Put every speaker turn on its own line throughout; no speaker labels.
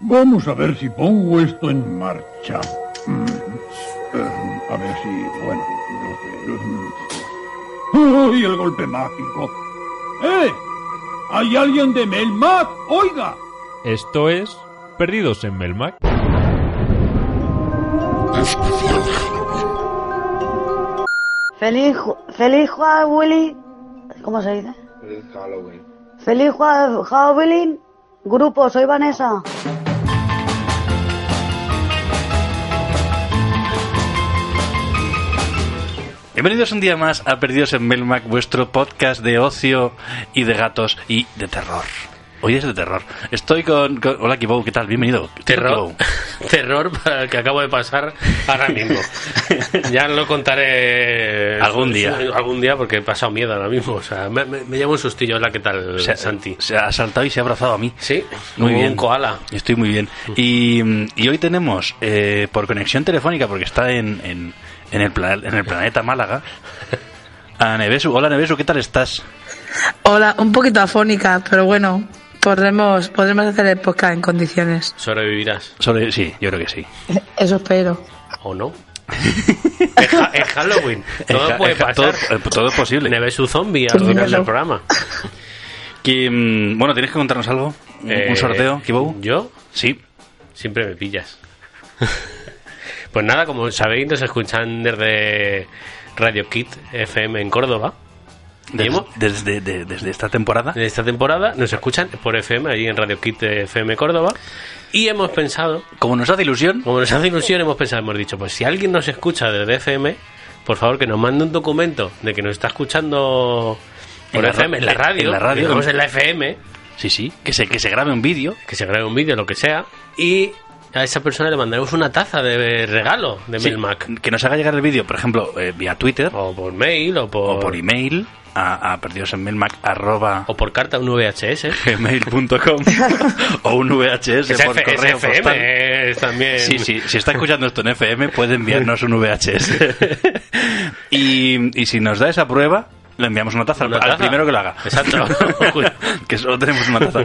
Vamos a ver si pongo esto en marcha. Mm, eh, A ver si, bueno, no sé. no- ¡Uy, el golpe mágico! ¡Eh! ¿Hay alguien de Melmac? ¡Oiga!
Esto es Perdidos en Melmac.
Feliz, Ju- feliz Juan Willy. ¿Cómo se dice?
Feliz Halloween.
Feliz Juan Halloween. Grupo, soy Vanessa.
Bienvenidos un día más a Perdidos en Melmac, vuestro podcast de ocio y de gatos y de terror. Hoy es de terror. Estoy con... con- hola, Kibou, ¿qué tal? Bienvenido.
Terror,
Kibou.
terror para el que acabo de pasar ahora mismo. ya lo contaré
Algún día.
Algún día porque he pasado miedo ahora mismo. O sea, me, me, me llamo un sustillo. Hola, ¿qué tal,
Se ha,
Santi?
se ha saltado y se ha abrazado a mí.
Sí,
Muy
como
bien.
un koala.
Estoy muy bien. Y, mm, y hoy tenemos, eh, por conexión telefónica, porque está en, en, en el, pla- en el planeta Málaga, a Nevesu. Hola, Nevesu, ¿qué tal estás?
Hola, un poquito afónica, pero bueno, podremos, podremos hacer el podcast en condiciones.
Sobrevivirás,
Sobre- sí, yo creo que sí.
Eso espero.
¿o no? es, ha- es Halloween. Todo
Es ja-
puede
es ja-
pasar.
Todo, eh, todo es posible.
Neve es un zombie al
Sí,
final
claro.
del programa.
Que, mm, bueno, tienes que contarnos algo. Un, un
Eh,
sorteo, Kibou.
¿Yo?
Sí.
Siempre me pillas. pues nada, como sabéis, nos escuchan desde Radio Kit FM en Córdoba.
Desde,
¿Diego?
desde, de- desde esta temporada.
de esta temporada. Nos escuchan por FM, allí en Radio Kit FM Córdoba. Y hemos pensado,
Como nos hace ilusión,
como nos hace ilusión, hemos pensado, hemos dicho, pues si alguien nos escucha desde FM, por favor que nos mande un documento de que nos está escuchando por
En la
FM, en la
ra-
radio,
en la radio.
digamos en la FM,
sí, sí, que se, que se grabe un vídeo.
que se grabe un vídeo, lo que sea, y a esa persona le mandaremos una taza de regalo de
Sí,
Melmac.
Que nos haga llegar el vídeo, por ejemplo, eh, vía Twitter
O por mail, o por,
o por email a, a perdidosenmailmac@gmail.com
o por carta, un VHS.
o un VHS
Es
por
F- eh. es
correo
FM,
postal.
es también.
Sí, sí, si está escuchando esto en FM puede enviarnos un VHS. y, y si nos da esa prueba, le enviamos una taza, al-
Una
al,
taza.
primero que lo haga.
Exacto.
que solo tenemos una taza.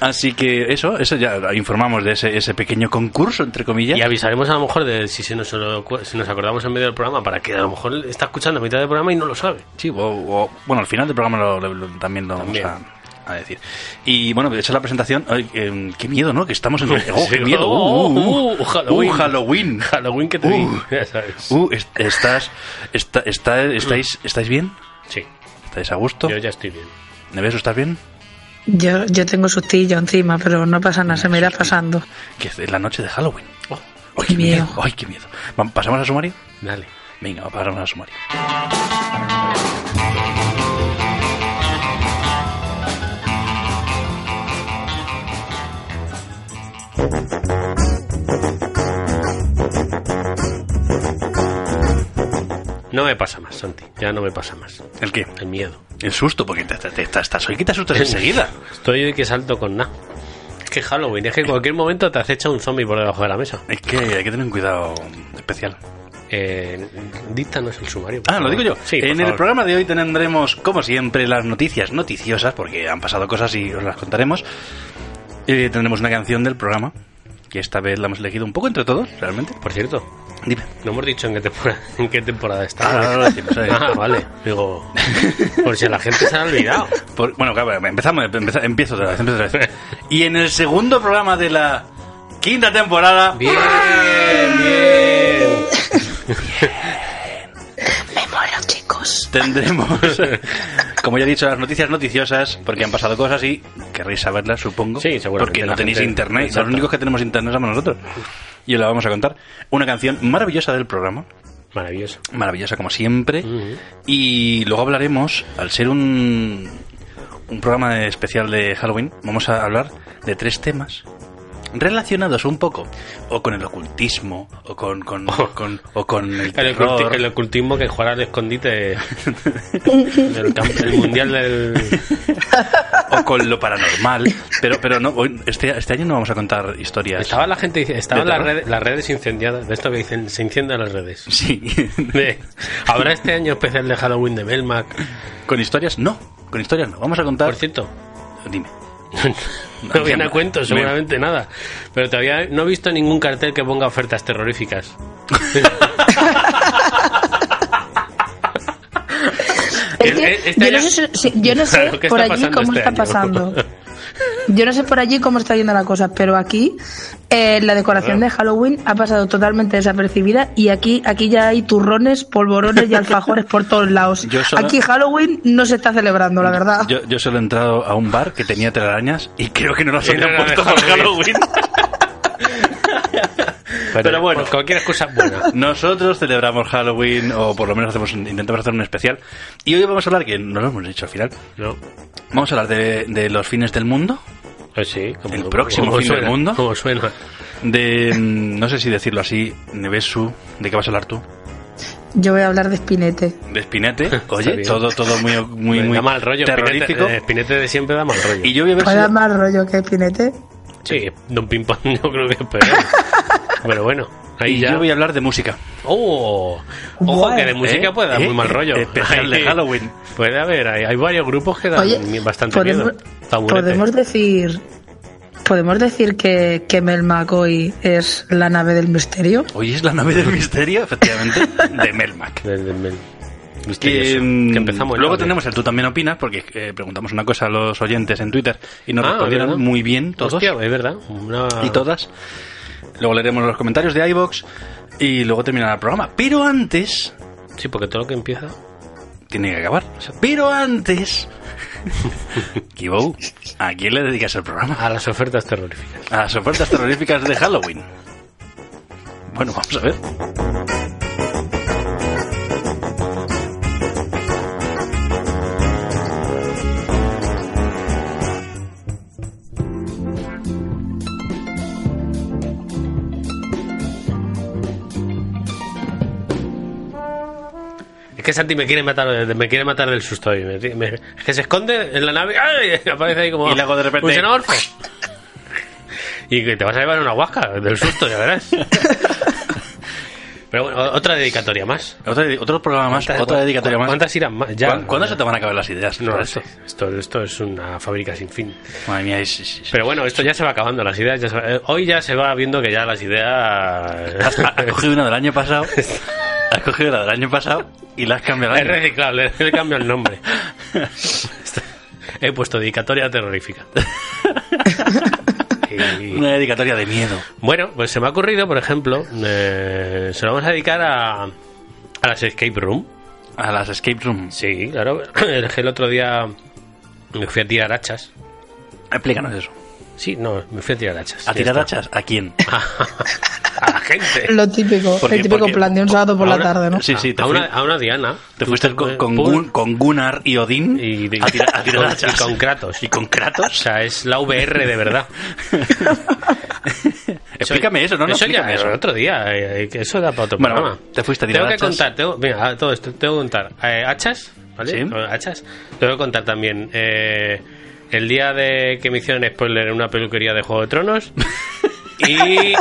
Así que eso, eso ya informamos de ese, ese pequeño concurso, entre comillas.
Y avisaremos a lo mejor de si, se nos, lo acu- si nos acordamos en medio del programa para que a lo mejor está escuchando a mitad del programa y no lo sabe.
Sí, o- o- bueno, al final del programa lo- lo- lo- también lo
También.
vamos a, a decir. Y bueno, hecha la presentación. Ay, eh, qué miedo, ¿no? Que estamos en. ¡Oh, qué
Sí,
miedo!
oh,
Uh, uh,
uh, Halloween.
Uh, Halloween.
Halloween que te
Uh.
di, ya sabes.
Uh, es- estás, está, está- estáis, ¿Estáis bien?
Sí,
¿Estáis a gusto?
yo ya estoy bien.
¿Neveso, estás bien?
Yo, yo tengo sustillo encima, pero no pasa nada, se me irá pasando.
Que es la noche de Halloween. Oh, ¡Ay,
Qué
qué miedo!
miedo.
¡Ay, qué miedo! Va- ¿Pasamos a sumario?
Dale.
Venga, va, pasamos a sumario.
No me pasa más, Santi. Ya no me pasa más.
¿El qué?
El miedo.
El susto, porque te, te, te, te, estás hoy que te asustas enseguida.
Estoy de que salto con nada. Es que Halloween, es que en cualquier momento te acecha un zombie por debajo de la mesa.
Es que hay que tener un cuidado especial.
Eh, díctanos el sumario. por
Ah, lo
favor.
digo yo.
Sí, por
en el
favor.
programa de hoy tendremos, como siempre, las noticias noticiosas, porque han pasado cosas y os las contaremos. Eh, tendremos una canción del programa, que esta vez la hemos elegido un poco entre todos, realmente.
Por cierto,
Dime.
no hemos dicho en qué temporada, en qué temporada está.
Ah, no lo decimos, eh.
Ah, vale. Digo, por si a la gente se ha olvidado.
Por- bueno, claro, empezamos, empeza- empiezo otra vez, empiezo otra vez. Y en el segundo programa de la quinta temporada,
Bien, bien.
Me muero, chicos.
tendremos, como ya he dicho, las noticias noticiosas, porque han pasado cosas y querréis saberlas, supongo.
Sí, seguramente
Porque no
la
tenéis
gente-
internet.
Exacto.
Los únicos que tenemos internet somos nosotros. Y os la vamos a contar. Una canción maravillosa del programa,
Maravilloso.
maravillosa como siempre. Y luego hablaremos, al ser un, un programa especial de Halloween, vamos a hablar de tres temas relacionados un poco o con el ocultismo o con, con, con- o con el
El,
terror.
oculti- el ocultismo que jugará al escondite del campo- el mundial del.
o con lo paranormal. Pero, pero no, hoy- este, este año no vamos a contar historias.
Estaba la gente, estaban
¿De
las
terror?
redes, las redes incendiadas. De esto que dicen, se incendian las redes.
Sí.
De- Habrá este año especial de Halloween de Melmac.
con historias no. Con historias no. Vamos a contar.
Por cierto,
Dime.
No viene a cuento, seguramente nada. Pero todavía no he visto ningún cartel que ponga ofertas terroríficas.
Es que
Eh, eh, este
yo, no
año-
sé, si- si- yo no sé
Claro, ¿qué
por
está
allí
pasando
cómo
este
está
año?
pasando. Yo no sé por allí cómo está yendo la cosa, pero aquí eh, la decoración de Halloween ha pasado totalmente desapercibida y aquí aquí ya hay turrones, polvorones y alfajores por todos lados.
Yo solo-
Aquí Halloween no se está celebrando, la verdad.
Yo, yo solo he entrado a un bar que tenía telarañas y creo que no las
Y no
habían
era de
puesto para
Halloween.
Halloween.
Pero, bueno, cualquier excusa es buena.
Nosotros celebramos Halloween, o por lo menos hacemos un- intentamos hacer un especial. Y hoy vamos a hablar, que no lo hemos dicho al final,
¿No?
vamos a hablar de, de los fines del mundo,
Pues sí, como
El próximo
como
fin del
suena,
mundo.
Como suena.
de, mm, no sé si decirlo así, Nevesu, ¿de qué vas a hablar tú?
Yo voy a hablar de Spinete.
De Spinete,
Está
oye,
bien.
todo, todo muy, muy,
da
muy
mal rollo.
terrorífico.
Espinete, eh, Espinete de siempre da mal rollo.
Y yo voy a ver
¿Puede dar
si...
más rollo que Spinete?
Sí, Don Pimpón yo creo que es peor. Pero bueno, ahí
y
ya.
yo voy a hablar de música.
¡Oh! Ojo,
Guau.
que de música
Eh,
puede dar
eh,
muy mal rollo.
especial de
Ahí-
Halloween.
Puede haber, hay, hay varios grupos que dan
Oye,
bastante
podemos,
miedo. Taburete.
podemos decir podemos decir que, que Melmac hoy es la nave del misterio.
Hoy es la nave del misterio, efectivamente, de Melmac.
Del- del- del-
Que,
misterioso.
mm,
Que empezamos.
luego
tarde.
tenemos el tú también opinas, porque eh, preguntamos una cosa a los oyentes en Twitter y nos
Ah,
respondieron
¿verdad?
muy bien todos
Hostia, es verdad. Una...
y todas. Luego leeremos los comentarios de iBox y luego terminará el programa. Pero antes
Sí, porque todo lo que empieza.
tiene que acabar. O sea, Pero antes, Kibou, ¿a quién le dedicas el programa?
A las ofertas terroríficas.
A las ofertas terroríficas de Halloween. Bueno, vamos a ver.
Es que Santi me quiere matar, eh, me quiere matar del susto hoy. Me- me- es que se esconde en la nave ¡ay! y aparece ahí como
Y luego de repente-
un xenomorfo. y que te vas a llevar una huasca del susto, ya verás. Pero bueno, o- otra dedicatoria más.
Otra- otro programa más,
¿Cuántas-
otra dedicatoria más.
¿Cuántas irán más? Ya,
¿Cuán- ¿Cuándo
ya.
se te van a acabar las ideas?
No
para
lo sé.
esto?
Esto, esto es una fábrica sin fin.
Madre mía, es- es- es-
Pero bueno, esto ya se va acabando. Las ideas ya se va- eh, Hoy ya se va viendo que ya las ideas.
has, has cogido una del año pasado, has cogido la del año pasado y la has cambiado. al
Es
año.
reciclable, le cambio el nombre. Está- He puesto dedicatoria terrorífica. Y-
Una dedicatoria de miedo.
bueno, pues se me ha ocurrido, por ejemplo, eh, se lo vamos a dedicar a, a las escape room.
A las escape rooms.
Sí, claro. Es que El otro día me fui a tirar hachas.
Explícanos eso.
Sí, no, me fui a tirar hachas.
¿A
Ya
tirar
está.
hachas? ¿A quién?
A la gente.
Lo típico,
Porque-
el típico
porque-
plan de un sábado por la
ahora-
tarde, ¿no?
Sí, sí, te,
a,
fui-
una, a una Diana. eh,
te fuiste con, con
Pum,
Gun- con Gunnar y Odín
y, y-
a tirar, a tirar
y con-
hachas.
y con Kratos.
¿Y con
O
Kratos?
sea, es la VR de verdad.
Explícame eso, ¿no? no
eso ya
explícame
era
eso.
otro día. eh, que eso da para otro
Bueno,
programa.
bueno, te fuiste a tirar
Tengo que
hachas.
contar, tengo, mira, todo esto, tengo que contar. eh, hachas, ¿vale?
Sí.
Eh, Hachas. Tengo que contar también. eh, el día de que me hicieron spoiler en una peluquería de Juego de Tronos. y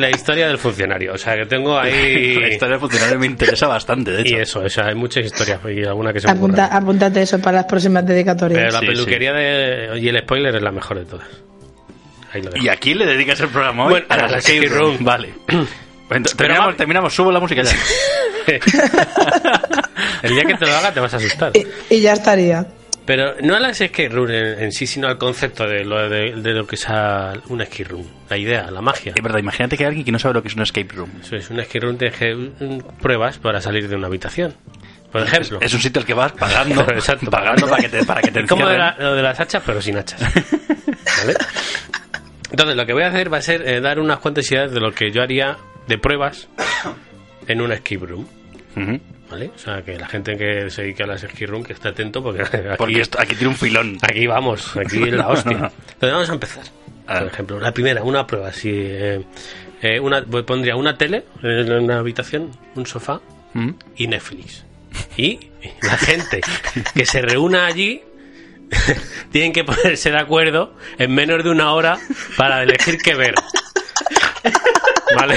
la historia del funcionario. O sea, que tengo ahí.
La historia del funcionario me interesa bastante, de
y
hecho.
eso, o sea, hay muchas historias y alguna que se me
Apunta,
ocurra.
apúntate eso para las próximas
Pero
dedicatorias.
la
Sí,
peluquería de- y el spoiler es la mejor de todas. Ahí lo dejo.
¿Y a quién le dedicas el programa hoy?
Bueno, a las escape room.
Vale. Entonces,
Pero
terminamos,
vamos-
terminamos, subo la música ya.
el día que te lo haga te vas a asustar.
Y, y ya estaría.
Pero no a las skate room en, en sí, sino al concepto de lo, de, de lo que es a- una skate room. La idea, la magia.
Es verdad, imagínate que hay alguien que no sabe lo que es un escape room.
Eso es una skate room de que mm, pruebas para salir de una habitación. Por ejemplo.
Es un sitio al que vas pagando,
Exacto.
pagando para que te, para que te
Es como de
encierren.
la- lo de las hachas, pero sin hachas. ¿Vale? Entonces, lo que voy a hacer va a ser eh, dar unas cuantas ideas de lo que yo haría de pruebas en una escape room.
Ujú.
¿Vale? O sea, que la gente que se dedica a las escape room que esté atento porque
Porque
aquí,
esto- aquí tiene un filón.
aquí vamos, aquí es la
No,
hostia.
no, no.
Entonces, vamos a empezar.
A
Por
ver.
ejemplo, la primera, una prueba. Si, eh, eh, una, pues pondría una tele en una habitación, un sofá
¿Mm?
y Netflix. Y la gente que se reúna allí tienen que ponerse de acuerdo en menos de una hora para elegir qué ver. ¿Vale?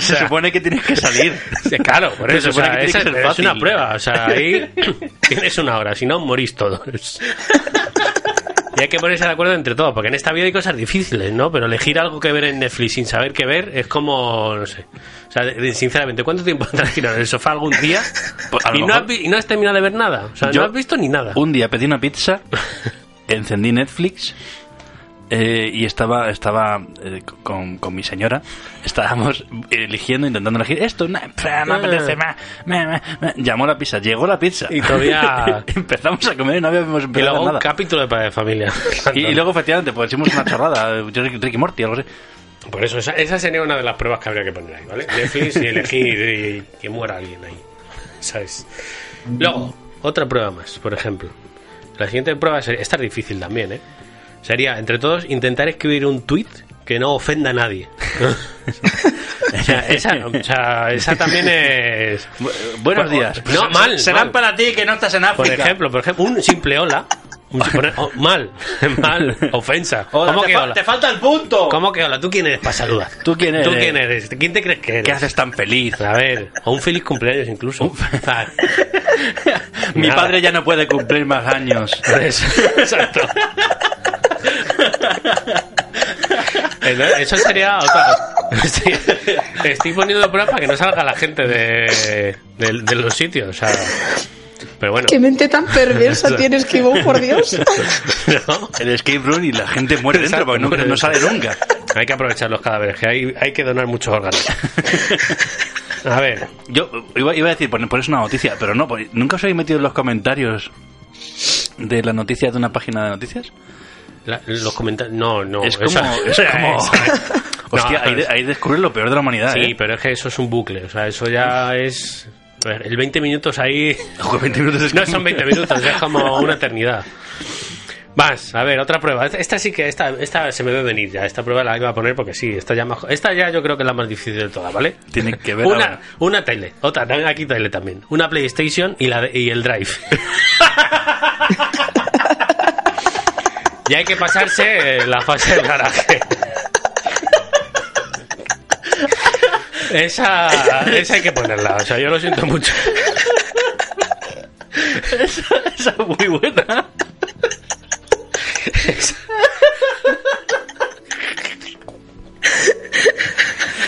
Se
sea,
supone que tienes que salir.
sí, claro, por
se
eso. o
supone
sea,
que tiene
esa
que ser
es
fácil.
una prueba. O sea, ahí tienes una hora, si no, morís todos. Y hay que ponerse de acuerdo entre todos, porque en esta vida hay cosas difíciles, ¿no? Pero elegir algo que ver en Netflix sin saber qué ver es como, no sé. O sea, de- sinceramente, ¿cuánto tiempo has tirado en el sofá algún día
Pues, a lo
y, no
mejor-
has, vi- y no has terminado de ver nada? O sea,
Yo-
no has visto ni nada.
Un día pedí una pizza, encendí Netflix eh, y estaba estaba eh, con, con mi señora. Estábamos eligiendo, intentando elegir esto. No, pf, no apetece más. me, me, me. Llamó la pizza, llegó la pizza.
Y todavía-
empezamos a comer y no habíamos
Y
empezado
luego un
nada.
capítulo de Padre de Familia.
Y, y luego, efectivamente, pues hicimos una chorrada. Yo, Ricky Morty, algo así.
Por eso, esa, esa sería una de las pruebas que habría que poner ahí, ¿vale? Netflix y elegir y- y que muera alguien ahí, ¿sabes? Luego, otra prueba más, por ejemplo. La siguiente prueba sería, esta es difícil también, ¿eh? Sería, entre todos, intentar escribir un tweet que no ofenda a nadie. o, sea, esa, o sea, esa también es...
Bu- Buenos días.
No, mal,
Serán
mal.
para ti que no estás en África.
Por ejemplo, por ejemplo, un simple hola. un simple- oh, mal, mal, ofensa.
Hola,
¿Cómo
te,
que
fa-
hola?
te falta el punto.
¿Cómo que hola? ¿Tú quién eres para saludar?
¿Tú quién eres?
¿Tú quién eres? ¿Quién te crees que eres?
¿Qué haces tan feliz?
A ver, o un feliz cumpleaños incluso.
Mi
Nada.
padre ya no puede cumplir más años.
Exacto. Entonces, Eso sería otra- Estoy, estoy poniendo pruebas para que no salga la gente de, de- de los sitios. O sea, pero bueno.
Qué mente tan perversa tienes, Kibou, por Dios.
¿No?
El escape room y la gente muere dentro
Exacto,
porque no,
muere
no
dentro.
sale nunca.
Hay que aprovechar los cadáveres, que hay, hay que donar muchos órganos. A ver,
Yo iba, iba a decir, por, por eso una noticia, pero no, porque nunca os habéis metido en los comentarios de la noticia de una página de noticias.
la- los comentarios. No, no.
es como.
esa-
es como-
esa-
Hostia,
No,
ahí, de- ahí descubres lo peor de la humanidad,
Sí,
¿eh?
pero es que eso es un bucle. O sea, eso ya es. a ver, El 20 minutos ahí.
Joder, 20 minutos es
No
como-
son 20 minutos, es como una eternidad. Vas, a ver, otra prueba. Esta, esta sí que esta, esta se me debe venir ya. Esta prueba la iba a poner porque sí, esta ya, más, esta ya yo creo que es la más difícil de todas, ¿vale?
Tiene que ver
Una,
ahora.
una tele, otra, también aquí tele también. Una PlayStation y, la, de- y el Drive. y hay que pasarse eh, la fase del garaje. Esa, esa hay que ponerla, o sea, yo lo siento mucho.
Esa es muy buena.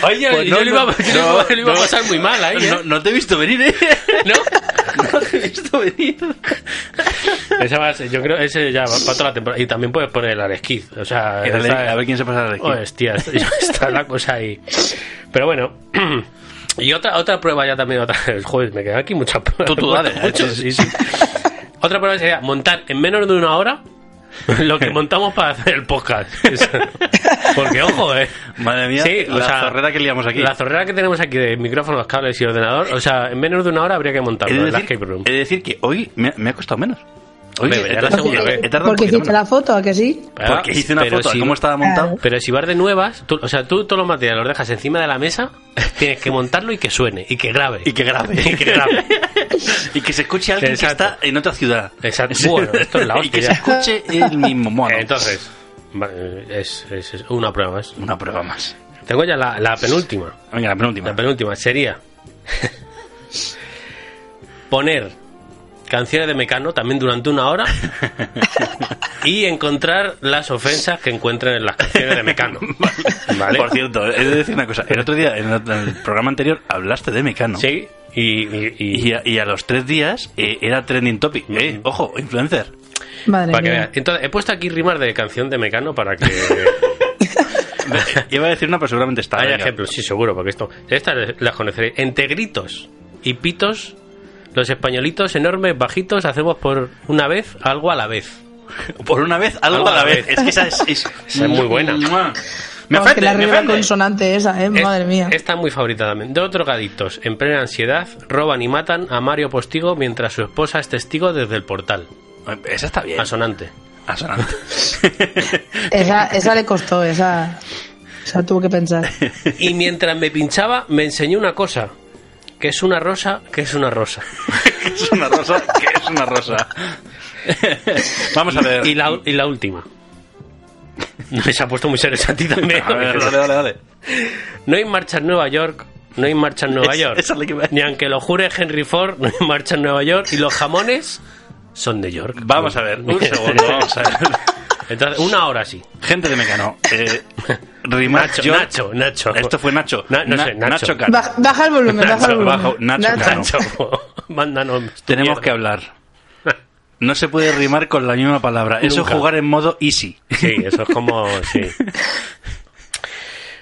Oye,
Pues
yo
no,
le iba,
no,
yo le iba- le iba a
no.
pasar muy mal ahí, ¿eh?
No, no te he visto venir, ¿eh?
¿No?
No te he visto venir.
Esa va a ser- yo creo ese ya va para toda la temporada. Y también puedes poner el Aresquiz. O sea,
Dale,
está-
a ver quién se pasa de aquí.
Hostia, está- está la cosa ahí. Pero bueno. Y otra, otra prueba ya también, otra Joder, me quedan aquí muchas pruebas.
Tú, tú, dale.
Muchos, sí, sí. Otra prueba sería montar en menos de una hora lo que montamos para hacer el podcast. Porque, ojo, eh.
Madre mía,
Sí, o
la
sea,
zorrera que liamos aquí.
La zorrera que tenemos aquí de micrófonos, cables y ordenador, o sea, en menos de una hora habría que
He
montarlo
de,
en la
decir,
escape room.
he de decir que hoy me, me ha costado menos. Hoy
Hombre, ya la segunda vez.
he tardado un
Porque
poquito
hiciste
menos.
la foto, ¿a que sí?
Porque hice una
Pero
foto de
si-
cómo estaba montado.
Pero si vas de nuevas, tú- o sea, tú todos los materiales los dejas encima de la mesa, tienes que montarlo y que suene, y que grabe.
Y que grabe.
Y que grabe.
Y que se escuche a alguien
Exacto.
que está en otra ciudad.
Exacto. Bueno, esto es la
y que
hostia.
se escuche el mismo mono.
Entonces, va- eh, es, es- es una prueba más.
Una prueba más.
Tengo ya la, la penúltima.
Venga, la penúltima.
La penúltima sería poner canciones de Mecano también durante una hora y encontrar las ofensas que encuentren en las canciones de Mecano. ¿Vale?
Por cierto, he de decir una cosa. El otro día, en el- en el programa anterior, hablaste de Mecano.
Sí, y, y- y-
Y a, y a los tres días eh, era trending topic. Eh, ojo, influencer.
Madre
para que
mía.
veas. Entonces, he puesto aquí rimas de canción de Mecano para que
Iba a decir una, pero seguramente está.
haya
venga.
ejemplos. Sí, seguro, porque esto estas las conoceréis. Entre gritos y pitos, los españolitos enormes, bajitos, hacemos por una vez algo a la vez.
Por una vez, algo, a la vez. Es que esa es, es-
Esa es muy buena.
Mua. Me
Vamos, que
ofende,
la
me
regla
ofende.
consonante esa, ¿eh?
Es-
Madre mía.
Esta es muy favorita también. Dos drogadictos en plena ansiedad roban y matan a Mario Postigo mientras su esposa es testigo desde el portal.
Eh, Esa está bien. Ah,
Asonante.
Asonante.
Esa, esa le costó, esa, esa tuvo que pensar.
Y mientras me pinchaba, me enseñó una cosa. Que es una rosa, que es una rosa.
es una rosa, que es una rosa. Vamos a ver.
Y la, y la última. No, se ha puesto muy serio a ti también.
A ver, dale, dale, dale.
No hay marcha en Nueva York. No hay marcha en Nueva
Es-
York.
esa es la que me-
Ni aunque lo jure Henry Ford, no hay marcha en Nueva York. Y los jamones son de York.
Vamos a ver, un segundo, vamos a ver.
Entonces, una hora sí.
Gente de Mecano. Eh, Rimac
Nacho,
Job-
Nacho, Nacho.
Esto fue Nacho.
Na- no sé, Nacho.
Cano.
Baja, baja el volumen, baja el
Nacho,
volumen.
bajo- Nacho, Cano.
Nacho, mándanos. tu
Tenemos
mierda.
que hablar. No se puede rimar con la misma palabra. Eso es
Nunca.
jugar en modo easy.
Sí, eso es como. Sí.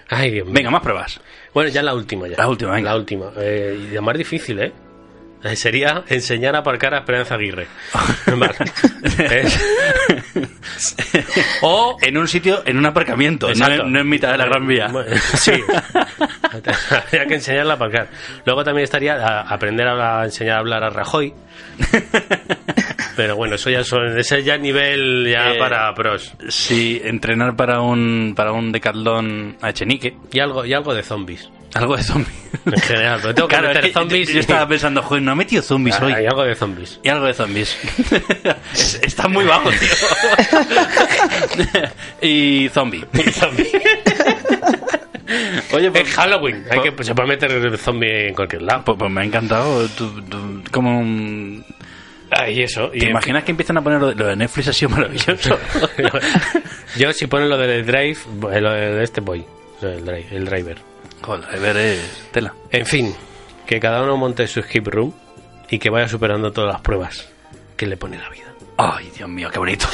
Ay, Dios mío.
Venga, más pruebas.
Bueno, ya la última. Ya.
La última, venga.
La última. Eh, y la más difícil, ¿eh? Eh, Sería enseñar a aparcar a Esperanza Aguirre. Vale. Es- o.
En un sitio, en un aparcamiento. Pues No
Exacto.
en, no en mitad de la Gran Vía.
Bueno, Sí. Habría que enseñarla a aparcar. Luego también estaría a- aprender a, hablar- a enseñar a hablar a Rajoy. Pero bueno, eso ya son, ese ya es nivel ya
Eh,
para pros.
Sí, entrenar para un para un decatlón a Chenique.
Y algo, y algo de zombies.
Algo de zombies.
En general, Ah, pero tengo que
Claro, es
meter
que
zombies.
Yo, yo estaba pensando, joder, no ha metido zombies
Ah,
hoy.
y algo de zombies.
Y algo de zombies. Es- Está muy bajo, tío. y zombie. Oye,
Es
pues,
Halloween. Hay que, se puede meter zombie en cualquier lado.
pues- pues me ha encantado. tú- tú- como un-
Ahí eso.
¿Te imaginas que empiezan a poner lo de, lo de Netflix? Ha sido maravilloso.
Yo si ponen lo del drive, eh, lo de este voy. Lo del drive, el driver.
Joder, a ver, es tela.
En fin, que cada uno monte su skip room y que vaya superando todas las pruebas que le pone la vida.
Ay, Dios mío, qué bonito.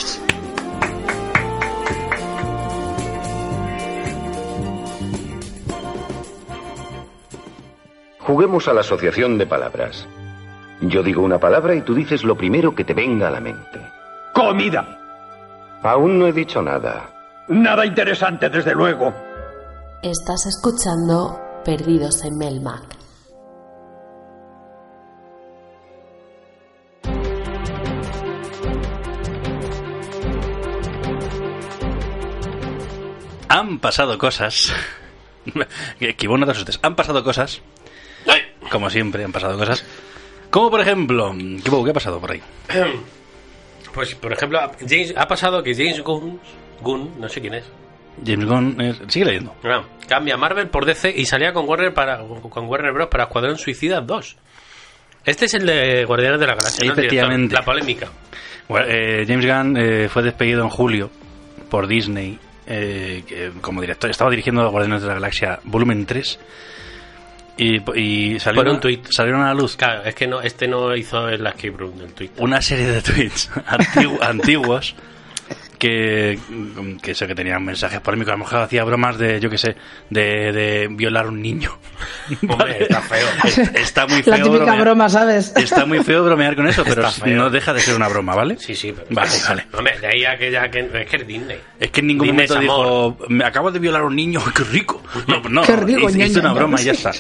Juguemos a la asociación de palabras. Yo digo una palabra y tú dices lo primero que te venga a la mente.
Comida.
Aún no he dicho nada.
Nada interesante, desde luego.
Estás escuchando Perdidos en Melmac.
Han pasado cosas. Que- que vos no te asustes. Han pasado cosas. Como siempre, han pasado cosas. Como por ejemplo, ¿qué, qué ha pasado por ahí?
Pues, por ejemplo, a- James- ha pasado que James Gunn, Gunn, no sé quién es,
James Gunn es- sigue leyendo.
no, cambia Marvel por DC y salía con Warner para con Warner Bros. para Escuadrón Suicida 2. Este es el de Guardianes de la Galaxia, ¿no? El director,
Efectivamente.
la polémica.
Bueno, eh, James Gunn eh, fue despedido en julio por Disney eh, que- como director. Estaba dirigiendo Guardianes de la Galaxia Volumen 3 y, y salieron,
Por un tuit.
salieron a la luz
Claro, es que no, este no hizo el escape room del Twitter.
una serie de tweets antigu- antiguos que, que eso que tenían mensajes polémicos. A lo mejor hacía bromas de, yo qué sé, de, de violar a un niño.
Hombre, está feo.
Es- Está muy feo.
La típica
bromear-
broma, ¿sabes?
Está muy feo bromear con eso, pero
Está feo.
no deja de ser una broma, ¿vale?
Sí, sí, pero...
Vale, vale.
Hombre, de ahí a que ya... Que, es que es Disney.
Es que en ningún
Dime
momento
ese amor.
dijo, me acabo de violar a un niño, qué rico. No, no,
Qué rico,
hizo,
ña,
hizo una
ña,
broma
ña.
y ya está.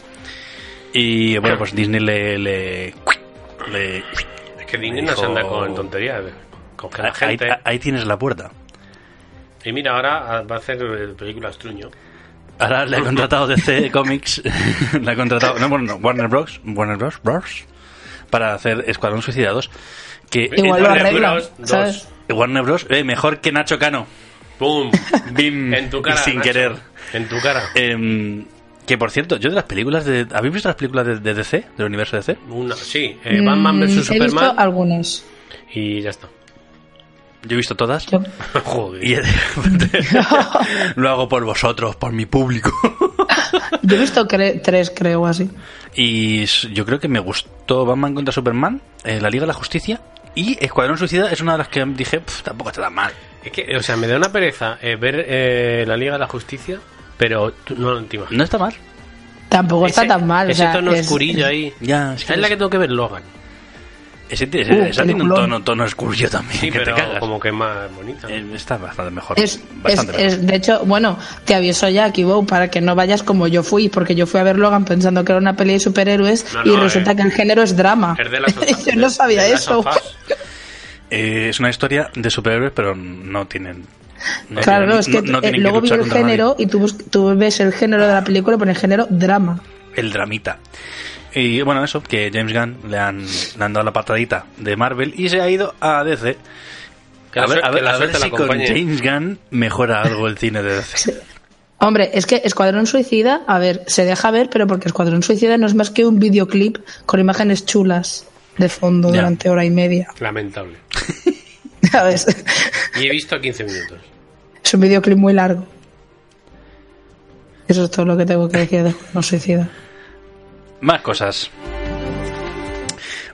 Y bueno, pues Disney le... le, le-
Es que Disney no se
Dijo-
anda con tonterías. Con que la
ahí,
gente...
ahí tienes la puerta.
Y mira, ahora va a hacer eh, películas truño.
Ahora le ha contratado DC Comics, le ha contratado, no, bueno, no, Warner Bros, Warner Bros, Bros, para hacer Escuadrón Suicidados, que
Igual lo
Warner
arregla,
Bros. dos.
¿sabes?
Warner Bros, eh, mejor que Nacho Cano,
¡Pum!
bim,
En tu cara,
sin
Nacho.
querer.
En tu cara.
Em, que por cierto, yo de las películas de, ¿habéis visto las películas de, de DC, del universo DC?
Una, sí, eh, Batman
Mm,
vs
He visto
Superman
algunas.
y ya está.
Yo he visto todas.
Yo-
Joder.
Y lo hago por vosotros, por mi público.
Yo he visto cre- tres, creo, así.
Y s- yo creo que me gustó Batman contra Superman, eh, la Liga de la Justicia y Escuadrón Suicida es una de las que dije, "Pf, tampoco está tan mal.
Es que, o sea, me da una pereza eh, ver eh, la Liga de la Justicia, pero tú no te imaginas.
No está mal.
Tampoco
Ese-
está tan mal. o
Ese
sea,
tono
es-
oscurillo ahí.
Ya, es
Es
que
la que tengo que ver Logan.
ese, ese-
Uh,
esa tiene un
peliculón.
tono, tono oscurillo también,
Sí,
que te
pero
cagas.
como que es más bonita.
Eh, Está bastante mejor.
Es,
bastante
es-
mejor.
es- de hecho, bueno, te aviso ya aquí, Bow, para que no vayas como yo fui, porque yo fui a ver Logan pensando que era una peli de superhéroes
No,
y
no,
resulta
eh.
que el género es drama.
Es de las
yo no sabía
de Last
eso.
of Us.
Eh, es una historia de superhéroes, pero no tienen. no
claro,
tienen-
no, es que,
no- no
eh,
tienen
luego vi
luchar
el
contra nadie.
género y tú, bus- tú ves el género de la película y pone género drama.
el dramita. Y bueno, eso, que James Gunn le han, le han dado la patadita de Marvel y se ha ido a DC.
Que
a
la
ver,
suerte-
a ver-
que la
a ver
suerte la
si con
acompañe.
James Gunn mejora algo el cine de DC.
Hombre, es que Escuadrón Suicida, a ver, se deja ver, pero porque Escuadrón Suicida no es más que un videoclip con imágenes chulas de fondo
Ya.
durante hora y media.
Lamentable.
¿Sabes?
Y he visto 15 minutos.
Es un videoclip muy largo. Eso es todo lo que tengo que decir de No Suicida.
Más cosas.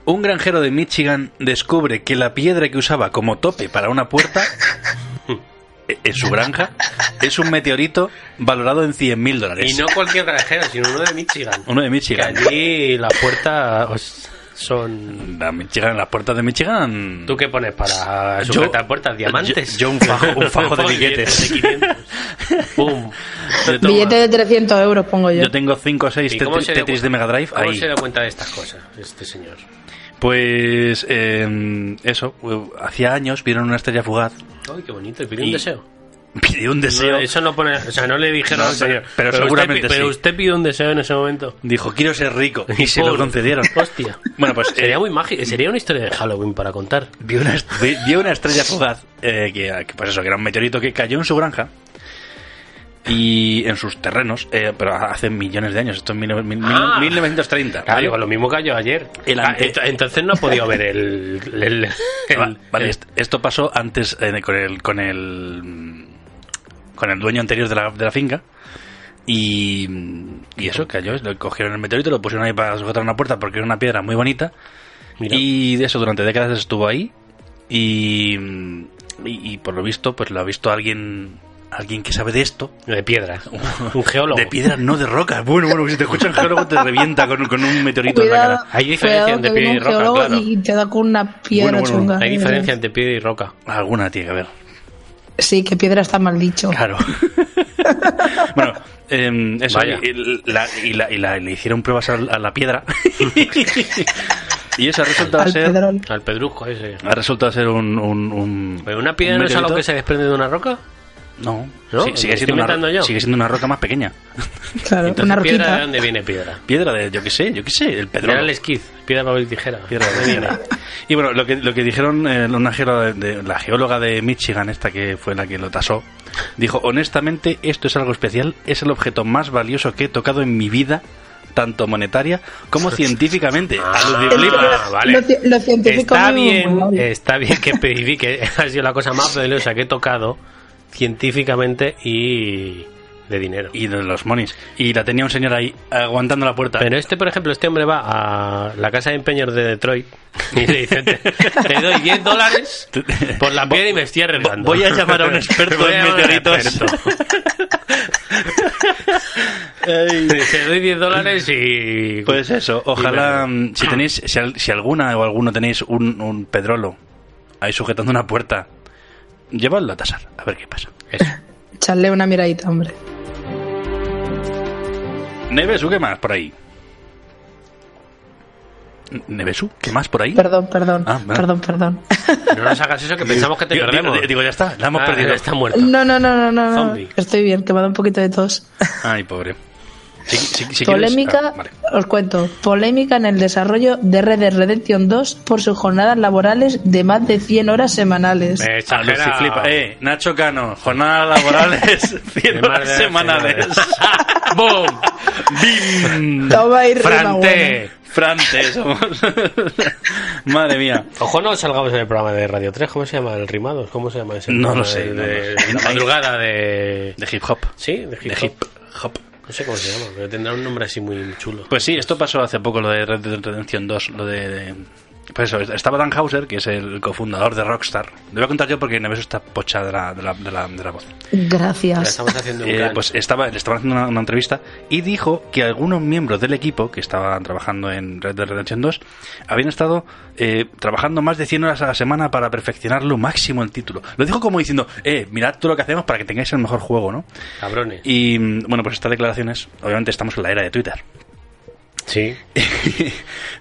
Un granjero de Michigan descubre que la piedra que usaba como tope para una puerta en su granja es un meteorito valorado en 100 mil dólares.
Y no cualquier granjero, sino uno de Michigan.
Uno de
Que
Michigan.
allí las puertas os- son...
La Michigan, las puertas de Michigan.
¿Tú qué pones para sujetar puertas? ¿Diamantes?
yo- yo un fajo- un fajo de billetes.
de 500. ¡Pum!
Yo tengo-
Billete de 300 euros pongo yo.
Yo tengo 5 o 6
¿Y cómo se dio
Tetris
cuenta-
de Mega Drive
¿Cómo
ahí.
se da cuenta de estas cosas, este señor?
Pues eh, eso, eh, hacía años vieron una estrella fugaz,
¡Ay, qué bonito! Y pidió
Y-
un deseo.
pidió un deseo,
No, eso no pone... O sea, no le dijeron
No,
al señor.
pero
usted
seguramente
pi- Pero
sí.
usted pidió un deseo en ese momento.
dijo quiero ser rico y se lo
Por-
concedieron.
Hostia.
Bueno, pues eh,
Sería muy mágico. Sería una historia de Halloween para contar.
vio, una, est- vi- vio una estrella fugaz, eh, que, que, pues eso, que era un meteorito que cayó en su granja y en sus terrenos, eh, pero hace millones de años, esto es mil- mil- mil-
Ah.
1930.
Claro,
¿vale?
digo, lo mismo que yo ayer.
El
Ah,
ante-
ento- entonces no ha podido ver el. el- el-
Va-
el-
vale,
el-
est- esto pasó antes eh, con el con el mm, con el dueño anterior de la, de la finca y, mm, y eso cayó, lo cogieron el meteorito, lo pusieron ahí para sujetar una puerta porque era una piedra muy bonita
Mira.
y de eso durante décadas estuvo ahí y, mm, y, y por lo visto pues lo ha visto alguien alguien que sabe de esto
de piedra. Un geólogo.
de piedra no de roca bueno bueno si te escuchan geólogo te revienta con, con un meteorito en la
Cuidado,
cara
Hay diferencia
cuidado
entre
que viene
piedra y
un
roca,
geólogo
claro.
y te da con una piedra
Bueno, bueno,
chunga.
Hay diferencia entre piedra y roca.
alguna tiene que haber
Sí, que piedra está mal dicho.
Claro. bueno, eh, eso.
Vaya.
Y, y la, y, la- y la- le hicieron pruebas al- a, la piedra. y eso ha resultado
Al
ser.
pedrón.
Al pedrusco ese.
Ha resultado ser un. un, un-
¿Pero una piedra
un
no es algo
meteorito.
que se desprende de una roca?
No,
¿No?
sí,
¿Me
sigue,
estoy
siendo una,
inventando
ro-
yo?
sigue siendo una roca más pequeña.
Claro,
Entonces,
una
piedra, ¿de
roquita.
dónde viene piedra?
Piedra de, yo qué sé, yo qué sé, el pedrón.
Era el esquiz. Piedra, papel, tijera.
Piedra de- Y bueno, lo que, lo que dijeron eh, una geóloga de, de- la geóloga de Michigan, esta que fue la que lo tasó, dijo, honestamente, esto es algo especial, es el objeto más valioso que he tocado en mi vida, tanto monetaria como científicamente. Aludiblip.
Ah, vale.
Lo ci- lo científico
está
muy-
bien, eh,
muy mal.
está bien que pedí que ha sido la cosa más valiosa que he tocado científicamente y de dinero.
y de los monis. Y la tenía un señor ahí aguantando la puerta.
Pero este, por ejemplo, este hombre va a la casa de empeños de Detroit y le dice, te, te doy 10 dólares por la piedra y me estoy arreglando.
voy a llamar a un experto
Voy a
en
llamar a un
meteoritos.
Te doy 10 dólares y...
Pues eso, ojalá mm, si tenéis, si, al- si alguna o alguno tenéis un, un pedrolo ahí sujetando una puerta, llevadlo a tasar, a ver qué pasa.
Eso.
Echarle una miradita, hombre.
Nevesu, ¿qué más por ahí? N- ¿Nevesu? ¿Qué más por ahí?
Perdón, perdón,
Ah, vale.
perdón, perdón.
No nos hagas eso que pensamos que te
Digo,
perdemos.
digo- digo, ya está, la hemos
Ah,
perdido. Mm.
Está muerto.
No, no, no, no, no, no.
Zombie.
Estoy bien, que me da un poquito de tos.
Ay, pobre. Si- si- si quieres-
Polémica,
ah, vale.
os cuento, polémica en el desarrollo de Red Dead Redemption 2 por sus jornadas laborales de más de 100 horas semanales.
Me
Ah,
exagera.
Lucy flipa. Eh, Nacho Cano, jornadas laborales,
De más de
100 semanales.
¡Boom!
¡Bim!
Toma y rima buena.
¡Frante!
Frante, somos. Madre mía.
Ojo, no salgamos en el programa de Radio 3. ¿Cómo se llama el rimado? ¿Cómo se llama ese?
No
programa
lo sé,
De,
no
de-
lo sé.
la madrugada de.
De hip hop.
¿Sí? De hip,
De
hop.
hip hop.
No sé cómo se llama, pero tendrá un nombre así muy chulo.
Pues sí, esto pasó hace poco, lo de Red Dead Redemption 2, lo de... de- Pues eso, estaba Dan Hauser, que es el cofundador de Rockstar. Lo voy a contar yo porque Neveso está pocha de la, de la, de la- de la voz.
Pero
Gracias.
estamos haciendo un
Eh,
plan.
pues estaba, le estaban haciendo una, una entrevista y dijo que algunos miembros del equipo que estaban trabajando en Red Dead Redemption 2 habían estado eh, trabajando más de 100 horas a la semana para perfeccionar lo máximo el título. Lo dijo como diciendo, eh, mirad todo lo que hacemos para que tengáis el mejor juego, ¿no?
Cabrones.
Y mm, bueno, pues estas declaraciones, obviamente estamos en la era de Twitter.
Sí.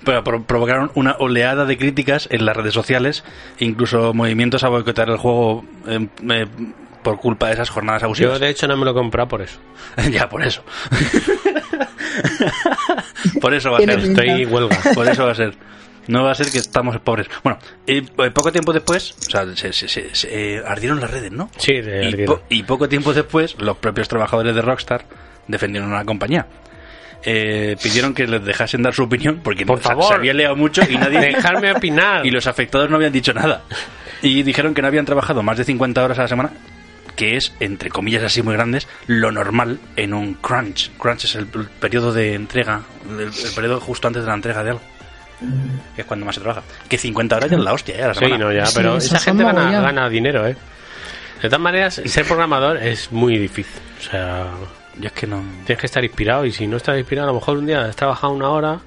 Pero pro- provocaron una oleada de críticas en las redes sociales, incluso movimientos a boicotear el juego eh, eh, por culpa de esas jornadas
pues Yo,
abusivas.
de hecho, no me lo he comprado por eso.
ya, por eso. por eso va a
Tiene
ser.
pinta.
Estoy huelga. Por eso va a ser. No va a ser que estamos pobres. Bueno, eh, po- poco tiempo después, o sea, se, se- se- se, eh, ardieron las redes, ¿no?
Sí, de
y, po- y poco tiempo después, los propios trabajadores de Rockstar defendieron a la compañía. eh, pidieron que les dejasen dar su opinión porque
Por
no- se- se
favor.
había leído mucho y nadie
Dejarme opinar.
y los afectados no habían dicho nada. Y dijeron que no habían trabajado más de 50 horas a la semana, que es, entre comillas así muy grandes, lo normal en un crunch. Crunch es el, el periodo de entrega, el, el periodo justo antes de la entrega de algo. Que es cuando más se trabaja. Que 50 horas ya es la hostia, ¿eh? a la
Sí,
semana.
no, ya,
Sí,
pero
eso
esa
son
gente gana,
mogollón.
gana dinero, ¿eh? De todas maneras, ser programador es muy difícil. O sea,
Yo es que no...
tienes que estar inspirado y si no estás inspirado, a lo mejor un día has trabajado una hora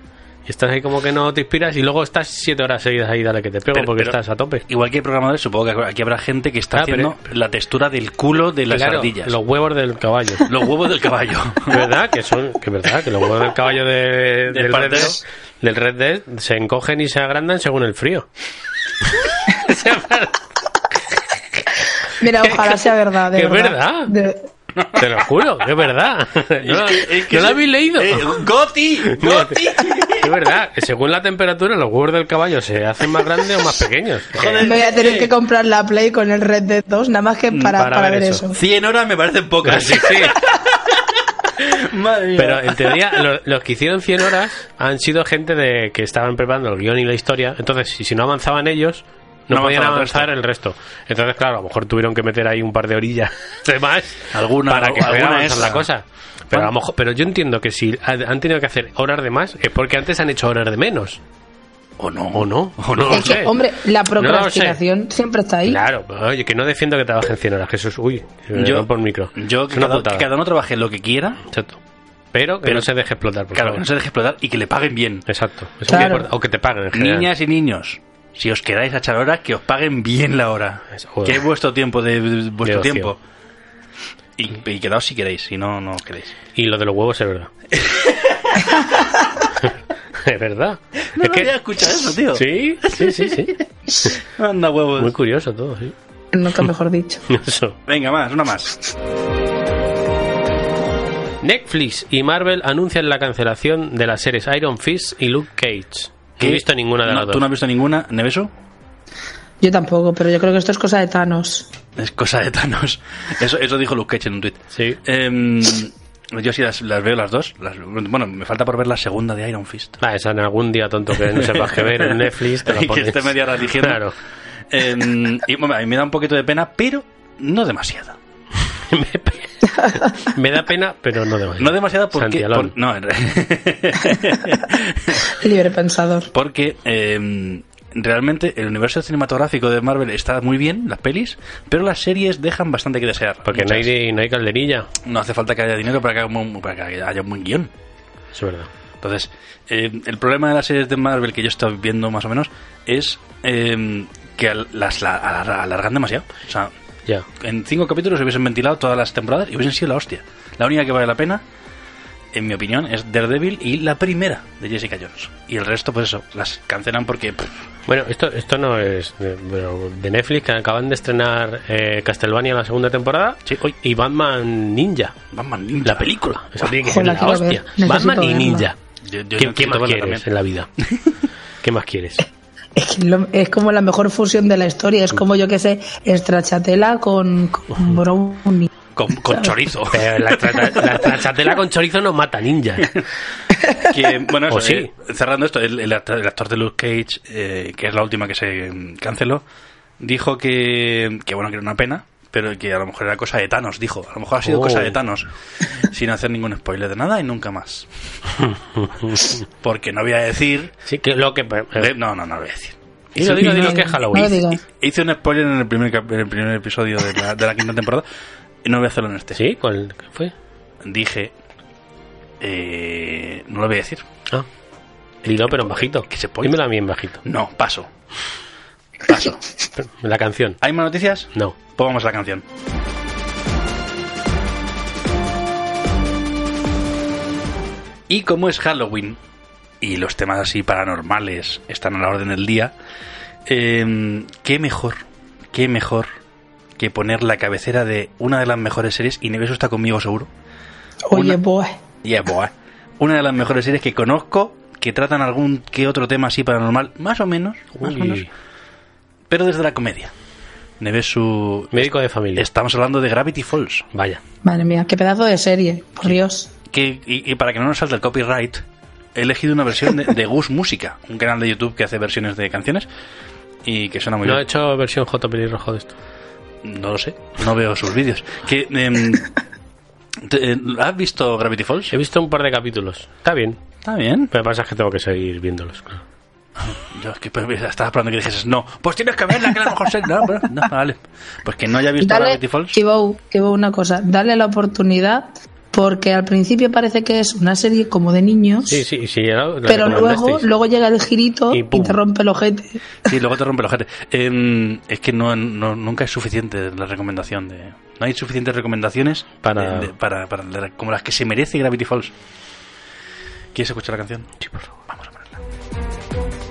y estás ahí como que no te inspiras y luego estás siete horas seguidas ahí, dale que te pego
Pero-
porque
pero-
estás a tope.
Igual que hay programadores, supongo que aquí habrá gente que está
Ah, pero-
haciendo la textura del culo de las
Claro,
ardillas.
Los huevos del caballo.
Los huevos del caballo.
¿Verdad? Que son, que verdad, que los huevos del caballo de- del, Red
Partner.
Dead, del Red Dead se encogen y se agrandan según el frío. O sea,
Mira, ojalá sea verdad. de
que es verdad.
De-
Te lo juro, que es verdad. No, no lo habéis leído.
Eh, ¡Goti! ¡Goti!
Es verdad, que según la temperatura los huevos del caballo se hacen más grandes o más pequeños.
Me voy a tener que comprar la Play con el Red Dead 2, nada más que para, para, ver eso.
100 horas me parecen
Que-
pocas.
sí, sí.
Madre mía.
Pero en teoría, lo- los, que hicieron 100 horas han sido gente de que estaban preparando el guión y la historia. Entonces, si, si no avanzaban ellos, no,
No
podían
avanzaba el
avanzar el resto. Entonces, claro, a lo mejor tuvieron que meter ahí un par de orillas de más
Alguna-
para que pudiera
alguna
avanzar
extra.
la cosa. Pero, a lo mejor, pero yo entiendo que si ha- han tenido que hacer horas de más es porque antes han hecho horas de menos.
O no.
¿O no?
O no.
lo
es que,
sé.
hombre, la
No lo sé.
procrastinación siempre está ahí.
Claro, oye, que no defiendo que trabajen 100 horas, Jesús. Uy, yo por micro.
Yo
Es
que
una
cada,
putada.
que cada uno trabaje lo que quiera,
Exacto. Pero que
Pero-
no se deje explotar, por
claro, que
favor.
no se deje explotar y que le paguen bien.
Exacto. Eso Pues es
Claro.
muy importante. O que te paguen en general.
Niñas y niños, si os quedáis a echar horas, que os paguen bien la hora.
Eso, joder.
Que es vuestro tiempo de, de- vuestro
ocio.
tiempo. Y, y quedaos si queréis, si no, no os queréis.
Y lo de los huevos es verdad. es verdad. es que...
escuchado eso, tío.
Sí, sí, sí, sí.
Anda huevos.
Muy curioso todo, sí.
Nunca mejor dicho.
Eso.
Venga, más, una más.
Netflix y Marvel anuncian la cancelación de las series Iron Fist y Luke Cage. No he visto ninguna de
No,
las
¿Tú
dos.
no has visto ninguna, Neveso?
Yo tampoco, pero yo creo que esto es cosa de Thanos.
Es cosa de Thanos. Eso, eso dijo Luke Cage en un tweet.
Sí.
Em, yo sí las, las veo las dos. Las- bueno, me falta por ver la segunda de Iron Fist.
Ah, esa en algún día, tonto, que no sepas qué ver en Netflix. Te la
Y que
pones.
esté media hora eligiendo.
Claro.
Em, y, bueno, a mí me da un poquito de pena, pero no demasiada.
me, pe- me da pena, pero no demasiado.
No demasiada porque...
Santialón.
por- no, en re-
Libre pensador.
porque em, realmente el universo cinematográfico de Marvel está muy bien, las pelis, pero las series dejan bastante que desear.
Porque no
Muchas.
hay, no hay calderilla.
No hace falta que haya dinero para que haga un buen- para que haya un buen guión.
Es verdad.
Entonces, eh, el problema de las series de Marvel que yo estoy viendo más o menos es eh, que al- las la- alar- alargan demasiado. O sea,
Ya.
en cinco capítulos hubiesen ventilado todas las temporadas y hubiesen sido la hostia. La única que vale la pena, en mi opinión, es Daredevil y la primera de Jessica Jones. Y el resto, pues eso, las cancelan porque... pff,
Bueno, esto, esto no es de, bueno, de Netflix, que acaban de estrenar eh, Castlevania la segunda temporada
Sí, Ah, uy,
y Batman Ninja.
Batman Ninja.
La película. Eso tiene que ser
Joder, la
la
quiero
hostia.
ver.
Batman y
Necesito
Ninja.
Yo- yo
¿Qué,
necesito
qué más
verla también.
quieres en la vida? ¿Qué más quieres?
Es, que lo- es como la mejor fusión de la historia. Es como, yo que sé, Estrachatela con, con Brownie.
Con, con chorizo.
Pero la, tra- la trachatela con chorizo no mata ninja.
que, bueno, eso,
O sí.
eh, cerrando esto, el, el actor, el actor de Luke Cage, eh, que es la última que se mm, canceló, dijo que, que, bueno, que era una pena, pero que a lo mejor era cosa de Thanos, dijo. A lo mejor ha sido
Oh.
cosa de Thanos, sin hacer ningún spoiler de nada y nunca más. Porque no voy a decir...
Sí, que lo que.
de- no, no, no lo voy a decir.
Dilo, dilo, dilo, que es
No lo
Halloween.
digas.
Hice un spoiler en el primer, cap- en el primer episodio de la, de la quinta temporada y no voy a hacerlo en este.
¿Sí? ¿Con, ¿Qué fue?
Dije... eh, no lo voy a decir.
Ah. Dilo, pero en bajito.
Que se puede.
Dímelo a mí en bajito.
No, paso. Paso.
La canción.
¿Hay más noticias?
No.
Pues vamos a la canción. Y como es Halloween y los temas así paranormales están a la orden del día, eh, qué mejor, qué mejor que poner la cabecera de una de las mejores series, y Neveso está conmigo seguro,
Oye, pues,
Una-
boy.
Yeah, boy. Una de las mejores series que conozco, que tratan algún que otro tema así paranormal, más o menos, más o menos,
Uy,
pero desde la comedia. Nevesu,
médico de familia.
estamos hablando de Gravity Falls.
Vaya.
Madre mía, qué pedazo de serie. Por Dios.
que, y, y para que no nos salte el copyright, he elegido una versión de, de Gus Música, un canal de YouTube que hace versiones de canciones y que suena muy
No he
bien.
hecho versión J pelirrojo de esto.
No lo sé, no veo sus vídeos. Que, em, te- eh, ¿Has visto Gravity Falls?
He visto un par de capítulos. Está bien.
Está bien.
Lo que pasa es que tengo que seguir viéndolos. claro.
Yo es que pues, estaba esperando que dijeses no. Pues tienes que verla, que a lo mejor se... No, pero- no, vale. Pues que no haya visto
Dale,
Gravity Falls.
Kibou, Kibou, una cosa, dale la oportunidad porque al principio parece que es una serie como de niños,
Sí, sí, sí. ya lo- lo
pero luego,
recomendasteis.
luego llega el girito
Y
y,
pum.
te rompe el ojete.
Sí, luego te rompe el ojete. Em, es que no, no- nunca es suficiente la recomendación de... No hay suficientes recomendaciones
Para-
de- de- para, para- de- como las que se merece Gravity Falls. ¿Quieres escuchar la canción? Sí, por favor. Vamos a ponerla.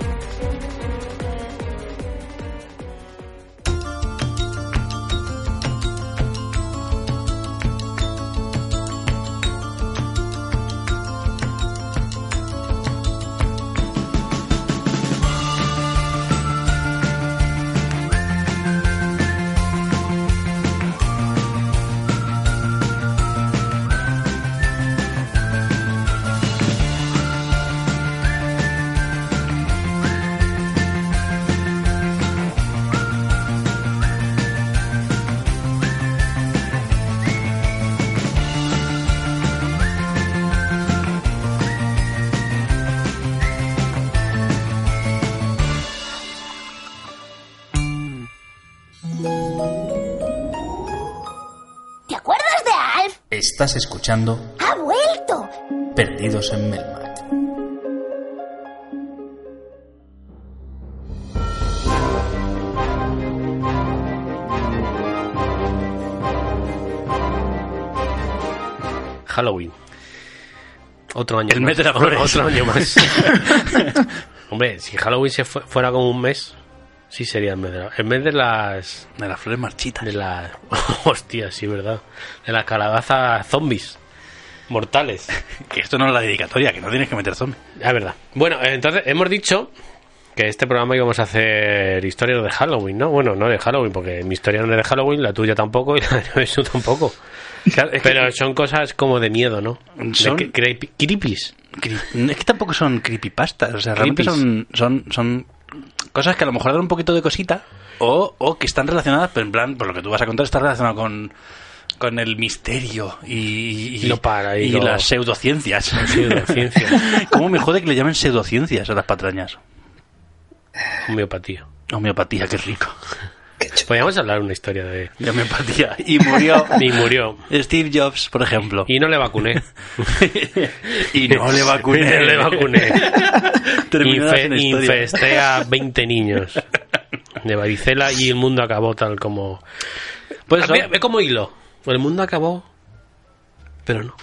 ¿Te acuerdas de Alf?
Estás escuchando
¡Ha vuelto!
Perdidos en Melmac.
Halloween. Otro año
El
más.
mes de la pobreza.
Otro año más. Hombre, si Halloween se fue- fuera como un mes, sí sería el mes de la... El mes de las...
De las flores marchitas.
De las... Hostia, sí, ¿verdad? De las calabazas zombies. Mortales.
Que esto no es la dedicatoria, que no tienes que meter zombie.
Es verdad. Bueno, eh, entonces hemos dicho que este programa íbamos a hacer historias de Halloween, ¿no? Bueno, no de Halloween, porque mi historia no es de Halloween, la tuya tampoco y la de Besu tampoco. Pero son cosas como de miedo, ¿no? De
Son-
cre- creepy- creepies.
Cri- Es que tampoco son creepypastas, o sea, realmente
Creepies.
son, son, son cosas que a lo mejor dan un poquito de cosita o, o que están relacionadas, pero en plan, por lo que tú vas a contar, está relacionado con, con el misterio y, y,
Y lo para, y
y
lo-
las pseudociencias.
pseudociencias.
¿Cómo me jode que le llamen pseudociencias a las patrañas?
Homeopatía.
Homeopatía, qué rico.
Podríamos hablar una historia de...
De homeopatía. Y murió
Y murió.
Steve Jobs, por ejemplo.
Y no le vacuné.
Y no le vacuné.
no le vacuné.
Terminó
Infe-
sin historia.
infesté a 20 niños de varicela y el mundo acabó tal como...
Pues
Ah,
eso,
ve- ve como hilo. El mundo acabó, pero no.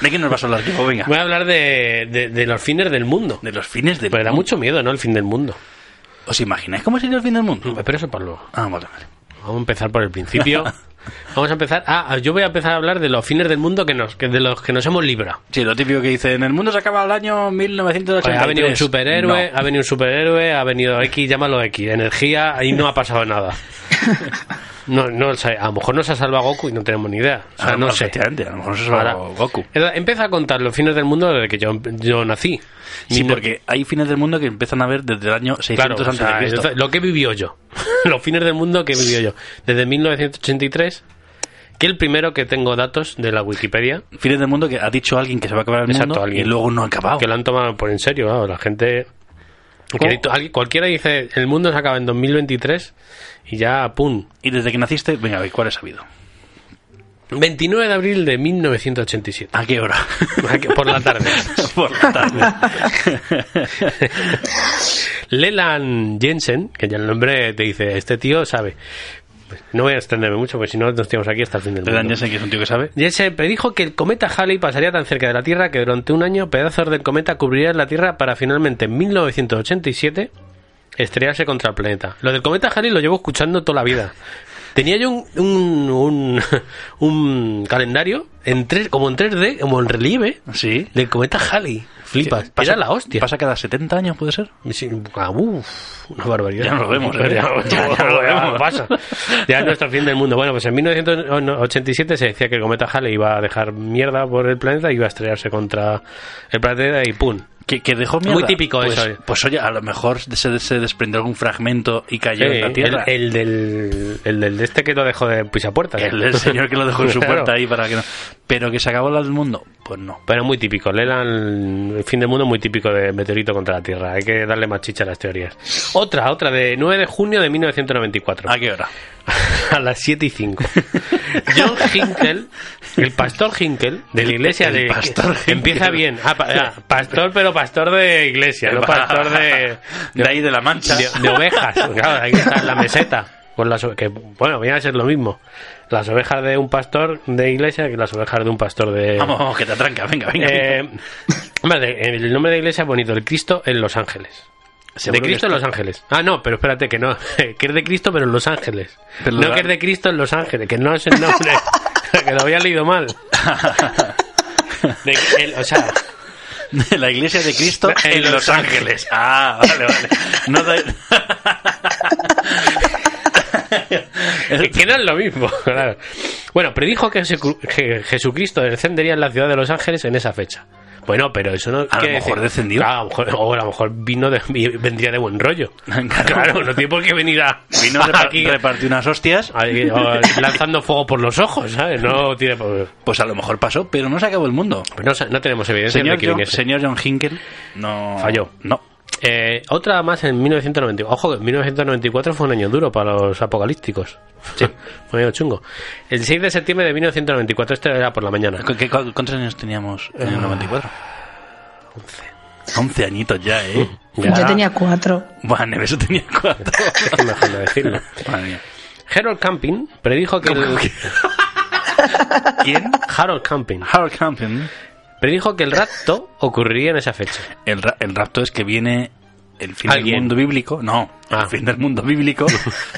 ¿De qué nos vas a hablar? Kiko? venga.
Voy a hablar de, de- de los fines del mundo.
De los fines del
Pero da
mundo.
mucho miedo, ¿no? El fin del mundo.
¿Os imagináis cómo sería el fin del mundo?
Pero eso para luego.
Ah, vale, vale.
Vamos a empezar por el principio. Vamos a empezar. Ah, yo voy a empezar a hablar de los fines del mundo que nos, que de los que nos hemos librado.
Sí, lo típico que dicen, el mundo se acaba el año 1983.
Pues ha venido un superhéroe, ha venido un superhéroe, ha venido X, llámalo X, energía, ahí no ha pasado nada. No, no, o sea, a lo mejor nos ha salvado Goku y no tenemos ni idea. O sea,
Ah,
no sé.
efectivamente, a lo mejor se
Ahora,
va Goku.
eh, Empieza a contar los fines del mundo desde que yo, yo nací.
Sí,
Mi-
porque hay fines del mundo que empiezan a ver desde el año 600
Claro, o
antes
sea,
de Cristo.
entonces, lo que vivió yo. los fines del mundo que vivió yo. Desde 1983, que el primero que tengo datos de la Wikipedia,
Fines del mundo que ha dicho alguien que se va a acabar el
Exacto,
mundo y
alguien.
luego no ha acabado.
que lo han tomado por en serio, claro, la gente...
¿Cómo?
que alguien- Cualquiera dice, el mundo se acaba en 2023 y ya, ¡pum!
Y desde que naciste, venga, a ver, ¿cuál has sabido?
29 de abril de 1987.
¿A qué hora?
Por la tarde.
Por la tarde.
Leland Jensen, que ya el nombre te dice, este tío sabe. Pues No voy a extenderme mucho, porque si no nos tenemos aquí hasta el fin del
Te dan
mundo.
ya sé que es un tío que sabe.
Jensen predijo que el cometa Halley pasaría tan cerca de la Tierra que durante un año pedazos del cometa cubrirían la Tierra para finalmente en 1987 estrellarse contra el planeta. Lo del cometa Halley lo llevo escuchando toda la vida. Tenía yo un, un, un- un calendario en tres, como en 3D, como en relieve,
Ah, Sí.
del cometa Halley. Flipas.
Pasa-
Era la hostia.
Pasa cada 70 años, puede ser.
Sí, ah, uf, una barbaridad.
Ya nos vemos, ¿eh?
Ya, ya- ya lo vemos,
Ya.
pasa. Ya es nuestro fin del mundo. Bueno, pues en 1987 se decía que el cometa Halley iba a dejar mierda por el planeta y iba a estrellarse contra el planeta y ¡pum!
Que, que dejó mierda.
Muy típico
pues,
eso, eh.
Pues oye, a lo mejor se, se desprendió algún fragmento y cayó en
Eh,
la tierra.
El, el del, el del de este que lo dejó de pisapuertas.
El- el señor que lo dejó en su
Claro.
puerta ahí para que no. Pero que se acabó la del mundo. Pues no.
Pero muy típico, le dan el fin del mundo muy típico de meteorito contra la Tierra. Hay que darle más chicha a las teorías. Otra, otra de 9 de junio de 1994.
¿A qué hora?
a las 7 y 5. John Hinkle, el pastor Hinkle, de la iglesia
El
de...
pastor Hinkle.
Empieza bien. Ah, pa- ah, pastor, pero pastor de iglesia, no pastor de...
De ahí de la mancha.
de, de ovejas. Claro, ahí está la meseta. Con las ove- que, bueno, viene a ser lo mismo. Las ovejas de un pastor de iglesia que las ovejas de un pastor de...
Vamos, vamos, que te atranca. Venga, venga.
Eh, hombre, de- el nombre de la iglesia es bonito, el Cristo en Los Ángeles.
Seguro
de
que
Cristo en
está.
Los Ángeles. Ah, no, pero espérate, que no. Que es de Cristo, pero en Los Ángeles.
Pero
no
la-
que es de Cristo en Los Ángeles, que no es el nombre. que lo había leído mal. De- el- o sea,
De la iglesia de Cristo
En
en
Los
Los Ángeles. Ah, vale, vale. No da-
que, que no es lo mismo. claro. Bueno, predijo que, Jesu- que Jesucristo descendería en la ciudad de Los Ángeles en esa fecha. Bueno, pero eso no.
A lo
quiere
mejor descendió.
Claro, a lo mejor- o a lo mejor vino de, vendría de buen rollo. Claro, no Ah. tiene por qué venir a.
Vino a repa- repartir unas hostias.
Ahí, o lanzando fuego por los ojos, ¿sabes? No tiene por-
Pues a lo mejor pasó, pero no se acabó el mundo.
Pero no, sa- no tenemos evidencia de
Señor
que
John,
viniese.
señor John Hinkle no
Falló.
No.
Eh, otra más en 1994. Ojo, que 1994 fue un año duro para los apocalípticos. Sí. fue medio chungo. El 6 de septiembre de 1994, este era por la mañana.
¿Cu- qué- cu- ¿Cuántos años teníamos en
Ah.
el 94? 11. 11 añitos ya, ¿eh?
Yo tenía cuatro.
Bueno, eso tenía cuatro.
Qué mejor no decirlo.
Madre mía.
Harold Camping predijo que el...
¿Quién?
Harold Camping
Harold Camping.
predijo que el rapto ocurriría en esa fecha.
El, ra- el rapto es que viene el fin del
¿Alguien?
mundo bíblico. No,
Ah.
el fin del mundo bíblico.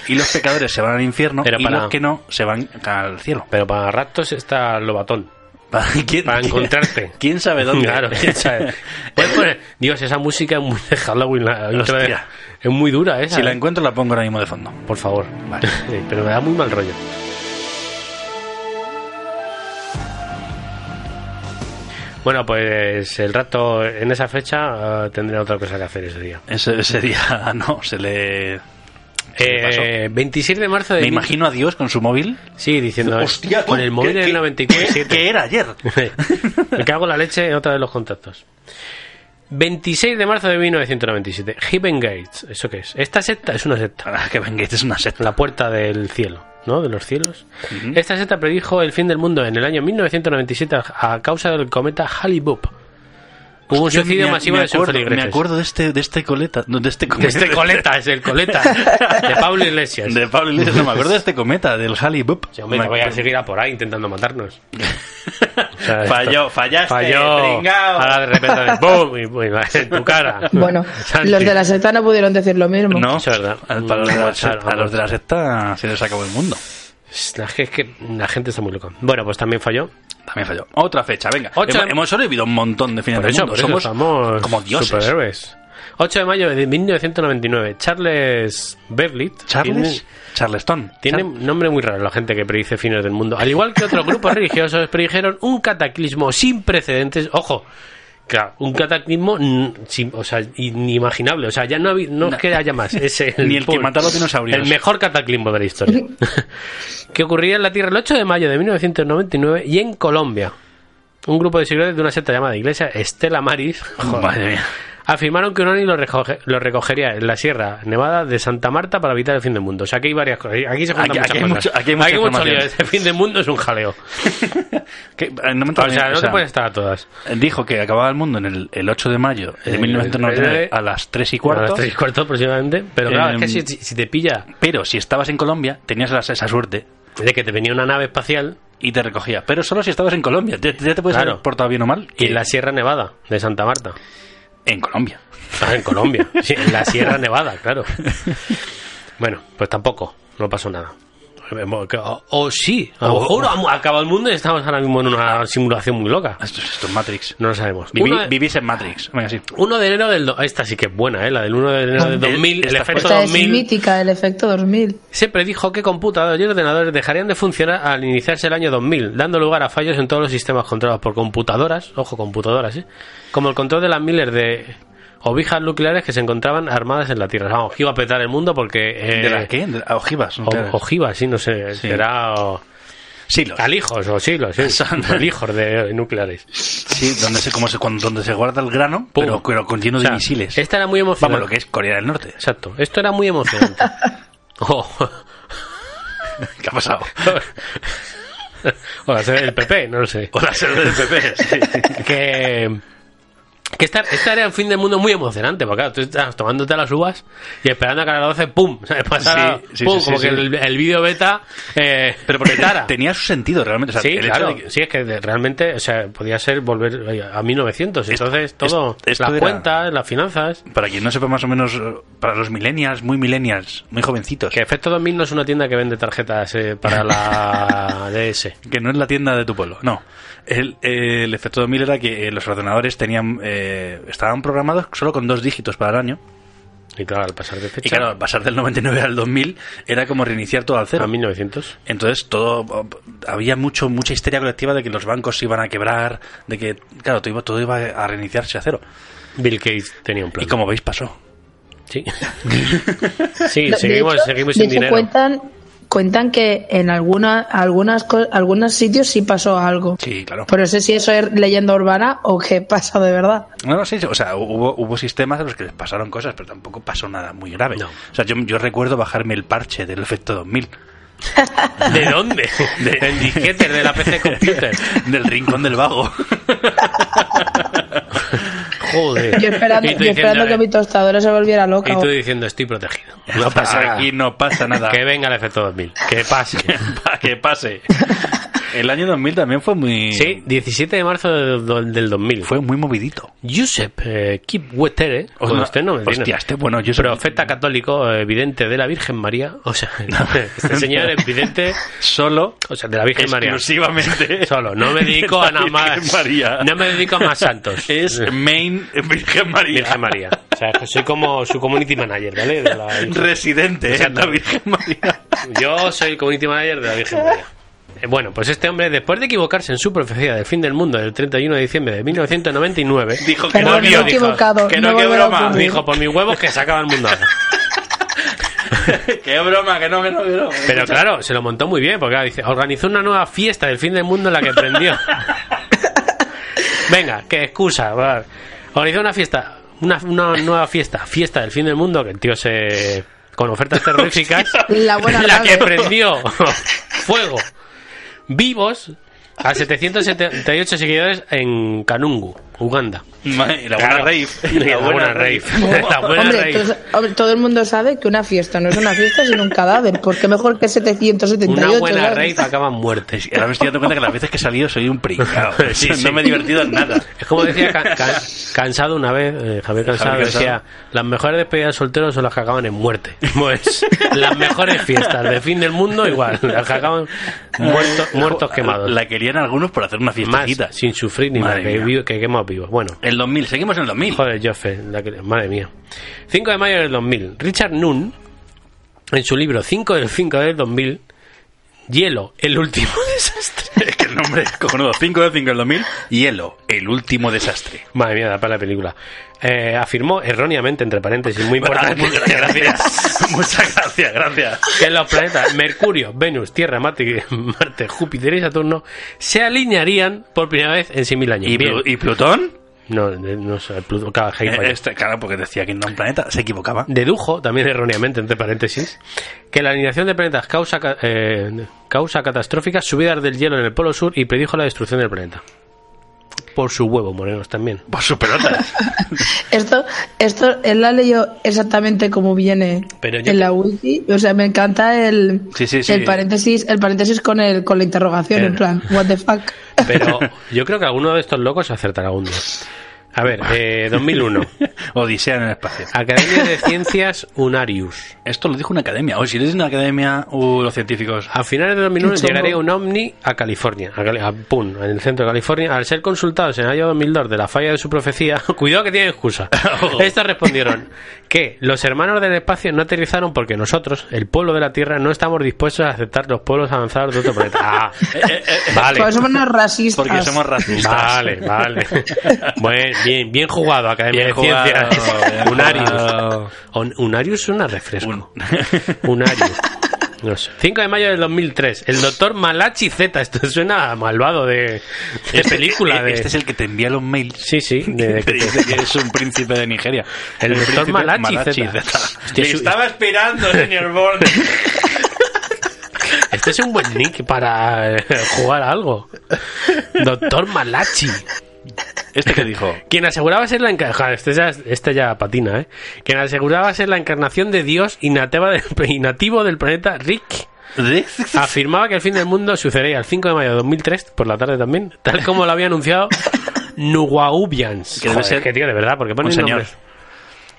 y los pecadores se van al infierno
Era
y
para-
los que no se van al cielo.
Pero para raptos está Lobatón.
Para, ¿quién-
Para
quién-
encontrarte.
¿Quién sabe dónde?
Claro, quién sabe. Puedes poner- Dios, esa música es muy de Halloween. la intro de-
Hostia.
es muy dura esa.
Si la
¿eh?
encuentro la pongo ahora mismo de fondo.
Por favor.
Vale.
Sí, pero me da muy mal rollo. Bueno, pues el rato en esa fecha eh, tendría otra cosa que hacer ese día.
Ese, ese día no, se le...
Eh, 26 de marzo de...
Me
mil-
imagino a Dios con su móvil.
Sí, diciendo...
Hostia, tú,
con el móvil
¿qué-
del
qué-
97.
Que era ayer.
Me cago en la leche en otra de los contactos. 26 de marzo de 1997. Heaven Gates. ¿Eso qué es? Esta secta es una secta.
Ah, que venga, esta es una secta.
La puerta del cielo, ¿no? De los cielos. Esta secta predijo el fin del mundo en el año 1997 a a causa del cometa Halley-Boop. Hubo un
Yo
suicidio
me-
masivo
me
de sus
acuerdo-
feligreses.
Me acuerdo de este, de este coleta. no, de este
De
cometa.
este coleta, es el coleta. De Pablo Iglesias.
De Pablo Iglesias. No, me acuerdo de este cometa, del Halley Boop.
Sí, hombre, no voy a seguir a por ahí intentando matarnos. O sea, esto-
Falló, fallaste.
Falló.
pringao.
Ahora de repente, ¡boom! Y, bueno, en tu cara.
Bueno,
Santi.
los de la secta no pudieron decir lo mismo.
No,
Eso es verdad.
Al- para los de la secta-
Claro,
a los de la secta se les acabó el mundo.
La, es que la gente está muy loca. Bueno, pues también falló.
También falló. Otra fecha, venga.
Ocho-
Hemos, hemos sobrevivido un montón de fines
Por
del
eso,
mundo.
por eso
Somos
estamos
como dioses.
Superhéroes. 8 de mayo de 1999. Charles Berlit.
Charles, Charleston.
Tiene, tiene nombre muy raro la gente que predice fines del mundo. Al igual que otros grupos religiosos predijeron un cataclismo sin precedentes. Ojo. Claro, un cataclismo mm, sin- o sea, inimaginable. O sea, ya no, habi- no, es que haya más. Es el
Ni el que
pul-
mató a los dinosaurios.
El mejor cataclismo de la historia. que ocurría en la Tierra el 8 de mayo de 1999 y en Colombia. Un grupo de seguidores de una secta llamada Iglesia Estela Maris.
Charles- Madre mía.
Afirmaron que un ovni lo, recoge- lo recogería en la Sierra Nevada de Santa Marta para evitar el fin del mundo. O sea, aquí hay varias cosas. Aquí se juntan
Aquí- aquí
muchas
hay
cosas.
mucho- aquí hay mucha
mucho
información.
lío. Este fin del mundo es un jaleo.
Que- eh, no me
O
entiendo,
sea, no
o
te
sea,
puedes estar a todas.
Dijo que acababa el mundo en el, el 8 de mayo de
Eh,
1999
eh,
a las 3 y
A
cuarto.
las tres y cuarto aproximadamente. Pero claro, es que
Em,
si, si- si te pilla
Pero si estabas en Colombia, tenías la- esa suerte
de que te venía una nave espacial
y te recogía. Pero solo si estabas en Colombia. Ya, ya te puedes
Claro.
haber portado bien o mal.
y
que-
en la Sierra Nevada de Santa Marta.
en Colombia.
Ah, en Colombia. Sí, en la Sierra Nevada, claro. Bueno, pues tampoco. No pasó nada. O, o sí, a lo mejor ha- acaba el mundo y estamos ahora mismo en una simulación muy loca.
Esto, es- esto es Matrix.
No lo sabemos.
Vivi-
Uno de-
Vivís en Matrix. Venga, sí.
1 de enero del... do- Esta sí que es buena, ¿eh? La del 1 de enero del 2000, el
Esta-
efecto
Esta es
2000.
mítica, el efecto 2000.
Se predijo que computadores y ordenadores dejarían de funcionar al iniciarse el año 2000, dando lugar a fallos en todos los sistemas controlados por computadoras, ojo, computadoras, ¿eh? como el control de las miles de obijas nucleares que se encontraban armadas en la Tierra. Vamos, que iba a petar el mundo porque... eh,
¿De las qué? De las ojivas.
o- ojivas, sí, no sé,
Sí.
será... o-
Silos.
Alijos o silos, sí.
Son-
Alijos de nucleares.
Sí, donde se, como se, cuando- donde se guarda el grano,
Pum.
pero, pero con lleno
O sea,
de misiles.
Esta era muy emocionante.
Vamos, lo que es Corea del Norte.
Exacto. Esto era muy emocionante. Oh.
¿Qué ha pasado?
o la sede del PP, no lo sé.
O la sede del PP, sí.
que que esta, esta era un fin del mundo muy emocionante, porque claro, tú estás tomándote las uvas y esperando a que a las 12, ¡pum! ¿sabes? Pasara,
Sí, sí,
¡pum!
sí,
como
sí,
que
sí.
el, el vídeo beta eh,
Pero porque
petara.
tenía su sentido realmente. O sea,
sí,
el hecho
claro,
de que-
sí, es que de- realmente, o sea, podía ser volver a 1900, entonces todo,
esto- esto
las
era-
cuentas, las finanzas...
para quien no sepa más o menos, eh, para los millennials, muy millennials, muy jovencitos,
Que Efecto 2000 no es una tienda que vende tarjetas eh, para la DS.
que no es la tienda de tu pueblo, no. El, eh, el efecto 2000 era que eh, los ordenadores tenían eh, estaban programados solo con dos dígitos para el año.
Y claro, al pasar de
Y
fecha
claro, pasar del 99 al 2000 era como reiniciar todo al
a
cero.
1900.
Entonces todo había mucho mucha histeria colectiva de que los bancos se iban a quebrar, de que claro, todo iba, todo iba a reiniciarse a cero.
Bill Gates tenía un plan.
Y como veis pasó.
Sí. sí,
De
seguimos,
hecho-
seguimos
de
sin
hecho,
dinero.
Cuentan, cuentan que en alguna, algunas co- algunos sitios sí pasó algo.
Sí, claro.
Pero no sé si eso es leyenda urbana o qué pasa de verdad.
No, no, sí, sí, o sea, hubo, hubo sistemas a los que les pasaron cosas, pero tampoco pasó nada muy grave.
No.
O sea, yo, yo recuerdo bajarme el parche del efecto 2000.
¿De dónde? De, en disquetes de la PC Computer.
del rincón del vago.
Joder.
Yo esperando,
Y tú
yo
diciendo,
esperando
eh,
que mi tostadora se volviera loca.
y
o-
tú diciendo, estoy protegido.
No pasa nada. Aquí no pasa nada.
Que venga el efecto 2000. Que pase.
Pa- que pase. El año 2000 también fue muy...
Sí, 17 de marzo de- do- del 2000.
Fue muy movidito.
Josep eh, Kipwetere,
Oh,
con
no.
este nombre, tiene.
Hostia, este bueno, Josep-
profeta católico, eh, vidente de la Virgen María, o sea, este señor es vidente solo, o sea, de la Virgen María.
Exclusivamente.
Solo, no me dedico a nada
La Virgen
más.
María.
No me dedico a más santos.
Es main Virgen María.
Virgen María. O sea, que soy como su community manager, ¿vale? De la Virgen.
Residente en la Virgen María.
Yo soy el community manager de la Virgen María. Eh, Bueno, pues este hombre, después de equivocarse en su profecía del fin del mundo del 31 de diciembre de 1999,
Dijo que
Perdón,
no
me he
vio.
dijo,
equivocado,
que no,
no
que
volverá a
broma.
ocurrir.
dijo, por mis huevos que se acaba el mundo ahora.
Qué broma, que no, que no, que no.
Pero claro, se lo montó muy bien, porque claro, dice, organizó una nueva fiesta del fin del mundo en la que prendió. Venga, qué excusa. va. Organizó una fiesta, una, una nueva fiesta, fiesta del fin del mundo, que el tío se... con ofertas terroríficas,
La buena
la que
grave.
prendió fuego. Vivos a 778 seguidores en Kanungu, Uganda.
Ma- y la buena
Claro.
rave.
Y la buena rave. La buena
Hombre,
rave.
todos- hombre, todo el mundo sabe que una fiesta no es una fiesta sino un cadáver, porque mejor que 778.
Una buena
¿sabes?
rave acaba en muerte.
Ahora me estoy dando cuenta que las veces que he salido soy un pringao.
Sí, sí.
No me he divertido en nada.
Es como decía Ca- Ca- Cansado una vez, eh, Javier Cansado
Javier
decía,
Cansado.
las mejores despedidas de solteros son las que acaban en muerte. Pues las mejores fiestas de fin del mundo igual, las que acaban muertos, muertos quemados.
Ah, La querían algunos por hacer una
Más,
fiestecita.
sin sufrir ni
Madre
más, que,
mía.
vi- que quemados vivos. Bueno,
El 2000, seguimos en el 2000.
joder, Joffe, la que- madre mía. 5 de mayo del 2000, Richard Nunn, en su libro 5 del 5 del 2000, Hielo, el último desastre.
Es que el nombre es cojonudo. 5 de 5 en el 2000. Hielo, el último desastre.
Madre mía, da para la película. Eh, afirmó erróneamente, entre paréntesis, muy importante.
Muchas gracias. Muchas gracias, gracias.
que los planetas Mercurio, Venus, Tierra, Marte, Marte, Júpiter y Saturno se alinearían por primera vez en 100.000 años.
¿Y,
Bien.
Plu- y Plutón?
No, de- no sé, Pluto, claro,
Eh,
gilipollas.
este, claro, porque decía que no era un planeta. Se equivocaba.
Dedujo, también erróneamente, entre paréntesis, que la alineación de planetas causa, ca- eh, causa catastróficas subidas del hielo en el Polo Sur y predijo la destrucción del planeta. Por su huevo, morenos, también.
Por su pelota.
Esto, esto él la leyó exactamente como viene
Pero yo-
en la wiki. O sea, me encanta el,
Sí, sí, sí.
el paréntesis, el paréntesis con el, con la interrogación, en plan, what the fuck.
Pero yo creo que alguno de estos locos acertará un día. A ver, eh, 2001.
Odisea en el espacio.
Academia de Ciencias Unarius.
Ah, Esto lo dijo una academia. O si eres una academia, uh, los científicos.
A finales de 2001
Chungo.
llegaría un ovni a California, a Cali- a- pum, en el centro de California. Al ser consultados en el año 2002 de la falla de su profecía, cuidado que tiene excusa. Estos respondieron que los hermanos del espacio no aterrizaron porque nosotros, el pueblo de la Tierra, no estamos dispuestos a aceptar los pueblos avanzados de otro planeta. Ah,
Eh, Pues,
vale.
Por eso somos racistas.
Porque somos racistas.
Vale, vale. Bueno, bien, bien jugado, Academia
Bien
de
jugado,
Ciencias.
bien
Unarius.
jugado.
Un- Unarius suena refresco.
Un-
Unarius. No sé. 5 de mayo del 2003. El doctor Malachi Z. Esto suena a malvado de, de película. De...
Este es el que te envía los mails.
Sí, sí. de- de-
Te dice que eres un príncipe de Nigeria.
El doctor
príncipe
Malachi Zeta. Hostia,
Le
su-
estaba esperando, señor Borden.
Este es un buen nick para eh, jugar a algo. Doctor Malachi.
Este que dijo.
Quien aseguraba ser la encarnación. Este ya, este ya patina, ¿eh? Quien aseguraba ser la encarnación de Dios y, nateva del- y nativo del planeta Rick. afirmaba que el fin del mundo sucedería el 5 de mayo de 2003, por la tarde también, tal como lo había anunciado Nuwaubians.
Que debe ser
que tío, de verdad, porque ponen
un señor.
nombres.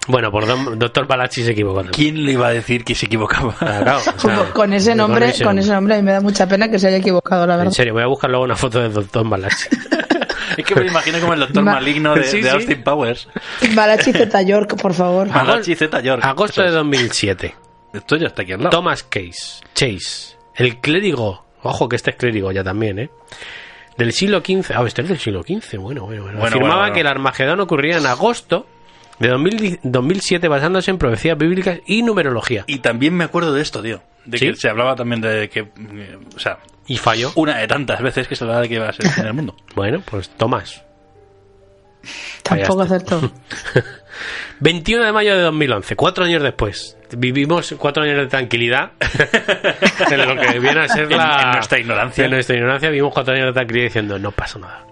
Bueno, por don- doctor Balachi se equivocó. también.
¿Quién le iba a decir que se equivocaba?
Ah, claro, o sea,
Como- con ese nombre,
ese
con ese nombre, a mí me da mucha pena que se haya equivocado, la
En
verdad.
serio, voy a buscar luego una foto del doctor Balachi.
Es que me lo imagino como el doctor
Ma-
maligno de,
Sí,
de
sí.
Austin Powers.
Malachi Zeta York, por favor.
Agol-
Malachi Z. York.
Agosto de 2007.
Esto ya está aquí al lado.
Thomas Case, Chase, el clérigo. Ojo que este es clérigo ya también, ¿eh? Del siglo XV. Ah, este es del siglo XV. Bueno, bueno, bueno.
Bueno,
Afirmaba
bueno, bueno.
que el Armagedón ocurría en agosto de 2000 2007 basándose en profecías bíblicas y numerología.
Y también me acuerdo de esto, tío. De
¿Sí?
que se hablaba también de que. eh, O sea,
Y falló.
una de tantas veces que se hablaba de que iba a ser el fin del mundo.
Bueno, pues Tomás.
Tampoco acertó.
21 de mayo de 2011, cuatro años después. Vivimos cuatro años de tranquilidad. en lo que viene a ser
En-
la.
en nuestra ignorancia.
En nuestra ignorancia vivimos cuatro años de tranquilidad diciendo, no pasa nada.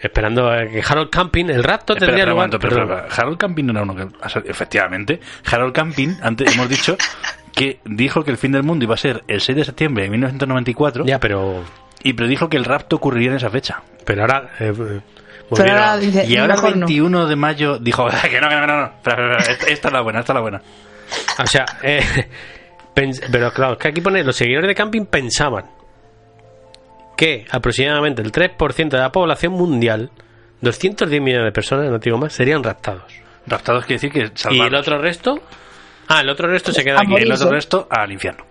Esperando a que Harold Camping, el rapto
Espera,
tendría
espera,
lugar.
un momento, espera,
Perdón.
espera. Harold Camping no era uno que. o sea, Efectivamente, Harold Camping, antes hemos dicho que dijo que el fin del mundo iba a ser el 6 de septiembre de 1994
Ya, pero.
y predijo que el rapto ocurriría en esa fecha.
Pero ahora. eh,
Pero
volviera-
ahora Ah, dice,
y ahora,
mejor
el
no.
21 de mayo, dijo que no, que no, que no. no. Espera, espera, espera. Esta, esta es la buena, esta es la buena.
O sea, eh, pens- pero claro, es que aquí pone, los seguidores de Camping pensaban que aproximadamente el 3% de la población mundial, 210 millones de personas, no te digo más, serían raptados.
Raptados quiere decir que
¿Y
salvar
el otro resto? Ah, el otro resto se queda
A
aquí.
morir.
el otro
Eso.
resto al infierno.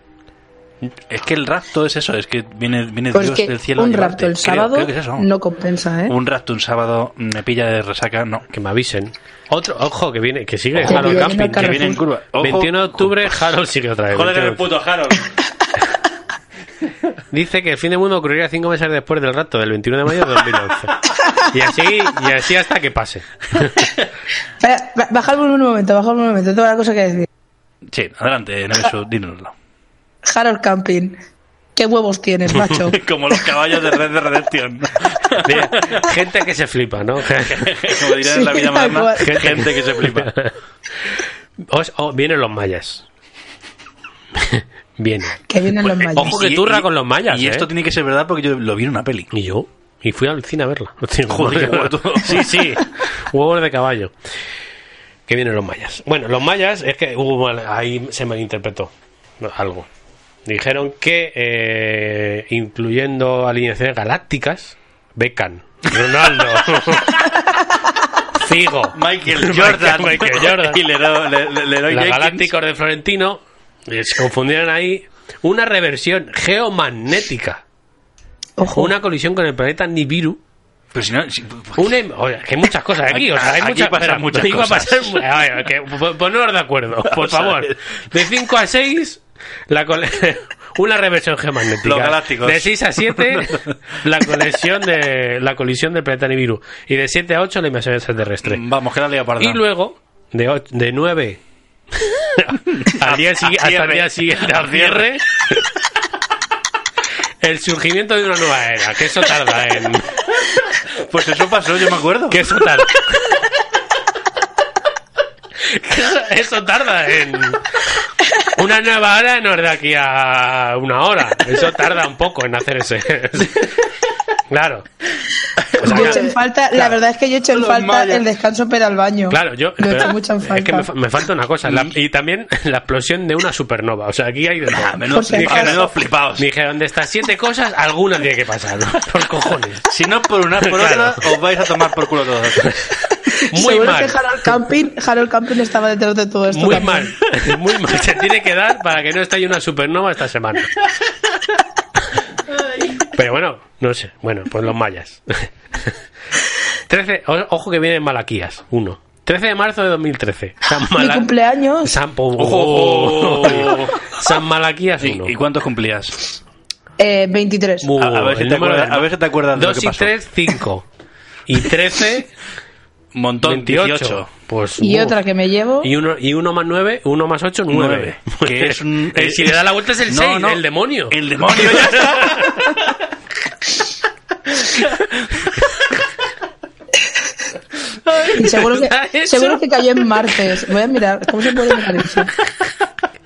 Es que el rapto es eso, es que viene, viene
Pues
Dios
que
del cielo. a
un
llevarte.
rapto el
Creo-
sábado
creo que es eso.
no compensa, ¿eh?
Un rapto un sábado me pilla de resaca, no.
Que me avisen. Otro, ojo, que viene, que sigue
Ojo,
Harold
que
Camping.
viene el
que viene en
Carrefour.
curva.
Ojo.
21 de octubre, Harold sigue otra vez. 21 de octubre.
Harold.
Dice que el fin del mundo ocurrirá cinco meses después del rato del 21 de mayo de 2011. y, así, y así hasta que pase.
Espera, ba- Baja el volumen un momento, baja el volumen un momento. Tengo una cosa que decir.
Sí, adelante,
Ah.
Nevesu, dínoslo.
Harold Camping, ¿qué huevos tienes, macho?
Como los caballos de Red de Redemption.
Mira, gente que se flipa, ¿no?
Como dirían en la
Sí,
vida
tal
moderna,
cual.
gente que se flipa.
Os- oh, vienen los mayas. Vienen.
que vienen
Pues,
los mayas.
ojo. que turra con los mayas,
Y
¿eh?
esto tiene que ser verdad porque yo lo vi en una peli.
Y yo. Y fui al cine a verla.
Joder, qué guapo.
sí, sí. Huevos de caballo. Que vienen los mayas. Bueno, los mayas es que hubo mal- ahí se malinterpretó algo. Dijeron que eh, incluyendo alineaciones galácticas, Beckham, Ronaldo, Figo,
Michael Jordan.
Michael Jordan.
Y Leroy, le, le- Leroy
los
Jenkins.
galácticos de Florentino eh, se confundieron ahí una reversión geomagnética,
Ojo.
una colisión con el planeta Nibiru,
Pero si no... si-
una em- oye, que hay muchas cosas aquí, o sea, hay
Pues Aquí
muchas,
pasan
espera,
muchas
digo,
cosas.
pasan mu- a ver, que pues, po- poneros de acuerdo, por
Vamos a
favor.
ver.
De 5 a 6, la col- una reversión geomagnética.
Los galácticos.
De 6 a 7, la colisión de la colisión del planeta Nibiru y de 7 a 8 la invasión extraterrestre.
Vamos, que la liga parda.
Y luego, de, och- de 9 al día sigui-
A- a
hasta el
cierre.
día siguiente, al cierre, el surgimiento de una nueva era, que eso tarda en...
Pues eso pasó, yo me acuerdo.
Que eso tarda... Eso, eso tarda en... Una nueva hora no es de aquí a una hora. Eso tarda un poco en hacer ese... Claro. Pues
Yo
acá-
echo en falta, la verdad es que yo echo en
Los
falta
mayas.
el descanso para el baño.
Claro, yo.
Lo
pero-
echo mucho en
Es que
falta.
me, fa- me falta una cosa. la- y también la explosión de una supernova. O sea, aquí hay de todo.
Ah, menudo
Por si
flipado,
acaso.
menudo flipados.
Me dijeron, de estas siete cosas, alguna tiene que pasar. ¿no? Por cojones.
Si no por una, por
Claro.
otra, os vais a tomar por culo todos.
Muy
Seguro
mal.
que Harold Camping, Harold Camping estaba detrás de todo esto.
Muy
también.
mal. Muy mal. Se tiene que dar para que no estalle una supernova esta semana. Pero bueno, no sé. Bueno, pues los mayas. 13, o- ojo que vienen Malaquías. Uno. 13 de marzo de 2013. San
Mi
Mala-
cumpleaños,
San, Po-
Ojo.
San Malaquías uno.
¿Y, y cuántos cumplías?
eh, 23.
Uh,
A, a ver si
el
te
número
acuerdas,
de-
a ver si te acuerdas de lo
2
que
y
pasó.
3, 5. Y 13,
Montón,
28.
28.
Pues,
y
uh.
otra que me llevo.
Y uno, y uno más 9, 1 más 8, 9.
Nueve. Que es un-
si le da la vuelta es el
No,
6,
no.
el demonio.
El demonio ya está.
Y seguro
¿verdad
que,
eso?
seguro que cayó en martes. Voy a mirar. ¿Cómo se puede mirar eso?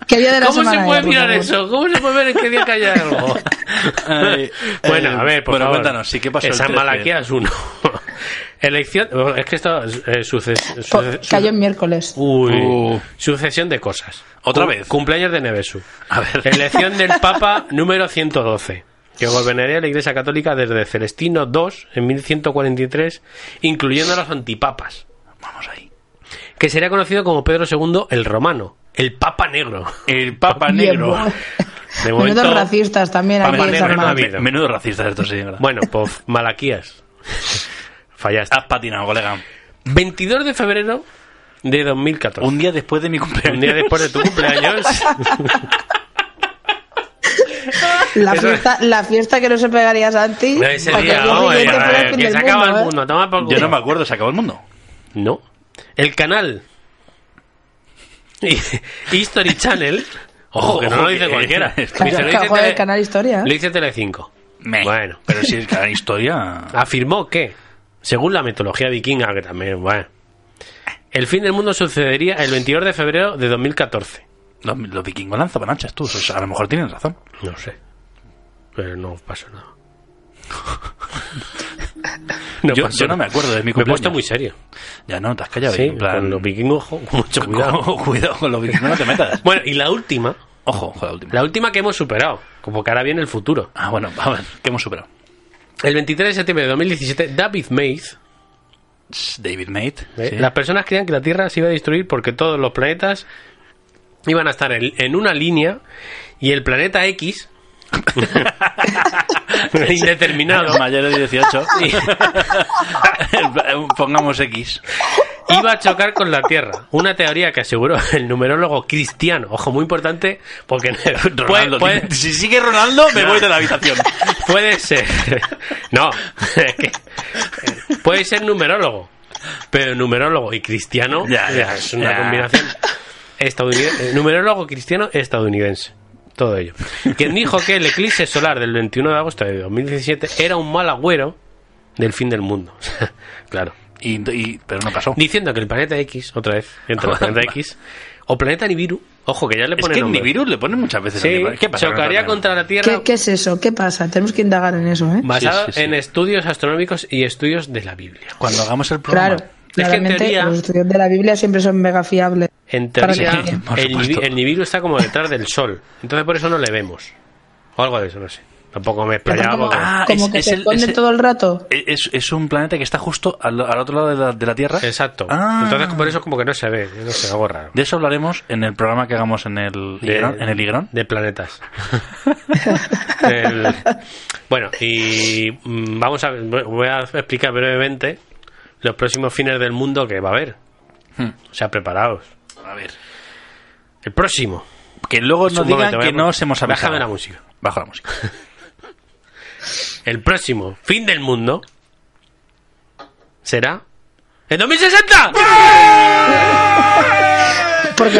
¿Qué día de la
¿Cómo se
semana eh,
puede
era, por
mirar
favor?
eso? ¿Cómo se puede ver en qué día cae algo?
Ay,
bueno,
Oh. eh,
a ver, por
bueno,
favor.
cuéntanos, sí, ¿qué pasó el
Esa
13?
Malaquía es uno. Elección. bueno, Es que esto eh, suce-
Po-
suce-
cayó en miércoles.
Uy.
Uh.
Sucesión de cosas.
¿Otra
Cum-
vez?
Cumpleaños de Nevesu.
A ver.
Elección del Papa número 112, que gobernaría la Iglesia Católica desde Celestino II en 1143, incluyendo a los antipapas,
Vamos ahí.
que sería conocido como Pedro II el Romano, el Papa Negro.
El Papa
Bien,
Negro.
bueno.
De
Menudos
momento-
racistas también aquí
Papá
en
Negro,
San
no
Mar.
había. Negro.
Menudo racista esto, sí. ¿verdad?
Bueno, pues Malaquías. Fallaste.
Has patinado, colega.
22 de febrero de 2014.
Un día después de mi cumpleaños.
Un día después de tu cumpleaños.
La
Eso-
fiesta, la fiesta que no se pegaría Santi.
No, ese
porque
día,
el
vamos, eh,
siguiente
a
fue
ver,
fin
que
del
se acaba el
¿eh?
mundo. Toma por
Yo
culo.
no me acuerdo, se acabó el mundo.
No. El canal History Channel. Ojo, que no lo dice
que-
cualquiera.
Claro,
Dice, lo
claro,
dice
joder,
Tele-
Canal Historia.
Lo dice Telecinco.
Meh.
Bueno. Ah.
Pero si es que la historia.
Afirmó que, según la mitología vikinga, que también, bueno, el fin del mundo sucedería el 22 de febrero de 2014.
Los, los vikingos lanzaban hachas, tú. o sea, a lo mejor tienen razón.
No sé. Pero no pasó nada.
Yo-
pasó
yo no
nada.
me acuerdo de mi
Me he puesto
cumpleaños.
muy serio.
Ya no, te has callado.
Sí,
en plan-
con los vikingos, ojo, con mucho cuidado.
Cuidado, cuidado con los vikingos, no te metas.
Bueno, y la última,
Ojo, con la última.
la última que hemos superado, como que ahora viene el futuro.
Ah, bueno, a ver, que hemos superado.
El 23 de septiembre de 2017, David Mays,
David Mate.
¿eh?
sí.
las personas creían que la Tierra se iba a destruir porque todos los planetas iban a estar en, en una línea y el planeta X, indeterminado,
Los mayores de 18. Pongamos X.
iba a chocar con la Tierra. Una teoría que aseguró el numerólogo cristiano. Ojo, muy importante, porque
Ronaldo,
puede-
tío. Si sigue Ronaldo, me voy de la habitación.
Puede ser. No. es que- Puede ser numerólogo. Pero numerólogo y cristiano
Ya,
ya,
ya,
es una
ya.
combinación estadounidense. Numerólogo cristiano estadounidense. Todo ello. Quien dijo que el eclipse solar del 21 de agosto de 2017 era un mal agüero del fin del mundo. claro.
Y, y- pero no pasó.
Diciendo que el planeta X, otra vez, entre el planeta X, o planeta Nibiru, ojo que ya le
Es
ponen
que
nombre.
ni virus le ponen muchas veces.
Sí,
al libro. ¿Qué pasa?
chocaría contra la Tierra
¿Qué, qué es eso? ¿Qué pasa? Tenemos que indagar en eso, ¿eh?
basado
Sí, sí, sí.
en estudios astronómicos y estudios de la Biblia.
Cuando hagamos el programa.
Claro.
pues que en
Claramente,
teoría-
los estudios de la Biblia siempre son mega fiables.
En
Para
teoría,
que-
Por
el,
supuesto.
Nibi- el Nibiru está como detrás del Sol. Entonces, por eso no le vemos. O algo de eso, no sé. Tampoco me explayaba.
como,
porque-
Ah,
como
es-
que
es
se
el-
esconde
es el-
todo el rato.
E- Es, es un planeta que está justo al, al otro lado de la, de la Tierra.
Exacto.
Ah.
Entonces, por eso como que no se ve. No sé, algo raro.
De eso hablaremos en el programa que hagamos en el
De-
Igrón- en el Igrón.
De planetas. El- bueno, y mm, vamos a voy a explicar brevemente los próximos fines del mundo que va a haber.
Hmm.
O sea, preparados.
A ver.
El próximo.
Que luego nos
Un
digan
momento, voy
que
a-
no os hemos avisado.
Bájame la música.
Bajo la música.
El próximo fin del mundo será en 2060.
Porque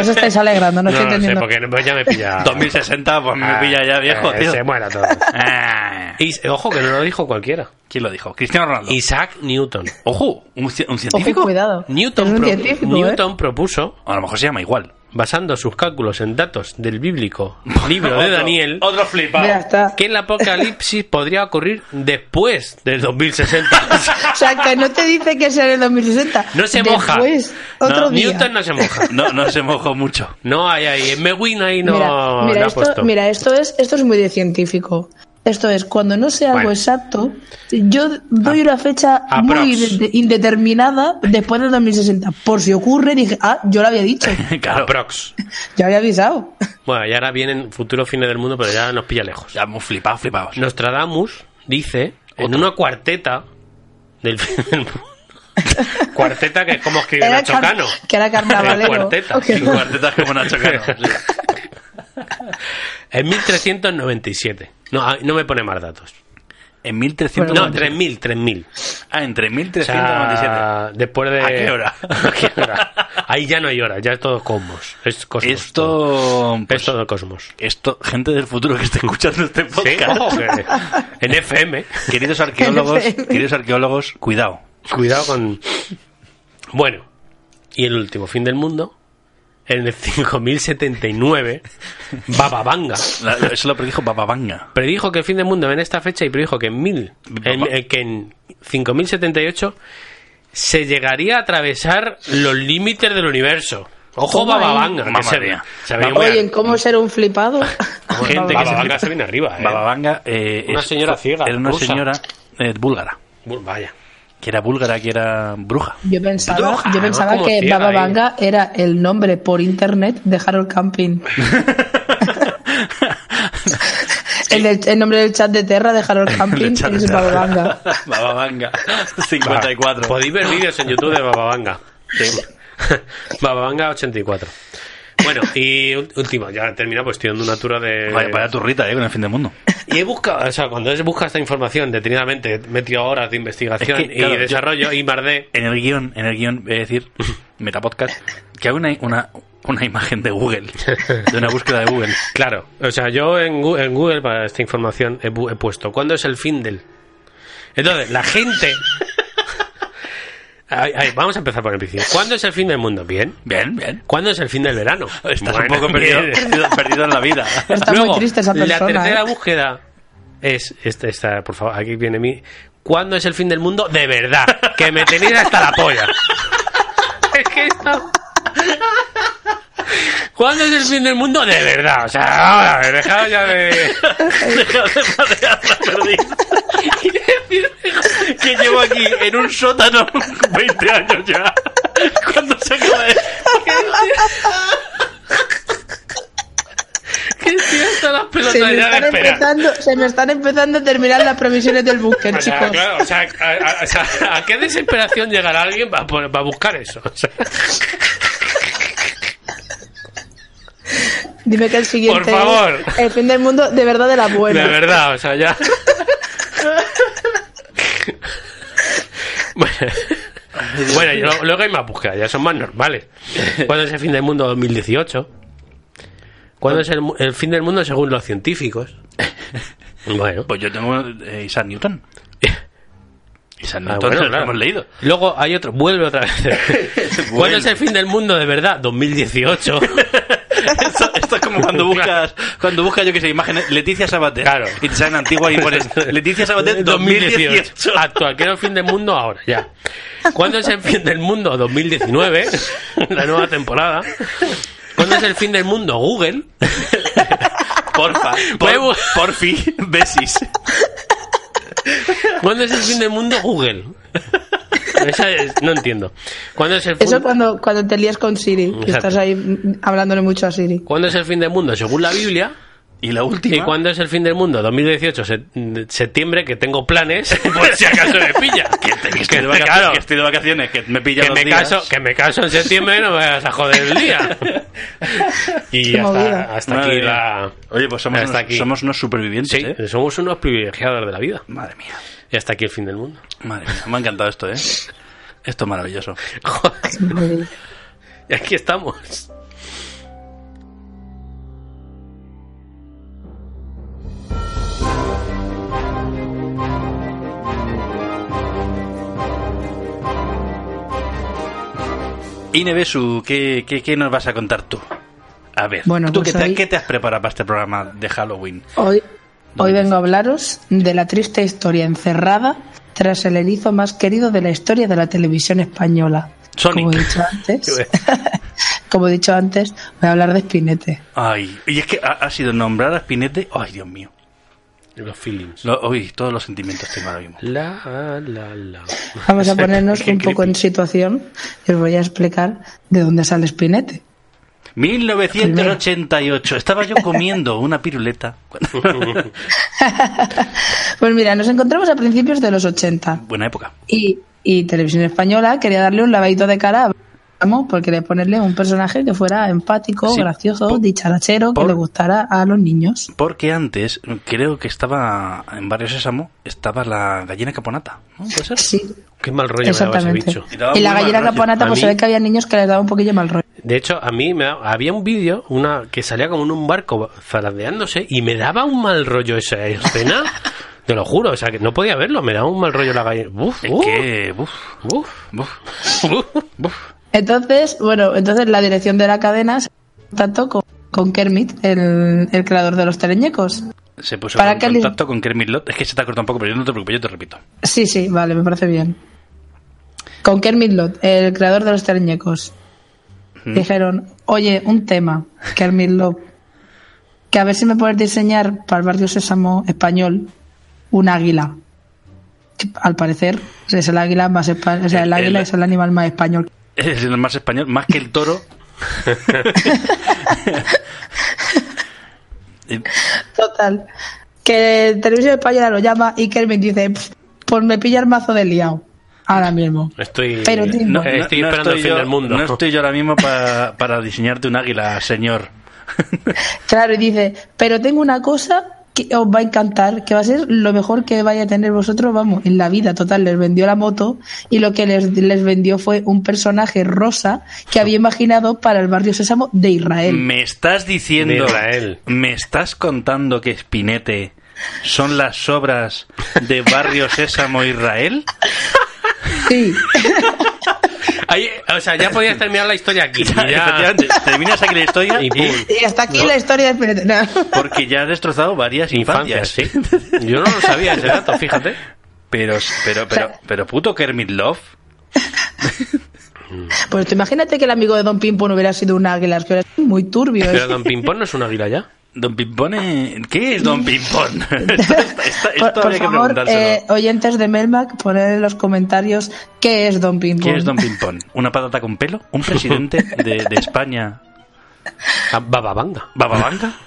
os estáis alegrando,
No,
no estoy
no sé,
entendiendo.
porque no- ya me pilla.
2060, pues me pilla ya viejo,
Eh,
tío.
Se muera todo.
Ah.
Y, ojo, que no lo dijo cualquiera.
¿Quién lo dijo? Cristiano Ronaldo.
Isaac Newton.
Ojo, un, ci- un
Ojo,
científico.
cuidado.
Newton,
es un
pro-
científico, ¿eh?
Newton propuso
A lo mejor se llama igual.
basando sus cálculos en datos del bíblico libro de Daniel,
Otro flipado.
Ya está.
que el apocalipsis podría ocurrir después del 2060.
O sea, que no te dice que sea en el 2060.
No se
Después,
moja.
Otro
No,
día.
Newton no se moja.
No, no se mojó mucho.
No hay ahí. En Mewin ahí no,
mira, mira,
no ha
esto,
puesto.
mira, esto es esto es muy de científico. Esto es, cuando no sé algo
Bueno. Ah.
exacto, yo doy una fecha
aprox.
muy inde- indeterminada después del 2060. Por si ocurre, dije, ah, yo lo había dicho,
Claro,
Aprox.
ya había avisado.
Bueno, y ahora vienen futuros fines del mundo, pero ya nos pilla lejos.
ya hemos flipado, flipados.
Nostradamus dice en una cuarteta del fin del mundo. cuarteta que es como escribe Nacho
car-
Cano.
que era carnavalero.
Cuarteta.
Ok.
Sin cuartetas como Nacho Cano.
En 1397. No, ah, no me pone más datos.
En 1300.
No, 3000, 3000.
Ah, en
O
3397.
sea, después de...
¿A qué hora?
¿A qué hora? Ahí ya no hay hora, ya es todo cosmos. Es cosmos. todo.
esto.
Es todo cosmos.
Esto, gente del futuro que esté escuchando este
Sí,
podcast.
ojo, que- en FM.
Queridos arqueólogos,
En efecto.
queridos arqueólogos, cuidado.
Cuidado con. Bueno, y el último fin del mundo, en el 5079, Bababanga
La- la- Eso lo predijo Bababanga.
predijo que el fin del mundo en esta fecha y predijo que en, mil, en-
Babá.
eh, que en 5078 se llegaría a atravesar los límites del universo. Ojo,
Toma ahí.
Bababanga, que
Mamma
se,
mía.
se venía muy
Oye, ¿en
arriba.
cómo ser un flipado?
Gente que se,
Bababanga
flipa. se viene arriba, eh.
Bababanga. eh,
Una
es-
señora ciega,
Era una
rusa.
señora eh, búlgara.
Bu- Vaya.
Que era búlgara, que era bruja.
Yo pensaba,
Bruja,
yo
¿no?
pensaba
Como
que
ciega
Baba
ahí.
Vanga era el nombre por internet de Harold Camping. el, del- el nombre del chat de Terra de Harold Camping
Lecha,
es
lecha.
Baba Vanga.
Bababanga.
Va,
54.
Podéis ver vídeos en YouTube de Bababanga. Bababanga 84. Bueno, y ul- último, ya termina pues tirando una tura de...
Vaya, vaya turrita, eh, con el fin del mundo.
Y he buscado, o sea, cuando he buscado esta información detenidamente, me he tirado horas de investigación
Es que, claro,
y
yo-
desarrollo y mardé.
En el guión, en el guión, es decir, Metapodcast, que hay una, una, una imagen de Google, de una búsqueda de Google.
Claro, o sea, yo en Gu- en Google, para esta información he, pu- he puesto, ¿cuándo es el fin del? Entonces, la gente... Ay, ay, vamos a empezar por el principio. ¿Cuándo es el fin del mundo? Bien.
Bien, bien.
¿Cuándo es el fin del verano?
Estás
Bueno,
un poco perdido,
bien.
perdido, perdido en la vida.
Está muy
Luego,
triste esa
La
persona,
tercera
¿eh?
búsqueda es esta, esta, por favor, aquí viene mi. ¿Cuándo es el fin del mundo? De verdad, que me tenéis hasta la polla. es que esto. ¿Cuándo es el fin del mundo? De verdad. O sea, ahora, me he dejado ya de.
que llevo aquí en un sótano 20 años ya. Cuando se acaba de...
que estoy hasta las pelotas
Se me,
ya de
están
esperar.
empezando, se me están empezando a terminar las provisiones del búnker,
O sea,
chicos.
claro, o sea, a, a- o sea, ¿a qué desesperación llegará alguien para, para buscar eso? O sea,
Dime que el siguiente.
Por favor.
es El fin del mundo de verdad de la buena.
De verdad, o sea, ya. Bueno, bueno, y luego, luego hay más búsquedas, ya son más normales. ¿Cuándo es el fin del mundo 2018? ¿Cuándo es el, mu- el fin del mundo según los científicos? Bueno,
Pues yo tengo eh, Isaac Newton. Isaac
Ah,
Newton
bueno,
lo
claro.
hemos leído.
Luego hay otro, vuelve otra vez. ¿Cuándo es el fin del mundo de verdad? 2018.
Esto, esto es como cuando buscas, cuando buscas yo que sé, imágenes Leticia Sabater.
Claro.
Y te salen antiguas y pones Leticia Sabater 2018.
Actual, que era el fin del mundo ahora, ya. ¿Cuándo es el fin del mundo? 2019, la nueva temporada. ¿Cuándo es el fin del mundo? Google.
Porfa.
Huevo.
Por, porfi. Besis.
¿Cuándo es el fin del mundo? Google. Esa es- no entiendo. ¿Cuándo es el fin
Eso cuando, cuando te lías con Siri, que
Exacto.
estás ahí mm, hablándole mucho a Siri.
¿Cuándo es el fin del mundo? Según la Biblia.
Y la última.
¿Y cuándo es el fin del mundo? 2018, se- septiembre, que tengo planes, por si acaso me pilla.
Que, te- que estoy de
Claro.
vacaciones, que estoy de vacaciones, que me pilla
que
dos
me
días.
caso que me caso en septiembre no me vas a joder el día y
Qué
hasta,
movida.
hasta
Madre
aquí
mía.
la
Oye, pues somos,
hasta
unos,
aquí.
somos unos supervivientes,
sí
¿eh?
somos unos privilegiados de la vida
Madre mía.
y hasta aquí el fin del mundo
Madre mía. Me ha encantado esto, ¿eh? Esto es maravilloso.
Joder,
Muy bien.
y aquí estamos
Inebesu, ¿qué, qué, qué nos vas a contar tú? A ver,
Bueno,
¿tú
pues
qué, te,
hoy-
qué te has preparado para este programa de Halloween?
Hoy, hoy vengo a hablaros de la triste historia encerrada tras el erizo más querido de la historia de la televisión española.
Sonic.
Como he dicho
eh,
antes, como he dicho antes, voy a hablar de Spinete.
Ay, y es que ha, ha sido nombrar a Spinette. Ay, Dios mío.
Los feelings.
Lo- uy, todos los sentimientos tengo ahora mismo.
La, la, la.
Vamos a ponernos
Qué
un poco en
creepy.
situación y os voy a explicar de dónde sale Spinete.
1988. Estaba yo comiendo una piruleta.
Pues mira, nos encontramos a principios de los 80
Buena época.
y, y Televisión Española quería darle un lavadito de cara a Vamos, porque le ponerle un personaje que fuera empático,
Sí,
gracioso,
por-
dicharachero,
por-
que le gustara a los niños.
Porque antes, creo que estaba en Barrio Sésamo, estaba la gallina caponata. ¿No puede ser?
Sí,
Qué mal rollo me daba ese
exactamente.
bicho.
Y daba
Y
muy
la
mal
gallina
rollo.
caponata,
A
pues se
mí-
ve que había niños que les daba un poquillo mal rollo.
De hecho, a mí me da- había un vídeo, una que salía como en un barco zarandeándose y me daba un mal rollo esa escena. Te lo juro, o sea, que no podía verlo, me daba un mal rollo la gallina. Uf,
Es
uf,
Uh.
que, buf,
uf.
buf, buf, buf.
Entonces, bueno, entonces la dirección de la cadena se puso en contacto con, con Kermit, el, el creador de los teleñecos.
Se puso
Para
en
que le-
contacto con Kermit Lot. Es que se te ha cortado un poco, pero yo no te preocupes, yo te repito.
Sí, sí, vale, me parece bien. Con Kermit Lot, el creador de los teleñecos. Dijeron, oye, un tema, Kermit Lot, que a ver si me puedes diseñar para el barrio Sésamo español un águila. Que, al parecer es el águila más espa- o sea, el,
El-
águila
el-
es el animal más español.
Es el más español, más que el toro. Eh,
Total. Que Televisión Española lo llama y Kermit dice, "Pf, pues me pilla el mazo de liao. Ahora mismo.
Estoy,
Pero, tío,
no,
no-
eh, estoy esperando el fin
yo,
del mundo.
No estoy yo ahora mismo pa- para diseñarte un águila, señor.
Claro, y dice, pero tengo una cosa que os va a encantar, que va a ser lo mejor que vaya a tener vosotros, vamos, en la vida. Total, les vendió la moto y lo que les, les vendió fue un personaje rosa que había imaginado para el barrio Sésamo de Israel.
Me estás
De
diciendo,
Israel.
me estás contando que Spinete son las obras de Barrio Sésamo Israel.
Sí,
Ahí, o sea, ya podías terminar la historia aquí. y ya-
Efectivamente, terminas aquí la historia
Y
y-
pum.
y hasta aquí la historia de Espinete. No.
porque ya has destrozado varias
Infancias,
infancias.
sí. Yo no lo sabía ese dato, fíjate.
Pero, pero, pero, pero puto Kermit Love.
Pues tú imagínate que el amigo de Don Pimpo no hubiera sido un águila, es que era muy turbio. ¿eh?
Pero Don Pimpón no es un águila ya.
Don Pimpón, eh, ¿qué es Don Pimpón? esto esto- esto
Por, por
habría que
favor,
preguntárselo.
eh, oyentes de Melmac, poned en los comentarios qué es Don Pimpo.
¿Qué es Don Pimpón? ¿Una patata con pelo? ¿Un presidente de, de España?
Ah, Bababanga.
¿Bababanga?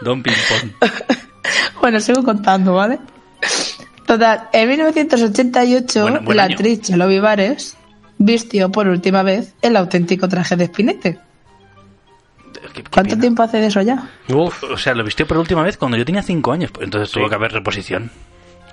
Don Pimpón.
Bueno, sigo contando, ¿vale? Total, en 1988,
Bueno, buen
la
año.
actriz Chelo Vivares vistió por última vez el auténtico traje de Spinete.
Qué- qué
¿Cuánto
pena.
tiempo hace de eso ya?
Uf.
O sea, lo vistió por última vez cuando yo tenía 5 años. pues Entonces
Sí.
tuvo que haber reposición.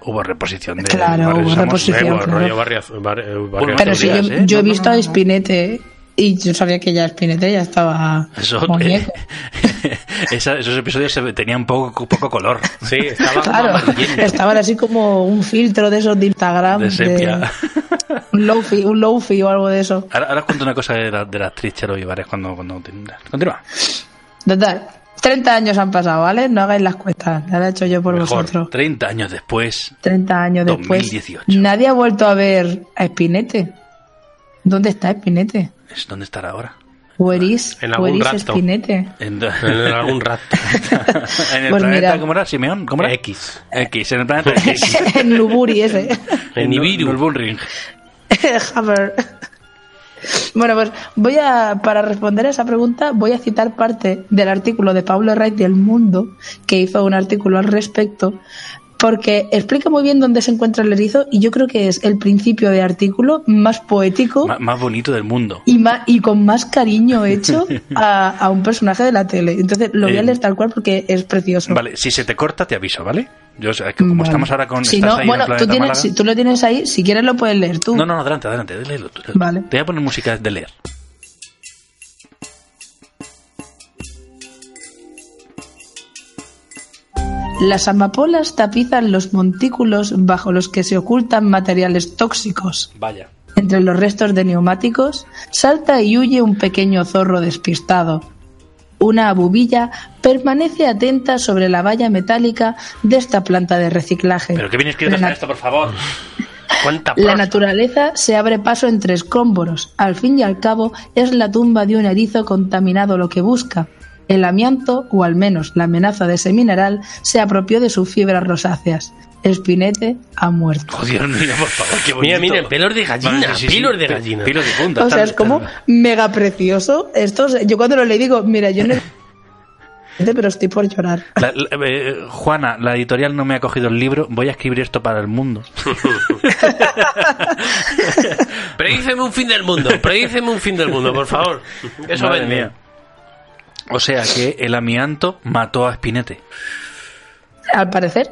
Hubo reposición de.
Claro,
Barrio
hubo
Sésamo.
reposición,
Hubo-
claro.
Eh, rollo barrio, bar- eh, barrio
Pero si yo,
teorías, ¿eh?
yo he
No, no,
visto
no,
a
no.
Spinete y yo sabía que ya Spinete ya estaba
Eso-
muñeco.
Esa- esos episodios se ve- tenían poco, poco color.
Sí, estaba
Claro, estaban así como un filtro de esos de Instagram.
De sepia.
un lofi, un lofi o algo de eso.
Ahora, ahora os cuento una cosa de la, de la actriz Chelo Vivares cuando, cuando continúa.
Total, 30 años han pasado, ¿vale? No hagáis las cuentas, ya lo he hecho yo por
Mejor,
vosotros.
30 años después,
30 años después.
2018.
Nadie ha vuelto a ver a Spinete. ¿Dónde está Spinete?
es- ¿dónde estará ahora?
Where is,
En algún
where is
rato.
Spinete?
En,
en algún rato.
en el
Pues
planeta,
mira.
¿cómo era? ¿Simeón? ¿Cómo era?
X.
X, en el planeta X.
en Luburi ese.
En Nibiru.
el Bullring.
Hammer. Bueno, pues voy a, para responder a esa pregunta, voy a citar parte del artículo de Pablo Herraiz del Mundo, que hizo un artículo al respecto, porque explica muy bien dónde se encuentra el erizo y yo creo que es el principio de artículo más poético
Ma- más bonito del mundo.
y, ma- y con más cariño hecho a, a un personaje de la tele. Entonces lo voy a
Eh,
leer tal cual porque es precioso.
Vale, si se te corta, te aviso, ¿vale? Yo, o sea, que como
Vale.
estamos ahora con.
Si
estás
no,
ahí en
bueno,
Planeta
tú, tienes-
Málaga-
si tú lo tienes ahí, si quieres lo puedes leer tú.
No, no, no, adelante, adelante, léelo tú.
Vale.
Te voy a poner música de leer.
Las amapolas tapizan los montículos bajo los que se ocultan materiales tóxicos.
Vaya.
Entre los restos de neumáticos, salta y huye un pequeño zorro despistado. Una abubilla permanece atenta sobre la valla metálica de esta planta de reciclaje.
Pero qué bien escrito
La
está
na-
esto, por favor. Cuánta
La
prosa.
naturaleza se abre paso entre escombros. Al fin y al cabo, es la tumba de un erizo contaminado lo que busca. El amianto, o al menos la amenaza de ese mineral, se apropió de sus fibras rosáceas. Espinete ha muerto.
Oh, Dios mío, por favor, qué
Mira,
bonito.
mira, pelos de gallina,
Vale, sí, sí,
pelos de
pe-
gallina.
Pelos de punta.
O sea,
tal,
es como
tal.
mega precioso. Esto, es- yo cuando lo leí digo, mira, yo no... Pero estoy por llorar.
La- la- eh, Juana, la editorial no me ha cogido el libro, voy a escribir esto para el mundo.
Predíceme un fin del mundo, predíceme un fin del mundo, por favor. Eso
Madre
vende.
mía. O sea que el amianto mató a Spinete.
Al parecer.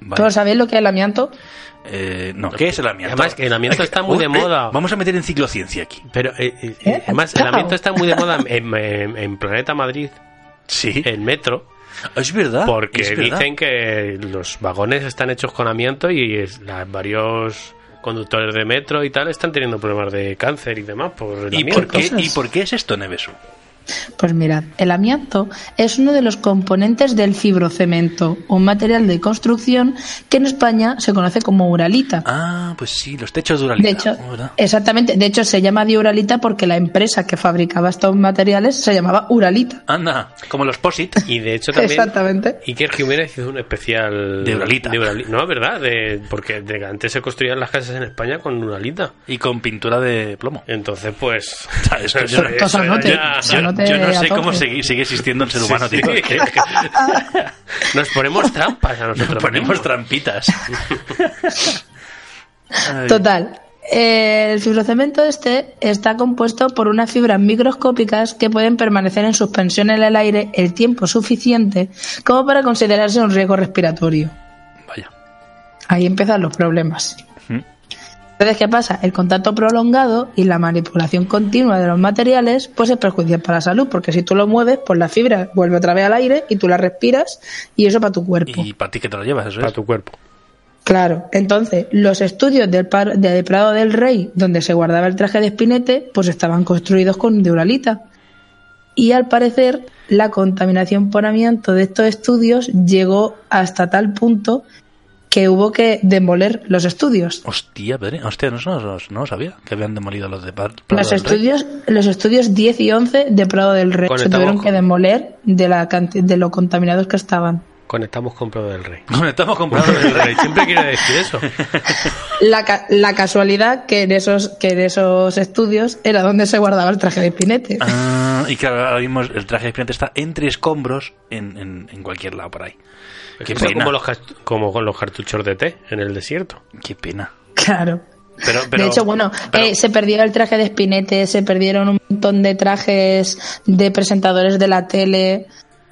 Vale.
¿Todos sabéis lo que es el amianto?
Eh, no, ¿qué es el amianto?
Además, que el amianto está muy
Uy,
de
eh,
moda.
Vamos a meter en ciclociencia aquí.
Pero eh, eh,
¿Eh?
además, el
Chao.
ambiente está muy de moda en, en- en Planeta Madrid,
Sí.
en Metro,
es verdad.
Eh, porque
Ah, es verdad.
dicen que los vagones están hechos con amianto y es- la- varios conductores de metro y tal están teniendo problemas de cáncer y demás por el
¿Y
amianto.
por, qué,
cosas.
¿Y por qué es esto, Nevesu?
Pues mirad, el amianto es uno de los componentes del fibrocemento, un material de construcción que en España se conoce como uralita.
Ah, pues sí, los techos de Uralita.
de hecho,
Oh, ¿verdad?
exactamente, de hecho se llama de uralita porque la empresa que fabricaba estos materiales se llamaba Uralita.
Anda, como los POSIT.
Y de hecho también
Exactamente.
Iker Jiménez hizo un especial
De Uralita.
de Urali- no, verdad, de, porque de- antes se construían las casas en España con Uralita.
Y con pintura de plomo.
Entonces, pues
¿Sabes? Yo-
Eh, eso-
Pero
eso
no te-
ya-
eso no te
Yo no sé
atoques.
cómo segui- sigue existiendo el ser
Sí,
humano,
sí.
tío. Que- que
Nos ponemos trampas a nosotros.
nos ponemos
mismos.
trampitas. Ay.
Total. eh, El fibrocemento este está compuesto por unas fibras microscópicas que pueden permanecer en suspensión en el aire el tiempo suficiente como para considerarse un riesgo respiratorio.
Vaya. Mm.
Ahí empiezan los problemas.
Ujú.
Entonces, ¿qué pasa? El contacto prolongado y la manipulación continua de los materiales pues es perjudicial para la salud, porque si tú lo mueves, pues la fibra vuelve otra vez al aire y tú la respiras y eso para tu cuerpo.
Y para ti que te lo llevas, eso
para
es.
tu cuerpo.
Claro, entonces los estudios del, par- de Prado del Rey, donde se guardaba el traje de espinete, pues estaban construidos con deuralita. Y al parecer, la contaminación por amianto de estos estudios llegó hasta tal punto que hubo que demoler los estudios.
Hostia, Pedro, hostia, no, no, no sabía que habían demolido los de ¿eh? Par- Prado
Los
del Rey.
estudios, los estudios 10 y 11 de Prado del Rey se
Conectamos
tuvieron
con-
que demoler de, la canti- de lo contaminados que estaban.
Conectamos con Prado del Rey.
Conectamos con Prado
Prado
del
del
Rey.
Siempre quiere decir eso.
La, ca- la casualidad que en, esos, que en esos estudios era donde se guardaba el traje de pinete.
Ah, y claro, ahora mismo el traje de espinete está entre escombros en, en, en cualquier lado por ahí. Qué
Fue
pena.
como, los, cast- como con los cartuchos de té en el desierto.
Qué pena.
Claro.
Pero, pero,
de hecho, bueno,
pero-
eh, se perdió el traje de espinete, se perdieron un montón de trajes de presentadores de la tele.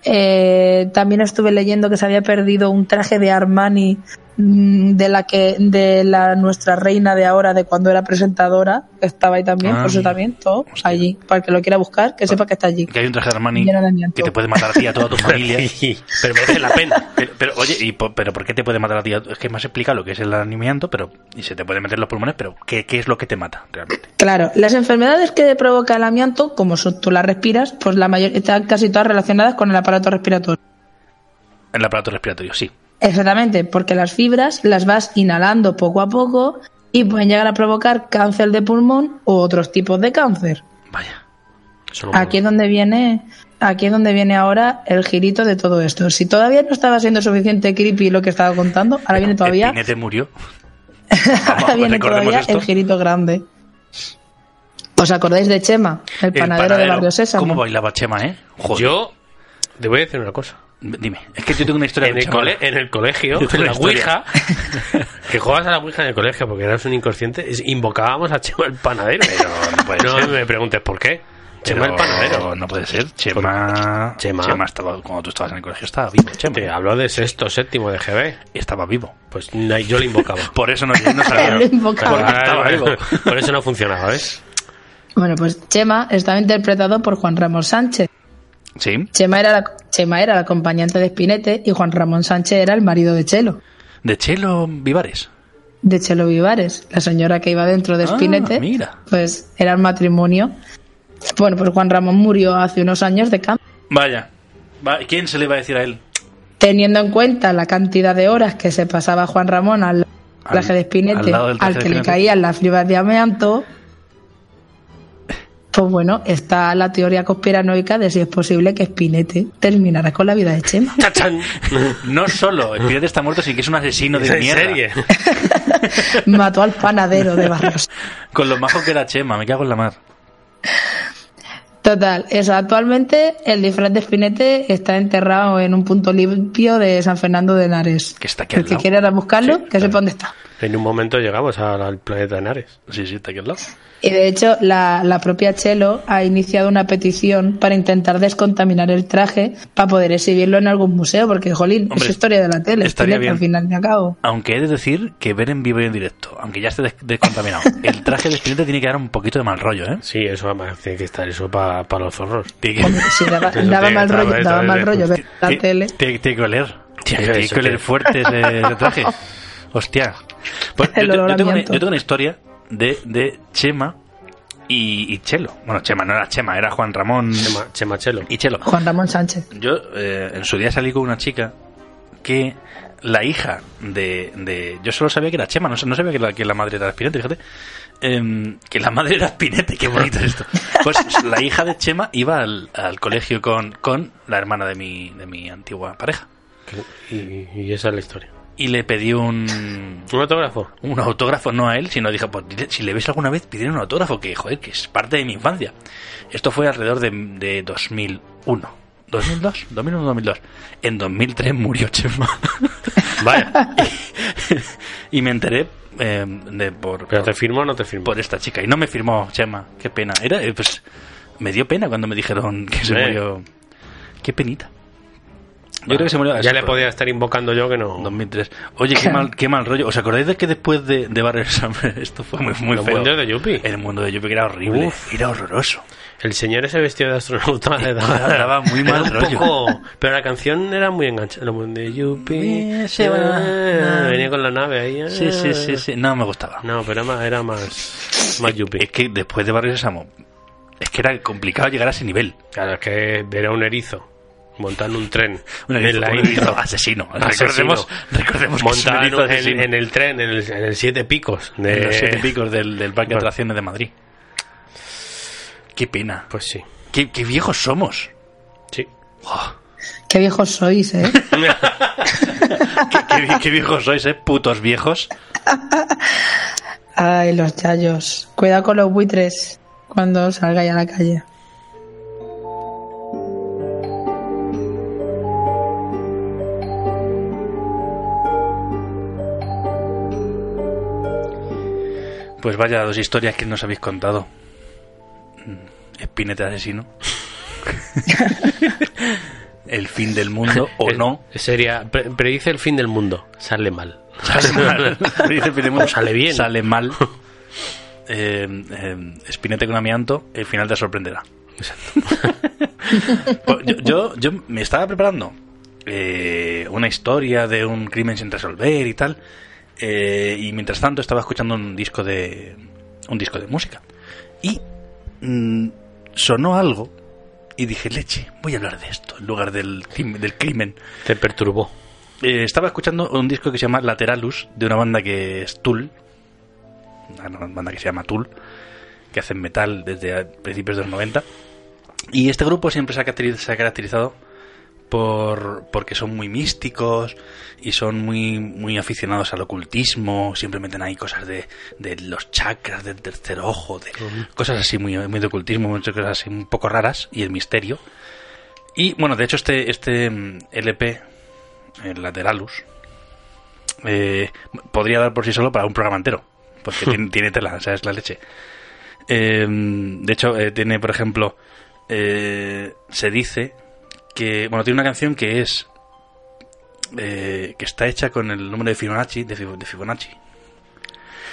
Eh, también estuve leyendo que se había perdido un traje de Armani mm, de la que de la nuestra reina de ahora de cuando era presentadora que estaba ahí también
Ah,
por eso
mira.
también todo
Hostia. Ah,
allí para el que lo quiera buscar que sepa que está allí
que hay un traje de Armani
Lleno de amianto.
que te puede matar a ti y a toda tu familia.
Pero merece la pena.
Pero, pero, oye, ¿y po- pero por qué te puede matar a ti? Es que me has explicado lo que es el animianto, pero y se te puede meter en los pulmones, pero ¿qué, qué es lo que te mata realmente?
Claro, las enfermedades que provoca el amianto, como son- tú las respiras, pues la mayor, están casi todas relacionadas con el aparato respiratorio.
El aparato respiratorio, sí.
Exactamente, porque las fibras las vas inhalando poco a poco y pueden llegar a provocar cáncer de pulmón u otros tipos de cáncer.
Vaya.
Eso no me
Aquí es donde viene, aquí es donde viene ahora el girito de todo esto. Si todavía no estaba siendo suficiente creepy lo que estaba contando, ahora viene todavía,
El pinete murió.
ahora viene
recordemos
todavía
esto.
el girito grande. ¿Os acordáis de Chema, el
El
panadero, de Barrio Sésamo?
¿Cómo bailaba Chema, eh?
gusta.
Joder.
Yo te voy a decir una cosa.
Dime, es que yo tengo una historia
En
con
el,
Chema.
cole- eh. en el colegio,
Yo tengo
en la
una historia.
Ouija, que jugabas a la Ouija en el colegio porque eras un inconsciente, es- invocábamos a Chema el panadero.
Pero no puede ser.
me preguntes por qué.
Pero
Chema el panadero.
No puede ser. Chema.
Chema.
estaba, cuando tú estabas en el colegio estaba vivo. Chema.
Te hablo de sexto, séptimo de GB.
Estaba vivo.
Pues na- yo le invocaba.
Por eso no, no sabía.
Lo invocaba.
Porque estaba
Claro,
vivo.
Por eso no funcionaba, ¿ves?
Bueno, pues Chema estaba interpretado por Juan Ramón Sánchez.
Sí.
Chema era la, Chema era la acompañante de Spinete y Juan Ramón Sánchez era el marido de Chelo.
De Chelo Vivares.
de Chelo Vivares, la señora que iba dentro de Spinete.
Ah, mira.
Pues era el matrimonio. Bueno, pues Juan Ramón murió hace unos años de cáncer.
Vaya. Va- ¿Quién se le iba a decir a él?
Teniendo en cuenta la cantidad de horas que se pasaba Juan Ramón al traje de
al
Spinete,
lado del traje
al,
de
que le
Spinetta.
caían las fibras de amianto, pues bueno, está la teoría conspiranoica de si es posible que Spinete terminara con la vida de Chema.
¡Tachán!
No solo el pirata está muerto, sino que es un asesino de
¿En
mierda.
serie?
Mató al panadero de Barrios.
Con lo majo que era Chema, me cago en la mar.
Total, eso. Actualmente el disfraz de Spinete está enterrado en un punto limpio de San Fernando de Henares.
Que está aquí
El
al
que
lado.
quiera buscarlo,
Sí,
que sepa dónde está.
En un momento llegamos al, al planeta Henares.
Sí, sí, está aquí al lado.
Y de hecho, la, la propia Chelo ha iniciado una petición para intentar descontaminar el traje para poder exhibirlo en algún museo, porque, jolín,
Hombre,
es historia de la tele,
estaría
Spinetta,
bien.
al final y al cabo.
Aunque he de decir que ver en vivo y en directo, aunque ya esté des- descontaminado, el traje de espinete tiene que dar un poquito de mal rollo, ¿eh?
Sí, eso además tiene que estar eso para los zorros.
Tiene
Hombre,
que,
sí, daba,
Eso
daba
tiene
mal
que estar-
rollo, daba
está-
mal rollo ver la
tiene-
tele.
tiene- tiene que oler. Tiene, tiene
eso,
que oler
tío.
fuerte ese, ese eh, traje. Hostia. Pues yo,
El
te- yo
olor a
tengo una,
amianto.
yo tengo una historia de, de Chema y, y Chelo. Bueno, Chema no era Chema, era Juan Ramón
Chema- Chemachelo.
y Chelo.
Juan Ramón Sánchez.
Yo eh, en su día salí con una chica que la hija de, de- yo solo sabía que era Chema, no, sa- no sabía que la, que la madre era Spinete, fíjate. Em, que la madre era Spinete, qué bonito es esto. Pues la hija de Chema iba al, al colegio con, con la hermana de mi, de mi antigua pareja.
Y, y esa es la historia.
Y le pedí un,
¿Un autógrafo?
un autógrafo, no a él, sino dije, pues dile- si le ves alguna vez, pídele un autógrafo, que joder, que es parte de mi infancia. Esto fue alrededor de, de 2001. 2002, 2001, 2002. En 2003 murió Chema. Vaya. y me enteré eh, de por,
¿Pero te
por,
firmo o no te firmo?
por esta chica. Y no me firmó Chema. Qué pena. Era, eh, pues, me dio pena cuando me dijeron que se
Hombre.
murió. Qué penita. Yo creo que se murió.
Ah, Ya le
por-
podía estar invocando yo que no.
2003. Oye, qué mal, qué mal rollo. ¿Os acordáis de que después de, de Barrio Summer esto fue muy, muy
Los
feo?
mundos de Yuppie.
El mundo de Yuppie que era horrible.
Uf.
Era horroroso.
El señor ese vestido de astronauta le daba,
Daba muy
era
mal
un
rollo.
poco- pero la canción era muy enganchada. El mundo de Yuppie.
Eh, se va.
Ah, venía con la nave ahí. ah.
Sí, sí, sí, sí. No, me gustaba.
No, pero era más, era más, más
Es
Yuppie.
que después de Barrio Summer es que era complicado llegar a ese nivel.
Claro, es que ver a un erizo montando un tren.
Un
en
erizo-
la
un
India.
erizo asesino.
Asesino.
Recordemos, recordemos que es un
Montado en,
erizo
un- en-
asesino.
en el tren, en el, en el Siete Picos. De...
En los siete picos del, del parque de
Bueno.
atracciones de Madrid. Qué pena.
Pues sí.
Qué, qué viejos somos.
Sí.
Qué viejos sois, ¿eh?
Qué, qué vie- qué viejos sois, eh, putos viejos.
Ay, los chayos. Cuidado con los buitres cuando salgáis a la calle.
Pues vaya dos historias que nos habéis contado. Espinete asesino. el fin del mundo o
Eh,
no.
Sería, pre- predice el fin del mundo. Sale mal.
Sale mal. Dice el fin del mundo,
O sale bien.
Pues Sale mal. Eh, eh, Espinete con amianto, el final te sorprenderá. Pues yo, yo, yo me estaba preparando eh, una historia de un crimen sin resolver y tal. eh, y mientras tanto estaba escuchando un disco de. un disco de música. Y mm, sonó algo. Y dije, leche, voy a hablar de esto en lugar del, crim- del crimen.
Te perturbó.
Eh, estaba escuchando un disco que se llama Lateralus, de una banda que es Tool. Una banda que se llama Tool, que hacen metal desde a- principios de los 90. Y este grupo siempre se ha caracteri- se ha caracterizado por porque son muy místicos y son muy muy aficionados al ocultismo siempre meten ahí cosas de, de los chakras del tercer ojo de cosas así muy, muy de ocultismo muchas cosas así un poco raras y el misterio y bueno de hecho este este mm, LP el lateralus eh, podría dar por sí solo para un programa entero porque tiene, tiene tela o sea es la leche Eh, de hecho eh, tiene por ejemplo eh, se dice que bueno tiene una canción que es eh, que está hecha con el número de Fibonacci de, Fib- de Fibonacci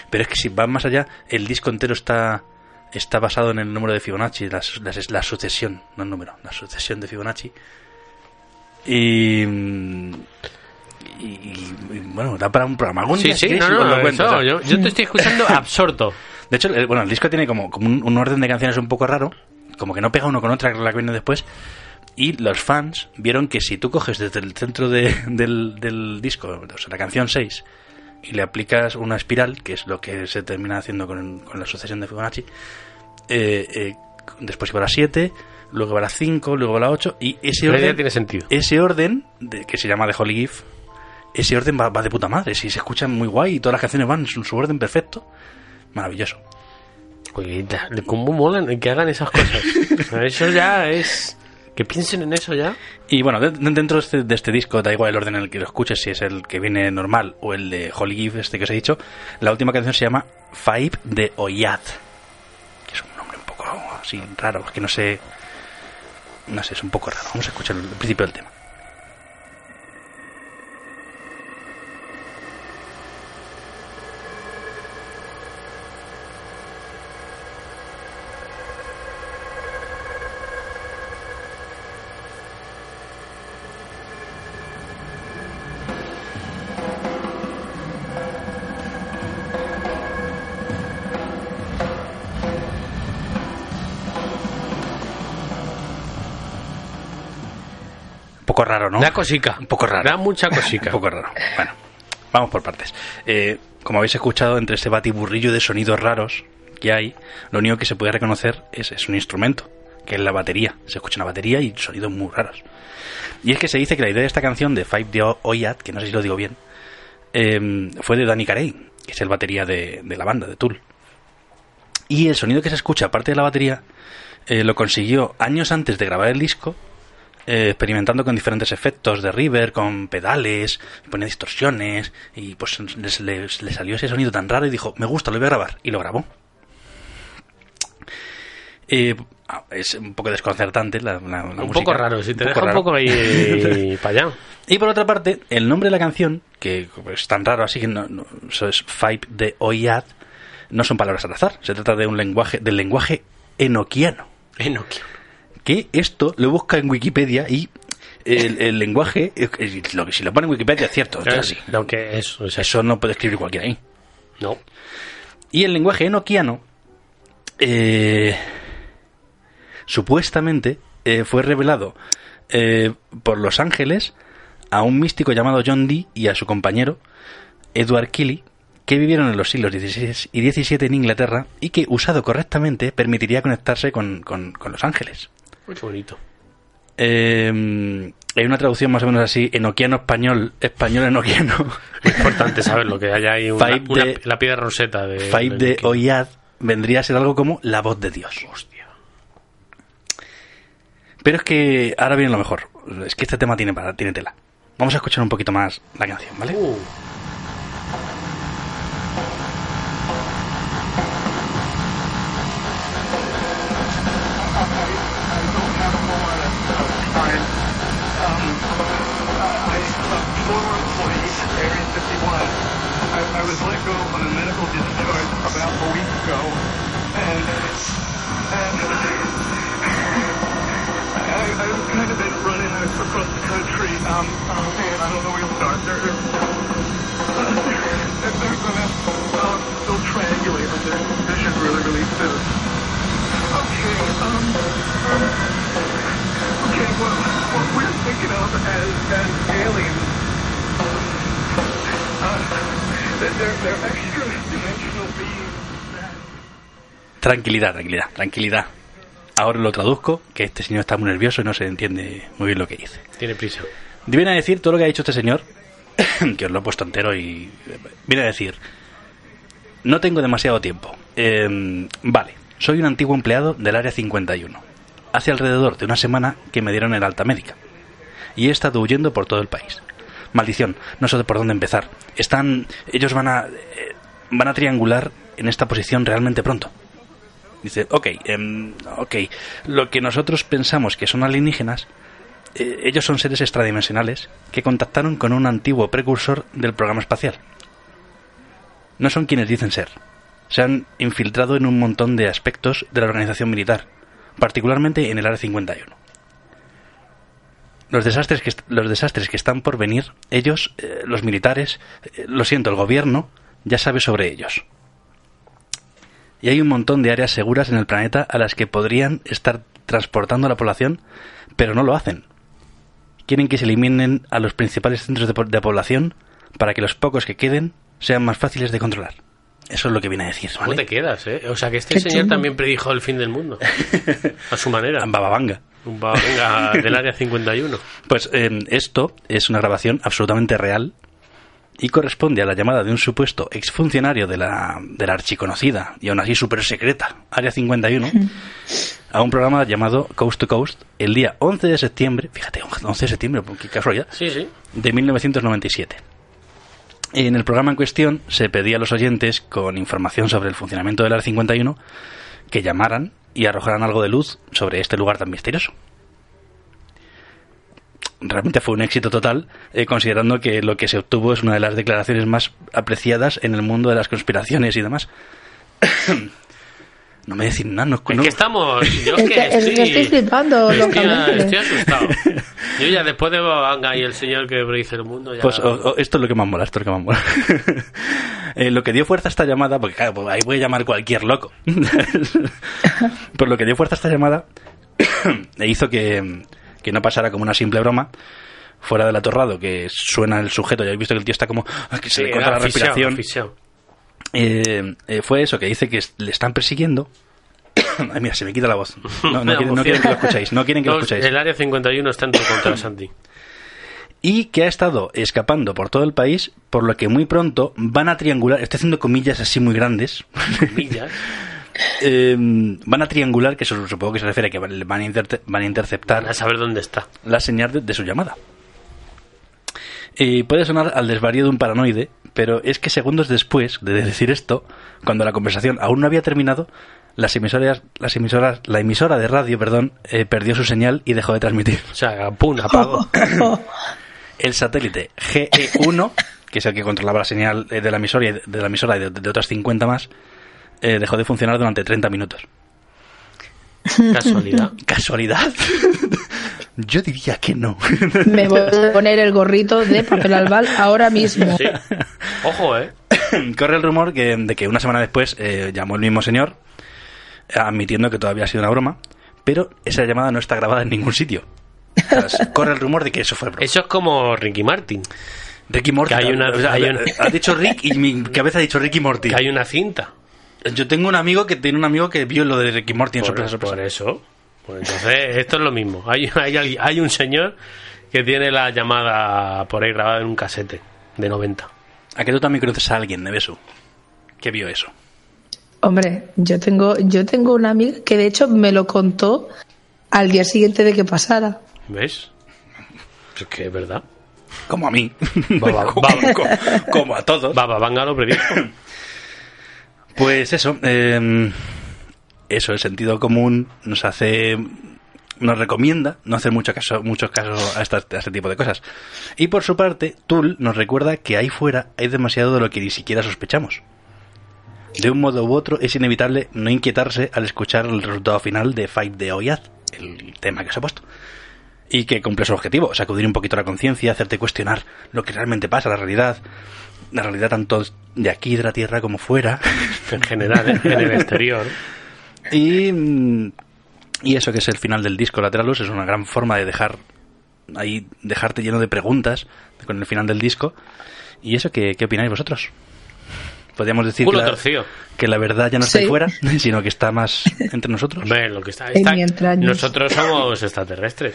pero es que si van más allá el disco entero está está basado en el número de Fibonacci la, su- la- la sucesión no el número la sucesión de Fibonacci y mm, y, y- y, bueno, da para un programa. Algún
Sí,
día, si
sí,
queréis,
no, no,
os lo
no,
cuento,
eso,
o sea.
yo, yo te estoy escuchando absorto.
De hecho, el, bueno, el disco tiene como, como un, un orden de canciones un poco raro, como que no pega uno con otra, que es la que viene después. Y los fans vieron que si tú coges desde el centro de- del, del disco, o sea, la canción 6, y le aplicas una espiral, que es lo que se termina haciendo con, con la sucesión de Fibonacci, eh, eh, después va la 7, luego va la 5, luego va la 8, y ese
La idea
orden,
tiene sentido.
ese orden de- que se llama The Holy Gift, ese orden va, va de puta madre, si se escuchan muy guay y todas las canciones van en su su orden perfecto, maravilloso.
Oye, da- ¿Cómo molan que hagan esas cosas? Eso ya es... Que piensen en eso ya.
Y bueno, de- dentro de este, de este disco, da igual el orden en el que lo escuches, si es el que viene normal o el de Holy Give, este que os he dicho, la última canción se llama Five de Oyad. Que es un nombre un poco así raro, que no sé. No sé, es un poco raro. Vamos a escuchar el principio del tema. Un poco raro, ¿no?
Da cosica.
Un poco raro.
Da mucha cosica.
Un poco raro. Bueno, vamos por partes. Eh, como habéis escuchado, entre este batiburrillo de sonidos raros que hay, lo único que se puede reconocer es, es un instrumento, que es la batería. Se escucha una batería y sonidos muy raros. Y es que se dice que la idea de esta canción de Five de Oyat, que no sé si lo digo bien, eh, fue de Danny Carey, que es el batería de, de la banda, de Tool. Y el sonido que se escucha, aparte de la batería, eh, lo consiguió años antes de grabar el disco, eh, experimentando con diferentes efectos de River, con pedales, ponía distorsiones, y pues les- les- le salió ese sonido tan raro y dijo, me gusta, lo voy a grabar, y lo grabó. Eh, ah, es un poco desconcertante la, la- la
un
música.
poco raro. Si te deja
raro.
un poco ahí para allá.
Y por otra parte, el nombre de la canción, que es tan raro así que no, no- eso es Five de Oyad, no son palabras al azar. Se trata de un lenguaje, del lenguaje enoquiano.
Enoquio.
Que esto lo busca en Wikipedia y el, el lenguaje, eh, eh, lo que si lo pone en Wikipedia es cierto, es así.
Lo Eh, que es, o sea,
Eso no puede escribir cualquiera ahí.
no.
Y el lenguaje enoquiano, eh, supuestamente, eh, fue revelado eh, por Los Ángeles a un místico llamado John Dee y a su compañero, Edward Kelly, que vivieron en los siglos XVI y XVII en Inglaterra y que, usado correctamente, permitiría conectarse con- con- con Los Ángeles.
Muy bonito.
Eh, hay una traducción más o menos así, enoquiano español, español enoquiano.
Muy importante saberlo, que haya ahí una,
Five
una-
de-
la piedra roseta de...
Five de Oyad vendría a ser algo como la voz de Dios. Pero es que ahora viene lo mejor. Es que este tema tiene, para- tiene tela. Vamos a escuchar un poquito más la canción, ¿vale?
Uh,
Tranquilidad, tranquilidad, tranquilidad. Ahora lo traduzco, que este señor está muy nervioso y no se entiende muy bien lo que dice.
tiene prisa.
Viene a decir todo lo que ha dicho este señor, que os lo he puesto entero y... Viene a decir, no tengo demasiado tiempo. Eh, vale, soy un antiguo empleado del Área 51. Hace alrededor de una semana que me dieron el alta médica. Y he estado huyendo por todo el país. Maldición, no sé por dónde empezar. Están... Ellos van a... eh, van a triangular en esta posición realmente pronto. Dice, ok, em, ok, lo que nosotros pensamos que son alienígenas eh, ellos son seres extradimensionales que contactaron con un antiguo precursor del programa espacial. No son quienes dicen ser. Se han infiltrado en un montón de aspectos de la organización militar, particularmente en el Área 51. los desastres que, est- los desastres que están por venir, ellos, eh, los militares, eh, lo siento, el gobierno, ya sabe sobre ellos. Y hay un montón de áreas seguras en el planeta a las que podrían estar transportando a la población, pero no lo hacen. Quieren que se eliminen a los principales centros de, po- de población para que los pocos que queden sean más fáciles de controlar. Eso es lo que viene a decir,
¿Cómo
¿vale?
te quedas, eh? O sea, que este
Qué
señor
chungo.
también predijo el fin del mundo. A su manera.
Bababanga.
Un va- Venga, del área 51.
Pues eh, esto es una grabación absolutamente real y corresponde a la llamada de un supuesto exfuncionario de la, de la archiconocida y aún así súper secreta Área 51 a un programa llamado Coast to Coast el día 11 de septiembre, fíjate, 11 de septiembre, qué casualidad,
Sí, sí.
de 1997. En el programa en cuestión se pedía a los oyentes con información sobre el funcionamiento del Área 51 que llamaran y arrojaran algo de luz sobre este lugar tan misterioso. Realmente fue un éxito total, eh, considerando que lo que se obtuvo es una de las declaraciones más apreciadas en el mundo de las conspiraciones y demás. no me decís nada, no,
Es
no-
que estamos. Yo es
Es
que,
que, es que
estoy-
estoy flipando,
estoy,
locamente.
estoy asustado. Yo ya después de Babanga y el señor que predice el mundo, ya.
Pues o- o- esto es lo que más mola, esto es lo que más mola. Eh, lo que dio fuerza a esta llamada, porque claro, pues ahí voy a llamar cualquier loco. pues lo que dio fuerza a esta llamada e hizo que, que no pasara como una simple broma fuera del atorrado, que suena el sujeto, ya habéis visto que el tío está como ah, que se
Sí,
le corta la
era asfixiado,
respiración.
asfixiado.
Eh, eh, fue eso, que dice que es- le están persiguiendo. Ay, mira, se me quita la voz. No, no
Me
quieren, no
emociona.
quieren que lo escuchéis, no quieren que lo
Entonces,
escuchéis.
El área 51 está en tu contra, Santi.
y que ha estado escapando por todo el país, por lo que muy pronto van a triangular, estoy haciendo comillas así muy grandes,
Millas.
eh, van a triangular, que eso supongo que se refiere a que van van a, interte- van a interceptar
Van a saber dónde está.
la señal de, de su llamada. Y puede sonar al desvarío de un paranoide, pero es que segundos después de decir esto, cuando la conversación aún no había terminado, las emisoras, las emisoras, la emisora de radio, perdón, eh, perdió su señal y dejó de transmitir.
O sea, pum, apago.
el satélite GE1, que es el que controlaba la señal eh, de la emisora y de, de la emisora y de, de otras 50 más, eh, dejó de funcionar durante 30 minutos.
Casualidad.
¿Casualidad? Yo diría que no.
Me voy a poner el gorrito de papel albal ahora mismo.
Sí. Ojo, eh.
Corre el rumor que, de que una semana después eh, llamó el mismo señor, admitiendo que todavía ha sido una broma, pero esa llamada no está grabada en ningún sitio. O sea, Corre el rumor de que eso fue broma.
Eso es como Ricky Martin.
Ricky Morty.
que hay una-
o sea,
hay una-
Ha dicho Rick y mi cabeza ha dicho Ricky Morty.
Que hay una cinta.
Yo tengo un amigo que tiene un amigo que vio lo de Ricky Morty en
por,
sorpresa, sorpresa.
por eso. Pues entonces, esto es lo mismo. Hay, hay, alguien- hay un señor que tiene la llamada por ahí grabada en un casete de 90.
¿A que tú también conoces a alguien, Nevesu? Que vio eso.
Hombre, yo tengo, yo tengo una amiga que de hecho me lo contó al día siguiente de que pasara.
¿Ves? Es que es verdad.
Como a mí.
Baba-
como,
baba-
como- como a todos.
Baba Vanga lo predijo.
Pues eso. eh, eso, el sentido común nos hace. Nos recomienda no hacer mucho caso, muchos casos a, estas- a este tipo de cosas. Y por su parte, Tool nos recuerda que ahí fuera hay demasiado de lo que ni siquiera sospechamos. De un modo u otro, es inevitable no inquietarse al escuchar el resultado final de Fight de Oyad, el tema que se ha puesto. y que cumple su objetivo, sacudir un poquito la conciencia, hacerte cuestionar lo que realmente pasa, la realidad, la realidad tanto de aquí, de la Tierra, como fuera,
En general, ¿eh? en el exterior.
y, mm, y eso que es el final del disco Lateralus es una gran forma de dejar ahí, dejarte lleno de preguntas con el final del disco, y eso, ¿qué, qué opináis vosotros? Podríamos decir que
Culo
la,
torcido.
que la verdad ya no está ahí
Sí.
fuera, sino que está más entre nosotros.
Hombre, lo que está,
En
está-
mi entraña.
nosotros somos extraterrestres.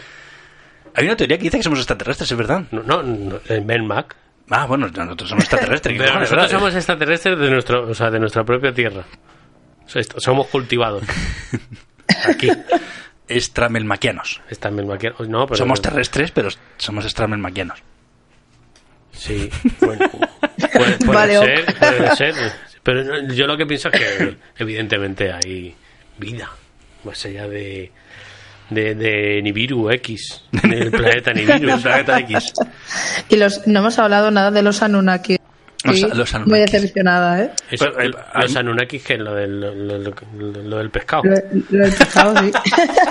Hay una teoría que dice que somos extraterrestres, ¿es verdad?
No, no, no, en Ben Mac.
Ah, bueno, nosotros somos extraterrestres. ¿qué
Pero
cojones,
nosotros
verdad? eh.
somos extraterrestres de nuestro, o sea, de nuestra propia tierra. O sea, esto- somos cultivados. Aquí.
Extramelmaquianos.
Están Ben Maquianos. No, pero
somos terrestres, pero somos extramelmaquianos.
Sí, bueno, puede, puede
Vale,
ser,
ok.
puede ser. Pero no, yo lo que pienso es que evidentemente hay vida, más allá de, de, de Nibiru X, del planeta Nibiru.
El planeta X.
Y los, no hemos hablado nada de los Anunnaki.
Los-
Sí,
los Anunnaki.
Muy decepcionada, ¿eh?
Eso,
Pero, eh,
los
a-
Anunnakis, que es lo del, lo, lo- lo del pescado.
Lo, lo he escuchado, sí.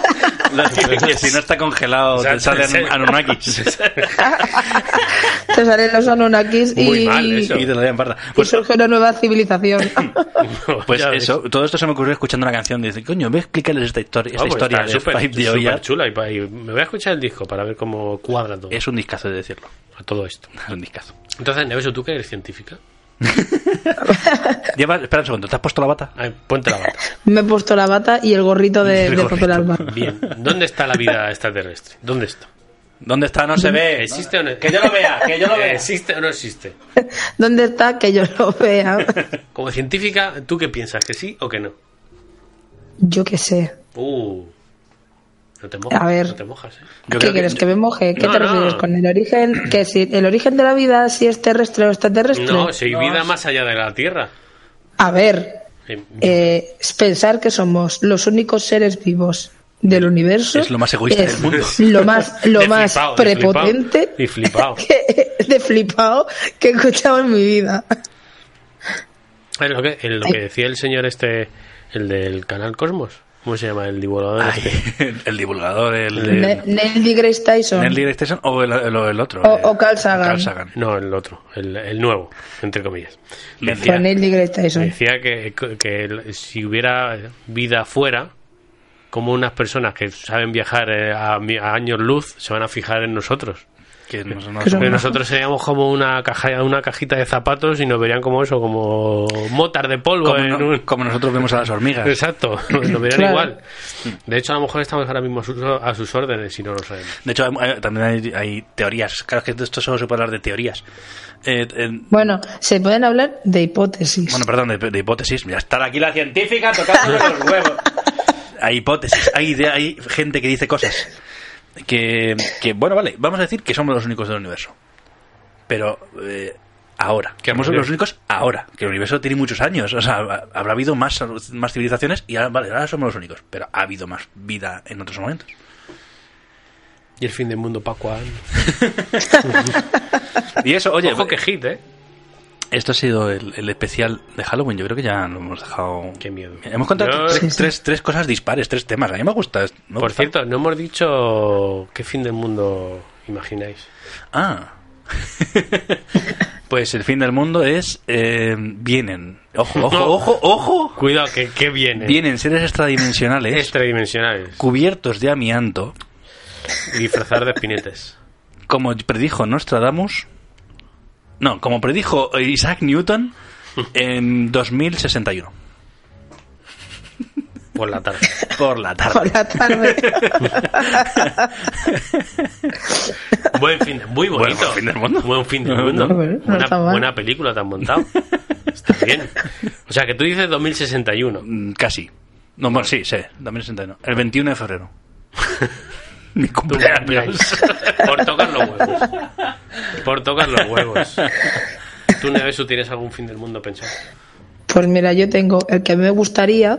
Las que- si no está congelado, te
Exacto,
sale
sí.
anun- Anunnakis.
Te salen los Anunnakis
Muy
y,
mal
y
eso.
Y te lo dan parda. Pues,
surge una nueva civilización.
pues
Ya ves.
eso, todo esto se me ocurrió escuchando la canción. Dice, coño, voy a explicarles esta historia, esta
Vamos,
historia
pues está
de
súper-
Five Dio
súper
ya.
chula. Y, pa- y me voy a escuchar el disco para ver cómo cuadra todo,
Es un discazo de decirlo.
a todo esto.
Es un discazo.
Entonces, Neveso, ¿tú que eres científica?
Lleva, espera un segundo, ¿te has puesto la bata?
Ay, ponte la bata.
Me he puesto la bata y el gorrito de,
El
de
gorrito.
papel alma.
Bien. ¿Dónde está la vida extraterrestre? ¿Dónde está?
¿Dónde está? Eh, No se ve.
¿Existe o no?
Que yo lo vea, que yo lo vea.
¿Existe o no existe?
¿Dónde está? Que yo lo vea.
Como científica, ¿tú qué piensas? ¿Que sí o que no?
Yo qué sé.
Uh. No te mojas.
A ver.
No te mojas, ¿eh?
Yo
¿Qué
creo que-
quieres? Que, me moje? ¿Qué
No,
te
no.
refieres con el origen? Que si el origen de la vida, si es terrestre o extraterrestre.
No, si hay vida más allá de la Tierra.
A ver,
Eh,
eh, es pensar que somos los únicos seres vivos del universo
Es lo más egoísta
es
del mundo.
Lo más, lo
De
más
flipao, de
prepotente
flipao, de flipao.
que- de flipao que he escuchado en mi vida.
Es lo que, es lo que decía el señor este, el del canal Cosmos. ¿Cómo se llama el divulgador?
Ay,
este?
el divulgador, el...
Ne- Neil deGrasse Tyson.
Neil deGrasse Tyson o el, el- el otro.
O-
eh,
o Carl Sagan.
No, el otro, el, el nuevo, entre comillas.
Le
Fue
decía,
Neil deGrasse Tyson.
Decía que, que el- si hubiera vida fuera, como unas personas que saben viajar eh, a, mi- a años luz se van a fijar en nosotros.
que no- no-
Que son-
Pero nosotros seríamos como una caja, una cajita de zapatos y nos verían como eso, como motas de polvo
como,
en
no-
un-
como nosotros vemos a las hormigas.
Exacto, nos verían
Claro.
igual. De hecho, a lo mejor estamos ahora mismo a sus, a sus órdenes si no lo sabemos.
De hecho, hay- hay- también hay, hay teorías. Claro que de esto solo se puede hablar de teorías. Eh, eh,
Bueno, se pueden hablar de hipótesis.
bueno, perdón, de, de hipótesis. Ya está aquí la científica tocando los huevos. Hay hipótesis, hay, idea- hay gente que dice cosas. Que, que, bueno, vale, vamos a decir que somos los únicos del universo. Pero eh, ahora, que somos los únicos ahora. Que el universo tiene muchos años. O sea, ha- habrá habido más, más civilizaciones y ahora, vale, ahora somos los únicos. Pero ha habido más vida en otros momentos.
Y el fin del mundo, Pacuán.
Y eso, oye,
Ojo que hit, ¿eh?
Esto ha sido el, el especial de Halloween. Yo creo que ya lo hemos dejado.
Qué miedo.
Hemos contado
Yo-
tres,
Sí, sí.
tres- tres cosas dispares, tres temas. A mí me gusta. es- me
Por
gusta.
cierto, no hemos dicho qué fin del mundo imagináis.
Ah. pues el fin del mundo es. eh, vienen. Ojo, ojo,
No. Eh.
ojo, ojo.
Cuidado, que, que viene.
Vienen seres extradimensionales
Extradimensionales.
cubiertos de amianto,
Y disfrazar de espinetes.
como predijo Nostradamus. No, como predijo Isaac Newton en 2061.
Por la tarde.
Por la tarde.
Por la tarde.
Buen fin, de- muy
Bueno,
bonito.
buen fin del mundo.
Buen fin del mundo.
Bueno, no
buena,
está mal.
buena película te han montado. Está bien. O sea, que tú dices 2061.
Mm, Casi. No, bueno, sí, sí, 2061. El 21 de febrero. Mi cumpleaños.
Por tocar los huevos. Por tocar los huevos. ¿Tú, Nevesu, tienes algún fin del mundo pensado?
Pues mira, yo tengo el que me gustaría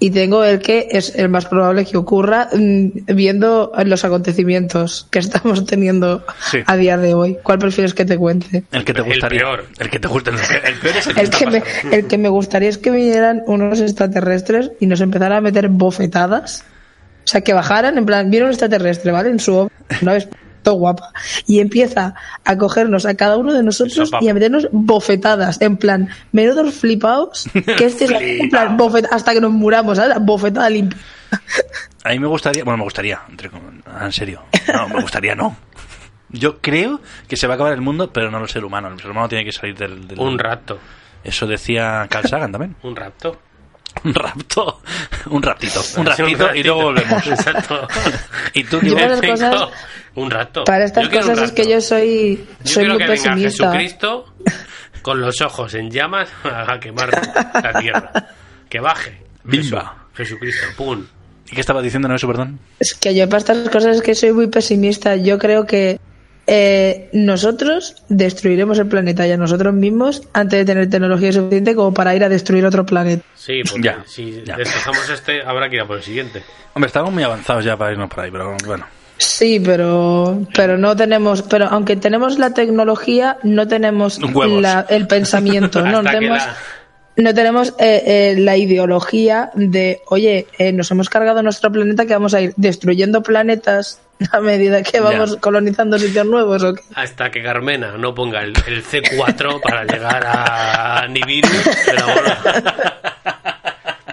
y tengo el que es el más probable que ocurra mm, viendo los acontecimientos que estamos teniendo
Sí.
a día de hoy. ¿Cuál prefieres que te cuente?
El que te
El
gustaría.
peor.
El que te gusta. El el peor es el que
El
está
que, me,
pasando.
el que me gustaría es que vinieran unos extraterrestres y nos empezaran a meter bofetadas. O sea, que bajaran, en plan, viene un extraterrestre, ¿vale? En su ob- una vez todo guapa. Y empieza a cogernos a cada uno de nosotros
sopapo.
y a meternos bofetadas. En plan, menudos flipaos. Que este es la- en plan, bofet- hasta que nos muramos, ¿sabes? Bofetada limpia.
A mí me gustaría. Bueno, me gustaría. entre com- ah, en serio. No, me gustaría no. Yo creo que se va a acabar el mundo, pero no el ser humano. El ser humano tiene que salir del. del-
Un rapto.
Eso decía Carl Sagan también.
¿Un rapto?
Un rapto. Un raptito. Un
Sí, un
raptito y luego volvemos.
Exacto.
Y tú,
Yo
Diego,
para las
Cinco.
cosas-
un rapto.
Para estas
Yo quiero un
cosas es que
rapto.
yo soy,
Yo
soy
quiero
muy
que venga
pesimista.
Jesucristo con los ojos en llamas a quemar la tierra. Que baje.
Bimba.
Jesu- Jesucristo, pum.
¿Y qué estaba diciendo? No, eso, perdón.
Es que yo para estas cosas es que soy muy pesimista. Yo creo que eh, nosotros destruiremos el planeta y a nosotros mismos antes de tener tecnología suficiente como para ir a destruir otro planeta.
Sí, porque
Ya,
si
ya.
despejamos este, habrá que ir a por el siguiente.
Hombre, estábamos muy avanzados ya para irnos por ahí, pero bueno.
Sí, pero pero no tenemos, pero aunque tenemos la tecnología, no tenemos
Huevos.
la- el pensamiento, no
Hasta que
tenemos
la-
no tenemos eh, eh, la ideología de, oye, eh, nos hemos cargado nuestro planeta que vamos a ir destruyendo planetas a medida que vamos colonizando sitios nuevos. ¿o qué?
Hasta que Carmena no ponga el, el C4 para llegar a Nibiru. pero bueno.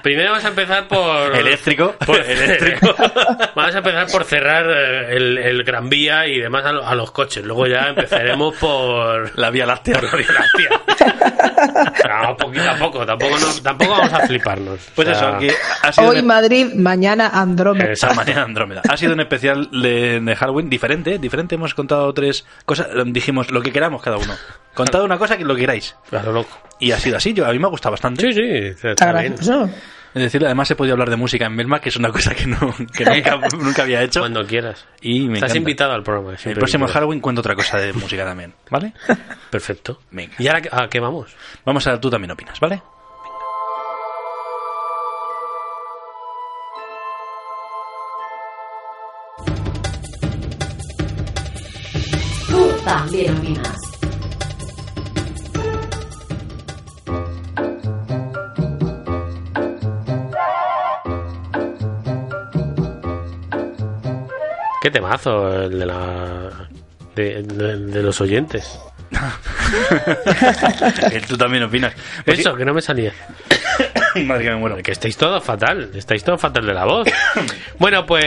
Primero vamos a empezar por.
E- Eléctrico.
por- vamos a empezar por cerrar eh, el, el Gran Vía y demás a, lo- a los coches. Luego ya empezaremos por.
La Vía Láctea.
por la Vía Láctea. No, poquito a poco. Tampoco, nos- tampoco vamos a fliparnos.
Pues
O sea,
eso, que ha sido
Hoy
un-
Madrid, mañana
Eh,
Andrómeda.
Esa manera Andrómeda. Ha sido un especial de, de Halloween diferente, diferente. Hemos contado tres cosas. em, Dijimos lo que queramos cada uno. Contad una cosa que lo queráis.
a lo loco.
Y ha sido así. Yo, a mí me ha gustado bastante.
Sí, sí. Está,
Está
bien.
gracioso.
Es decir, además he podido hablar de música en Melma, que es una cosa que, no, que nunca, nunca había hecho.
Cuando quieras.
y me
Estás
encanta.
invitado al programa.
El
siempre
próximo
que quieras.
Halloween cuento otra cosa de música también, ¿vale?
Perfecto.
Venga.
¿Y ahora qué- a qué vamos?
Vamos a tú también opinas, ¿vale?
Tú también opinas.
Qué temazo el de la. De, de- de los oyentes.
El Eh, tú también opinas. Pues
Eso, que no me salía.
sí, madre que me muero.
Que estáis todos fatal, estáis todos fatal de la voz. bueno, pues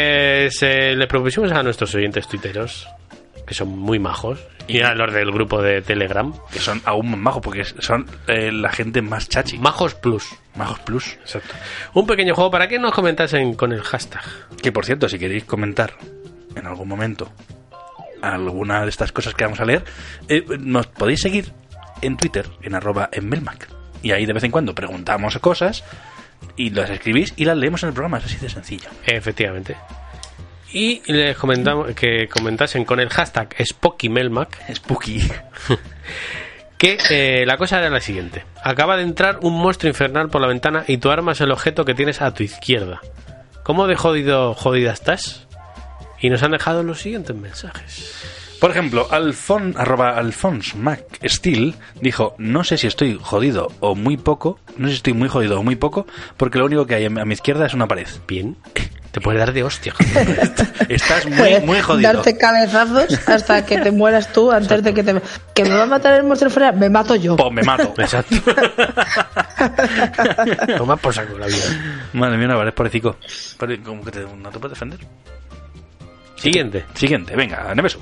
eh, les propusimos a nuestros oyentes tuiteros, que son muy majos, y a los del grupo de Telegram,
Que son aún más majos, porque son eh, la gente más chachi.
Majos Plus.
Majos Plus. Exacto.
Un pequeño juego para que nos comentasen con el hashtag.
Que por cierto, si queréis comentar en algún momento alguna de estas cosas que vamos a leer, eh, nos podéis seguir en Twitter, en arroba en Melmac. Y ahí de vez en cuando preguntamos cosas y las escribís y las leemos en el programa. Es así de sencillo.
Efectivamente. Y les comentamos que comentasen con el hashtag SpockyMelmac
Spooky.
que eh, la cosa era la siguiente. Acaba de entrar un monstruo infernal por la ventana y tu arma es el objeto que tienes a tu izquierda. ¿Cómo de jodido, jodida estás? Y nos han dejado los siguientes mensajes.
Por ejemplo, Alfon, arroba Alphonse Mac Steel dijo, no sé si estoy jodido o muy poco, no sé si estoy muy jodido o muy poco, porque lo único que hay a mi izquierda es una pared.
Bien. Te puedes dar de hostia.
Estás muy, muy jodido.
pues, Darte cabezazos hasta que te mueras tú antes de que te... ¿Que me va a matar el monstruo fuera? Me mato yo.
Po, Pues me mato. Exacto.
Toma por saco la vida.
Madre mía, Navarre, pobrecito. Pare- como que te- ¿No te puedes defender?
Siguiente.
Siguiente, venga, Nemesu.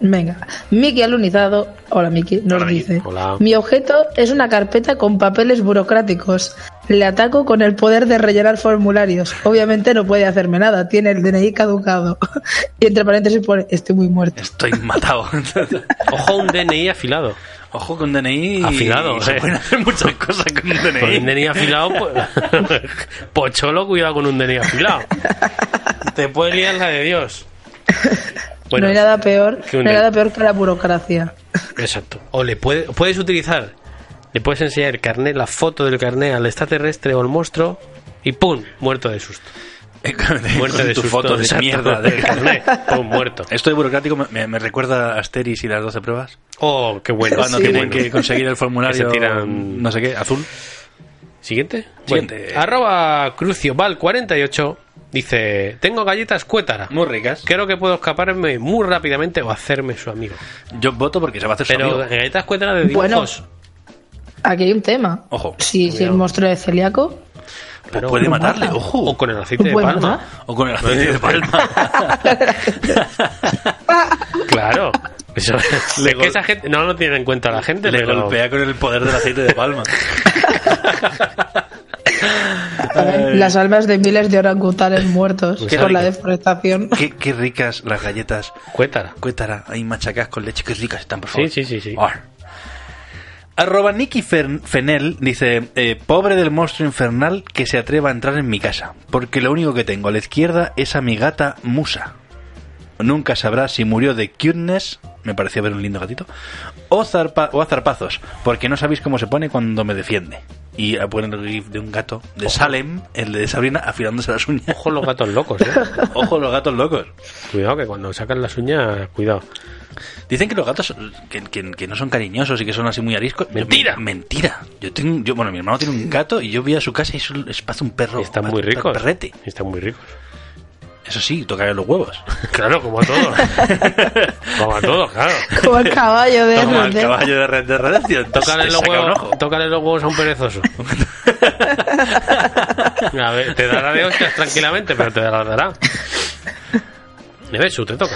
Venga, Miki alunizado, hola Miki, nos
Hola, Miki.
dice,
Hola.
mi objeto es una carpeta con papeles burocráticos. Le ataco con el poder de rellenar formularios. Obviamente no puede hacerme nada, tiene el DNI caducado. y entre paréntesis pone, estoy muy muerto.
Estoy matado.
Ojo, un DNI afilado.
Ojo con DNI.
Afilado,
Se
eh.
pueden hacer muchas cosas con
Con un
DNI.
DNI afilado, pues, pocholo, cuidado con un DNI afilado. Te puede liar la de Dios.
no hay nada peor,
que
no
un
hay
DNI.
nada peor que la burocracia.
Exacto. O le puede- puedes utilizar, le puedes enseñar el carnet, la foto del carnet al extraterrestre o al monstruo y ¡pum! Muerto de susto. Muerto
Con
de
tu
susto.
foto de
exacto.
mierda. de-
del carnet. ¡Pum! Muerto.
Esto de burocrático me- me, me recuerda a Asteris y las 12 pruebas.
Oh, qué bueno.
Cuando
qué
tienen
bueno.
que conseguir el formulario
Que se tiran-
no sé qué, azul.
Siguiente.
Siguiente.
Bueno, arroba crucioval48 dice, tengo galletas cuétara.
Muy ricas.
Creo que puedo escaparme muy rápidamente o hacerme su amigo.
Yo voto porque se va a hacer su
Pero
amigo.
galletas cuétara de
Bueno,
dibujos.
Aquí hay un tema.
Ojo,
si, si el monstruo es celíaco, pues
Pues puede
lo
matarle,
mata.
ojo.
O con el aceite de
Bueno,
palma.
¿no?
O con el aceite de palma.
Claro. Eso, es
Le
que
gol-
esa gente no lo tiene en cuenta la gente.
Le
pero-
golpea con el poder del aceite de palma.
a ver, las almas de miles de orangutanes muertos
Qué
por la
rico.
deforestación.
Qué, qué ricas las galletas.
Cuétara.
Cuétara, ahí machacadas con leche, qué ricas están, por
Sí,
favor.
sí, sí, sí.
Ar. Arroba Nicky Fer- Fenel dice, eh, pobre del monstruo infernal que se atreva a entrar en mi casa, porque lo único que tengo a la izquierda es a mi gata Musa. Nunca sabrá si murió de cuteness, me pareció ver un lindo gatito, o, zarpa- o a zarpazos, porque no sabéis cómo se pone cuando me defiende. Y eh, ponen el gif de un gato de Salem, el de Sabrina, afilándose las uñas.
Ojo los gatos locos, eh.
Ojo los gatos locos.
Cuidado que cuando sacan las uñas, cuidado.
Dicen que los gatos que, que- que no son cariñosos y que son así muy ariscos.
Mentira.
Yo- mentira. Yo tengo, yo, bueno, mi hermano tiene un gato y yo voy a su casa y es un, es parece un perro.
Están
pa-
muy
pa-
ricos.
Perrete.
Están muy ricos.
Eso sí, tocaré los huevos.
Claro, como a todos. como a todos, claro.
Como el caballo de
Como el
RD.
caballo de Red Dead Redemption.
Tócale
Te
los,
saca un
huevos,
ojo.
tócale los huevos a un perezoso. A ver, te dará de hostias tranquilamente, pero te dará. dará. Nevesu, te toca.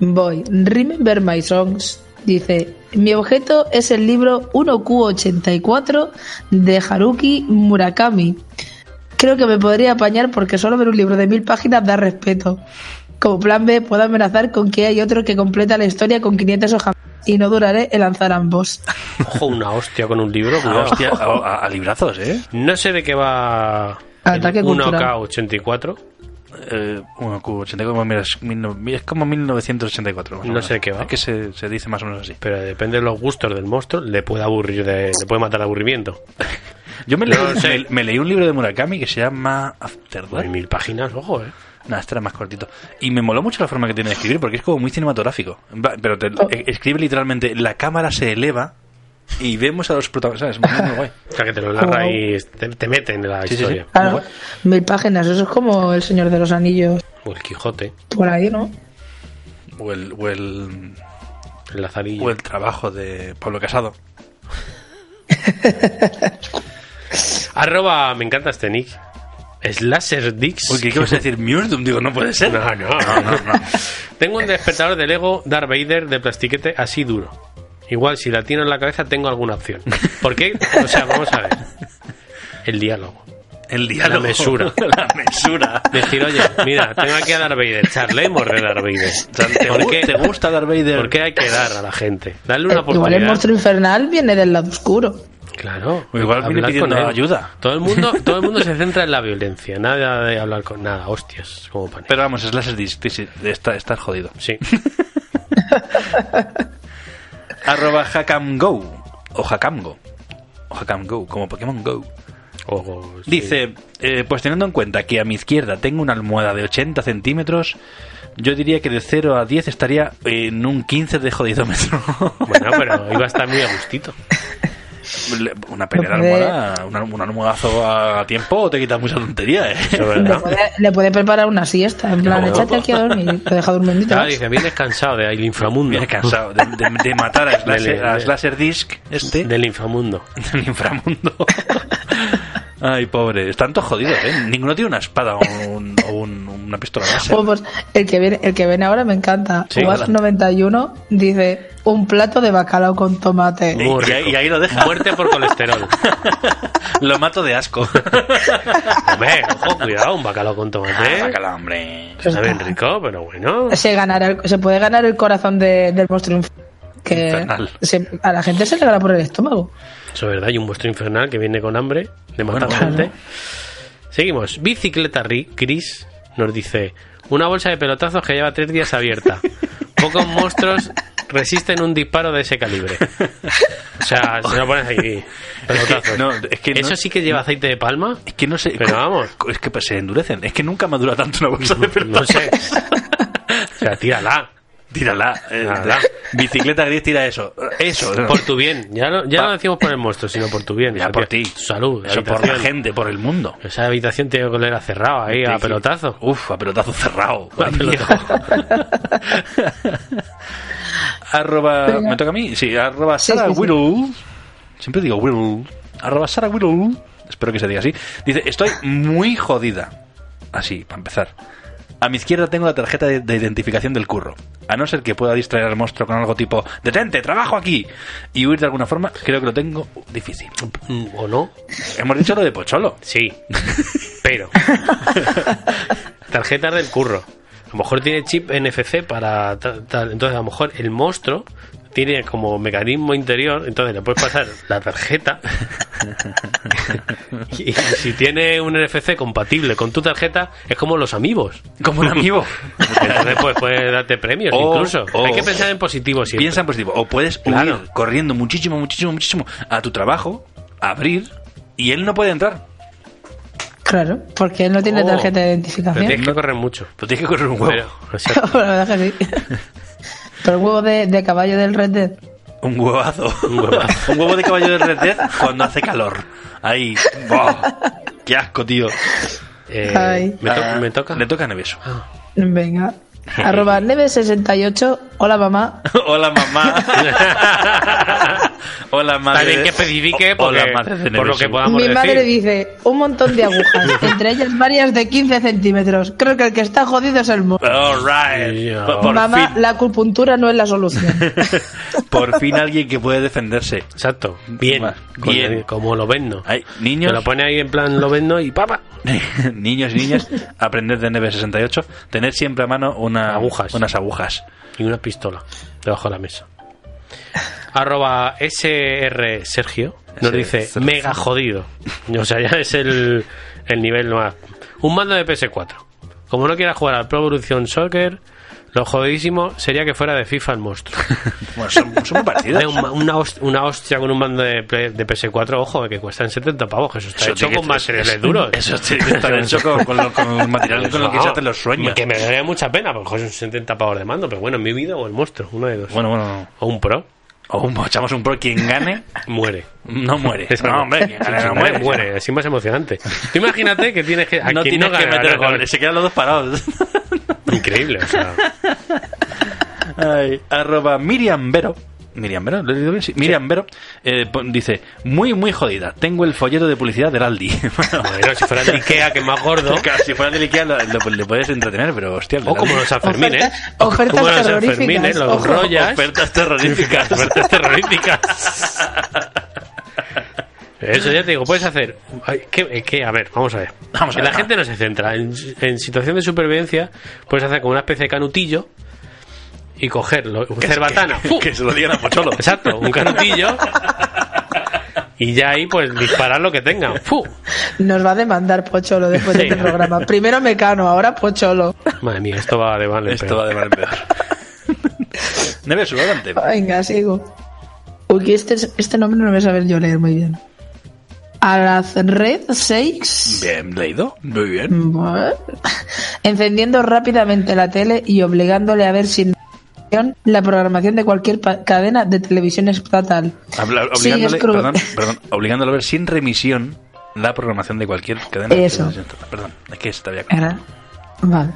Voy. Remember My Songs. Dice, mi objeto es el libro 1Q84 de Haruki Murakami. Creo que me podría apañar porque solo ver un libro de mil páginas da respeto. Como plan B, puedo amenazar con que hay otro que completa la historia con 500 hojas y no duraré en lanzar ambos.
Ojo, una hostia con un libro,
Ah,
cuidado.
hostia, a, a- a librazos, ¿eh?
No sé de qué va.
Ataque cultural.
1K84.
Eh, bueno, Q, 84, mira, es, mil no- es como 1984. más o
No
menos.
sé de qué va.
Es que se, se dice más o menos así.
Pero depende de los gustos del monstruo, le puede aburrir, de- le puede matar de aburrimiento.
Yo me,
No
leí,
sé.
me- me leí un libro de Murakami que se llama After
Hay
Dark.
mil páginas, ojo, eh.
Nada, este era más cortito. Y me moló mucho la forma que tiene de escribir porque es como muy cinematográfico. Va- Pero te, e- escribe literalmente, la cámara se eleva y vemos a los protagonistas. ¿sabes? Muy, muy guay.
O sea, que te lo narra
Wow.
y te, te mete en la
Sí, sí, sí.
historia.
Claro, mil páginas, eso es como El Señor de los Anillos,
O el Quijote,
por ahí, ¿no?
O el, o el,
el Lazarillo.
o el trabajo de Pablo Casado.
Arroba, me encanta este nick. Slasherdix.
Uy, ¿qué, qué vas a decir? Murdum, digo, no puede ser.
No, no,
no, no, no.
Tengo un despertador de Lego Darth Vader de plastiquete así duro. Igual, si la tiro en la cabeza, tengo alguna opción. ¿Por qué? O sea, vamos a ver. El diálogo.
El diálogo.
La mesura.
la mesura.
Decir, oye, mira, tengo aquí a Darth Vader. Charlemos de Darth Vader.
¿Te,
¿Por
gu-
qué?
te gusta Darth Vader?
¿Por qué hay que dar a la gente? Darle una
Eh, Igual
oportunidad.
el monstruo infernal viene del lado oscuro.
Claro.
O Pues igual viene
hablar
pidiendo
con él.
ayuda.
Todo el, mundo, todo el mundo se centra en la violencia. Nada de hablar con nada. Hostias, como pan.
Pero vamos, Slasher Disc, sí, sí, está, estás jodido.
Sí.
Arroba Hakamgo. O Hakamgo. O Hakamgo, como Pokémon Go.
O- o- sí.
Dice, eh, pues teniendo en cuenta que a mi izquierda tengo una almohada de 80 centímetros, yo diría que de 0 a 10 estaría en un 15 de jodidómetro.
Bueno, pero iba a estar muy a gustito.
Le- una pelea de
Lo puede-
almohada, una- un almohadazo a tiempo, o te quitas mucha tontería,
Eso
¿eh?
es
Le
verdad.
puede, le puede preparar una siesta, en plan,
No.
échate aquí a dormir, te deja dormir.
Ah, dice, vienes cansado de ahí, el inframundo.
Viene cansado de, de- de matar a Slasher,
Dele,
a
dele.
Slasher Disc este.
Del inframundo.
del inframundo. Ay, pobre. Están todos jodidos, ¿eh? Ninguno tiene una espada o, un- o un- una pistola láser.
Oh, pues, el que viene, el que viene ahora me encanta.
Sí,
Uvas
adelante.
91 dice un plato de bacalao con tomate.
Y- y ahí- y ahí lo deja.
Muerte por colesterol.
Lo mato de asco. eh.
Hombre, ojo, cuidado, un bacalao con
Ah,
tomate.
Sácala, hombre.
Está bien rico, pero bueno.
Se ganará el- se puede ganar el corazón de- del monstruo inf- que
Infernal.
se- a la gente se le gana por el estómago.
Eso es verdad, hay un monstruo infernal que viene con hambre de matar
Bueno,
gente. Seguimos. Bicicleta Ri- Gris nos dice: Una bolsa de pelotazos que lleva tres días abierta. Pocos monstruos resisten un disparo de ese calibre. O sea, se lo pones ahí. Pelotazos.
no, es que no-
Eso sí que lleva aceite de palma.
Es que no sé.
Pero vamos.
Es que pues, se endurecen. Es que nunca madura tanto una bolsa de
No
pelotas.
sé. O sea, tírala.
Tírala. eh,
Nada.
Bicicleta gris, tira eso. Eso. no.
Por tu bien. Ya, lo, ya
Va.
no lo decimos por el monstruo, sino por tu bien.
Ya por ti.
Tu Salud.
Eso por la
habitación.
gente, por el mundo.
Esa habitación tiene que oler a cerrado ahí, a
Dije,
pelotazo.
Uf, a pelotazo cerrado.
A pelotazo.
arroba. ¿Me toca a mí? Sí, arroba
Sí,
Sara
sí, sí.
Whittle. Siempre digo Whittle. Arroba Sara Whittle. Espero que se diga así. Dice: Estoy muy jodida. Así, para empezar. A mi izquierda tengo la tarjeta de, de identificación del curro. A no ser que pueda distraer al monstruo con algo tipo: ¡Detente, trabajo aquí! Y huir de alguna forma, creo que lo tengo difícil.
Mm, ¿O no?
Hemos dicho lo de Pocholo.
Sí, pero. Tarjetas del curro. A lo mejor tiene chip NFC para tal, tal. Entonces, a lo mejor el monstruo tiene como mecanismo interior. Entonces, le puedes pasar la tarjeta. y si tiene un NFC compatible con tu tarjeta, es como los amigos.
Como un amigo.
Entonces, pues puede darte premios
O-
incluso.
o-
Hay que pensar en positivo siempre.
Piensa en positivo. O puedes huir
Claro.
corriendo muchísimo, muchísimo, muchísimo a tu trabajo, abrir, y él no puede entrar.
Claro, porque él no tiene
Oh.
tarjeta de
Pero
identificación.
tienes que correr mucho.
Pero tienes que correr un huevo.
Pero, o sea,
La verdad que sí. Pero el huevo de, de caballo del Red Dead.
Un huevazo.
Un huevazo.
Un huevo de caballo de Red Dead cuando hace calor. Ahí. ¡Buah! ¡Qué asco, tío!
Eh,
Ay.
¿me, to-
Ah,
me toca?
Le toca Ah. a Neveso.
Venga. Arroba Neve68. Hola, mamá.
Hola, mamá. Hola, madre.
Está bien
de-
que especifique
O-
porque,
Hola, madre de
por lo
Neveso.
que podamos
Mi
decir.
madre dice un montón de agujas, entre ellas varias de 15 centímetros. Creo que el que está jodido es el mo.
All right.
Ya.
Ah, Por, por
Mamá,
fin,
la acupuntura no es la solución.
por fin alguien que puede defenderse.
Exacto. Bien.
Bueno,
Con-
bien.
Como lo vendo.
Ay,
Me
niños,
lo pone ahí en plan lo vendo y papa.
niños y niñas, aprended de NB68, tener siempre a mano una,
Agujas.
unas agujas.
Y una pistola debajo de la mesa. Arroba SR Sergio nos
SR
dice
Sergio.
mega jodido. O sea, ya es el, el nivel más. Un mando de PS4. Como no quiera jugar al Pro Evolution Soccer, lo jodidísimo sería que fuera de FIFA el monstruo.
Bueno, son, son muy parecidas.
Eh, un- una, hos- una hostia con un mando de, Play- de PS4, ojo, que cuestan 70 pavos. que Eso está
Eso
hecho
tiene
con
que-
materiales
es-
duros.
Eso tiene que estar hecho con, con, lo- con el material con lo que se hacen los sueños.
Que me daría mucha pena, porque son 70 pavos de mando, pero bueno, en mi vida o el monstruo, uno de dos.
Bueno, bueno,
O un pro,
o un- echamos un pro. Quien gane,
muere.
no muere.
Eso
No, hombre, quien
Sí,
gane,
sí,
no
muere,
muere.
muere, así más emocionante. Tú imagínate que tienes que. a
No
quien
tienes que
gane,
meter
gane,
goles, se quedan los dos parados.
gane. Increíble, o sea.
Ay, arroba Miriam Vero. Miriam Vero, ¿lo he leído bien? Sí. Miriam Vero eh, pon- dice: Muy, muy jodida. Tengo el folleto de publicidad del Aldi. Bueno,
Bueno, si fuera de Ikea, que más gordo.
claro, si fuera del Ikea lo- lo- le puedes entretener, pero hostia. el
O
del
como
Aldi.
los Sanfermín, ¿eh?
Oferta- ofertas
como los
terroríficas,
Sanfermín, ¿eh? Los
ojo.
Royals.
Ofertas terroríficas.
Ofertas terroríficas. Eso ya te digo, puedes hacer. Ay, que, eh, que, a ver, vamos a ver.
Vamos a
Que
ver,
la gente no se centra. En, en situación de supervivencia, puedes hacer como una especie de canutillo y cogerlo. Un cerbatana. ¡fu!
que se lo digan a Pocholo.
Exacto, un canutillo. Y ya ahí, pues disparar lo que tengan. ¡Fu!
Nos va a demandar Pocholo después de
Sí.
este programa. Primero Mecano, ahora Pocholo.
Madre mía, esto va de mal en
Esto
peor.
va de mal en peor. Neves, adelante.
Venga, sigo. Uy, que este, es- este nombre no lo voy a saber yo leer muy bien. A red 6.
Bien leído. Muy bien.
Bueno. Encendiendo rápidamente la tele y obligándole a ver sin la programación de cualquier pa- cadena de televisión estatal.
Habla-
Sí,
obligándole,
es cru-
perdón, perdón, obligándolo a ver sin remisión la programación de cualquier cadena. de
Eso.
televisión. Perdón, es que está bien.
Era- Vale.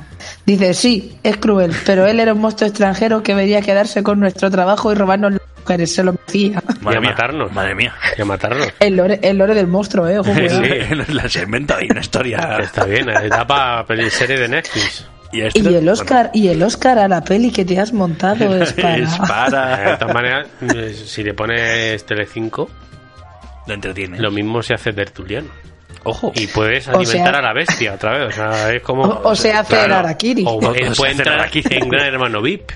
Dice, sí, es cruel, pero él era un monstruo extranjero que venía a quedarse con nuestro trabajo y robarnos las mujeres, se lo decía.
Y a matarnos.
Madre mía.
Y a matarlo.
El lore, el lore del monstruo, eh. Ojo, cuidado.
La se inventa ahí una historia.
Está bien, eh, da para serie de Netflix.
este-
Y el Oscar, y el Oscar a la peli que te has montado es para.
Es
De
para.
todas maneras, eh, si le pones Telecinco,
Lo entretiene.
lo mismo se hace Tertuliano.
Ojo.
Y puedes alimentar
sea-
a la bestia otra vez. O sea, es como.
O, o se hace el
Claro.
Arakiri.
O, eh,
O se hace
puede entrar
Arakiri.
en Gran Hermano VIP.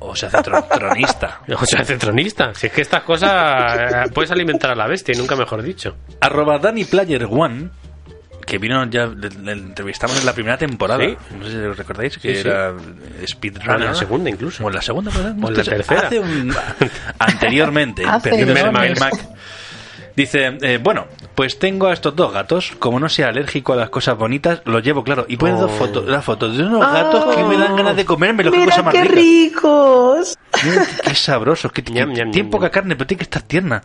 O se hace tro- tronista.
O sea, hace tronista. Si es que estas cosas. eh, Puedes alimentar a la bestia, y nunca mejor dicho.
Arroba Danny Player One. Que vino ya, le, le entrevistamos en la primera temporada.
Sí.
No sé si lo recordáis, que
Sí, sí.
era
Ah,
speedrunner.
en la segunda incluso.
O en la segunda, ¿verdad?
O en la tercera.
Hace un- Anteriormente,
Hace
perdón,
dos
Mel Mac.
meses.
Mel Mac. Dice, eh, bueno, pues tengo a estos dos gatos. Como no sea alérgico a las cosas bonitas, los llevo, claro. Y puedo
Oh.
foto, las fotos de unos gatos que me dan ganas de comérmelos. Qué cosa
Oh. Ah. Mira
más
qué
rica.
ricos.
Mira, Qué, qué sabrosos. Qué, qué-
Ñam, ñam,
tiene
ñam,
poca
ñam.
carne, pero tiene que estar tierna.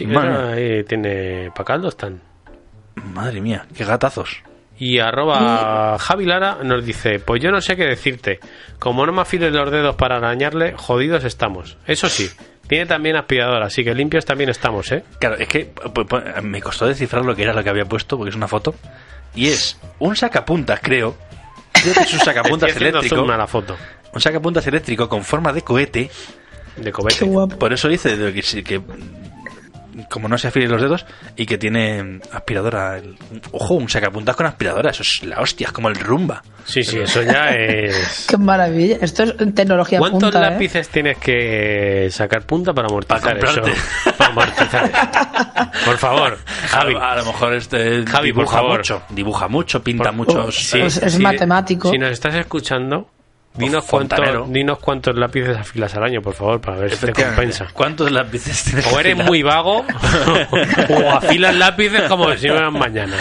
Bueno,
madre,
ahí eh, tiene. Pa' caldo están.
madre mía, qué gatazos.
Y arroba Javi Lara nos dice, pues yo no sé qué decirte. Como no me afiles los dedos para arañarle, jodidos estamos. Eso sí, tiene también aspiradora, así que limpios también estamos, ¿eh?
Claro, es que pues, pues, me costó descifrar lo que era lo que había puesto, porque es una foto. Y es un sacapuntas, creo. Creo que es un
Estoy
sacapuntas
haciendo
eléctrico.
zoom a la foto
Un sacapuntas eléctrico con forma de cohete.
de
Pues
Qué
Covete.
guapo.
Por eso dice de que, sí- que mm, como no se afilen los dedos y que tiene aspiradora. el- ojo, un sacapuntas con aspiradora. Eso es la hostia, es como el rumba.
Sí, sí, eso ya es...
Qué maravilla. Esto es tecnología
¿Cuántos
punta. ¿eh?
lápices tienes que sacar punta para amortizar
Para comprarte.
eso? Para amortizar eso. Por favor, Javi.
A, a lo mejor este
Javi, por
dibuja
favor.
mucho, dibuja mucho, pinta
Por-
mucho.
Pues es pues matemático.
Si nos estás escuchando, Dinos
fontanero.
cuántos, dinos cuántos lápices afilas al año, por favor, para ver si te
Efectivamente.
compensa.
¿Cuántos lápices tienes
O eres
afilados?
muy vago, o afilas lápices como si no eran mañana.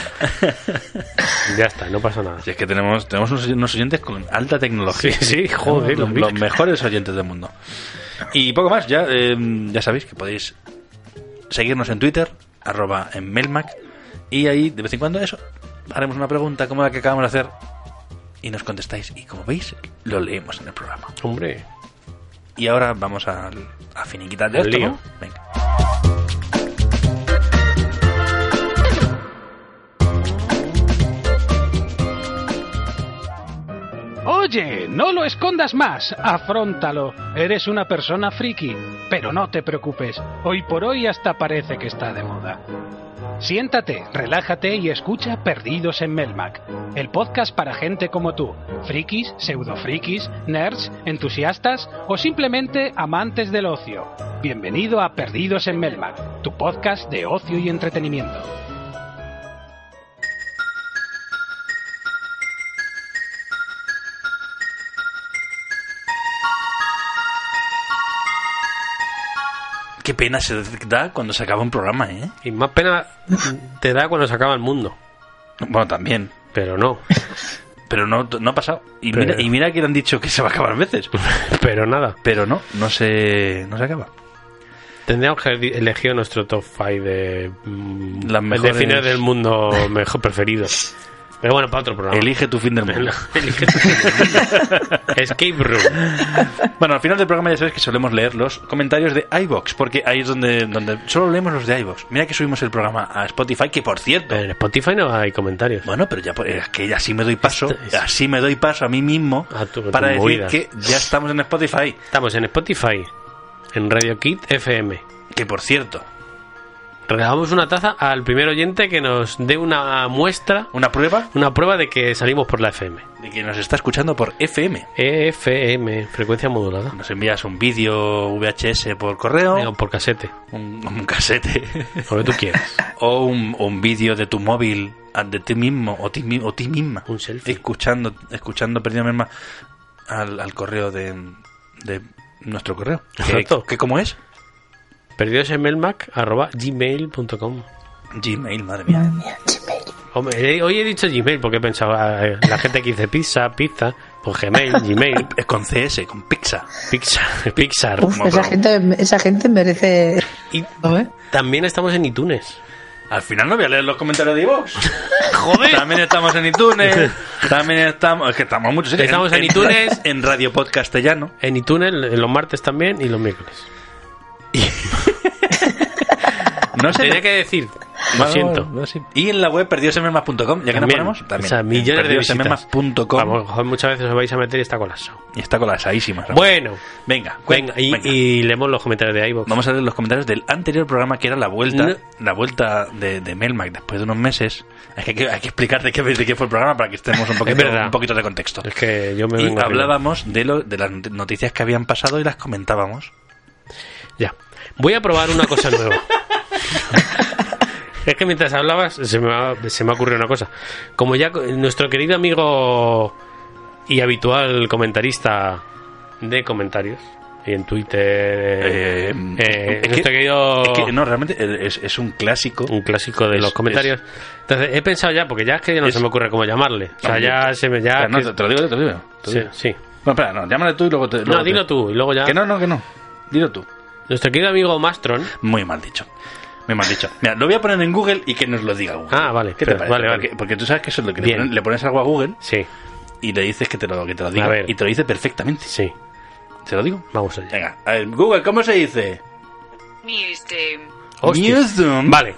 Ya está, no pasa nada.
Si es que tenemos, tenemos unos, unos oyentes con alta
Sí,
tecnología.
sí, joder,
los,
los
los
mil.
mejores oyentes del mundo. Y poco más, ya, eh, ya sabéis que podéis seguirnos en Twitter, arroba en Melmac, y ahí de vez en cuando eso, haremos una pregunta como la que acabamos de hacer y nos contestáis. Y como veis, lo leemos en el programa.
Hombre,
Y ahora vamos al- a, finiquitar de
Al
esto,
lío.
¿no? Venga.
Oye, no lo escondas más, afróntalo. Eres una persona friki, pero no te preocupes, hoy por hoy hasta parece que está de moda. Siéntate, relájate y escucha Perdidos en Melmac, el podcast para gente como tú, frikis, pseudofrikis, nerds, entusiastas o simplemente amantes del ocio. Bienvenido a Perdidos en Melmac, tu podcast de ocio y entretenimiento.
Qué pena se da cuando se acaba un programa, ¿eh?
y más pena te da cuando se acaba el mundo.
Bueno, también.
Pero no,
Pero no, no ha pasado. Y,
Pero-
mira, y mira que le han dicho que se va a acabar veces.
pero nada.
Pero no, no se, no se acaba.
Tendríamos que haber elegido nuestro top 5 de mm,
Las mejores-
de fines del mundo mejor preferido. Pero bueno, para otro programa.
Elige tu fin del mundo.
Elige- Escape Room.
Bueno, al final del programa ya sabes que solemos leer los comentarios de iBox, porque ahí es donde, donde solo leemos los de iBox. Mira que subimos el programa a Spotify, que por cierto.
En Spotify no hay comentarios.
Bueno, pero ya por- es que así me doy paso,
Este es- Ah,
así me doy paso a mí mismo
A tu- a
para
tus
decir
movidas.
que ya estamos en Spotify.
Estamos en Spotify, en Radio Kit FM.
Que por cierto,
Regalamos una taza al primer oyente que nos dé una muestra,
una prueba
una prueba de que salimos por la FM.
de que nos está escuchando por FM.
EFM, frecuencia modulada.
Nos envías un vídeo VHS por correo,
Venga, por casete,
un, un casete
lo que tú quieras.
o un, un vídeo de tu móvil a- de ti mismo o ti, mi- o ti misma.
Un selfie.
escuchando, escuchando perdidamente más al, al correo de, de nuestro correo. Que,
Exacto.
que cómo es?
Perdidos en melmac, arroba gmail.com.
Gmail, madre mía.
Hombre, eh, hoy he dicho Gmail porque he pensado, ah, eh, la gente que dice pizza, pizza, pues Gmail, Gmail,
Es con CS, con Pizza.
Pixar, Pixar.
Uf, esa gente, esa gente merece.
Y
¿no, eh?
también estamos en iTunes.
Al final no voy a leer los comentarios de iVoox. Joder. También estamos en iTunes. También estamos. Es que estamos muchos. ¿eh?
Estamos en iTunes.
En Radio Pod Castellano.
En iTunes en los martes también y los miércoles.
No sé.
Tenía que decir, lo siento.
Y en la web perdidosemermas.com. Ya que nos
También.
ponemos.
O sea, millones de visitas.
Perdidosemermas.com.
Vamos, joder, muchas veces os vais a meter y está colapsado.
Y está colapsadísima.
Bueno,
Venga,
venga, y, y leemos los comentarios de iVoox.
Vamos a leer los comentarios del anterior programa que era la vuelta,
No.
la vuelta de, de Melmac después de unos meses. Es que hay que, hay que explicar de qué, de qué fue el programa para que estemos un poquito,
verdad.
un poquito de contexto.
Es que yo me
Y
vengo arriba.
hablábamos de, lo, de las noticias que habían pasado y las comentábamos.
Ya. Voy a probar una cosa nueva. es que mientras hablabas se me, ha, se me ha ocurrido una cosa. Como ya co- nuestro querido amigo y habitual comentarista de comentarios y en Twitter, eh,
Eh, es que-
nuestro querido
Es que, no, realmente eh, es, es un clásico.
Oh. un clásico de
Es-
los comentarios. Entonces he pensado ya, porque ya es que ya no
es-
se me ocurre cómo llamarle. O sea,
Hombre.
ya se me ya.
Espera, no,
que-
te, te lo digo, yo, te lo digo. te lo
sí,
digo.
sí.
No, espera, no, llámale tú y luego te. luego
No,
te-
dilo tú y luego ya.
Que no, no, que no. Dilo tú.
Nuestro querido amigo Mastron.
Muy mal dicho. Muy mal dicho. Mira, lo voy a poner en Google y que nos lo diga Google.
Ah, vale,
¿Qué te
espera,
parece?
vale, vale.
Porque, porque tú sabes que eso es lo que le
Bien.
pones, le pones algo a Google
Sí,
y le dices que te lo, que te lo
A
diga.
ver.
Y te lo dice perfectamente.
sí.
¿Te lo digo?
Vamos allá.
Venga, a ver, Google, ¿cómo se dice?
Hostia.
Newsroom.
Vale.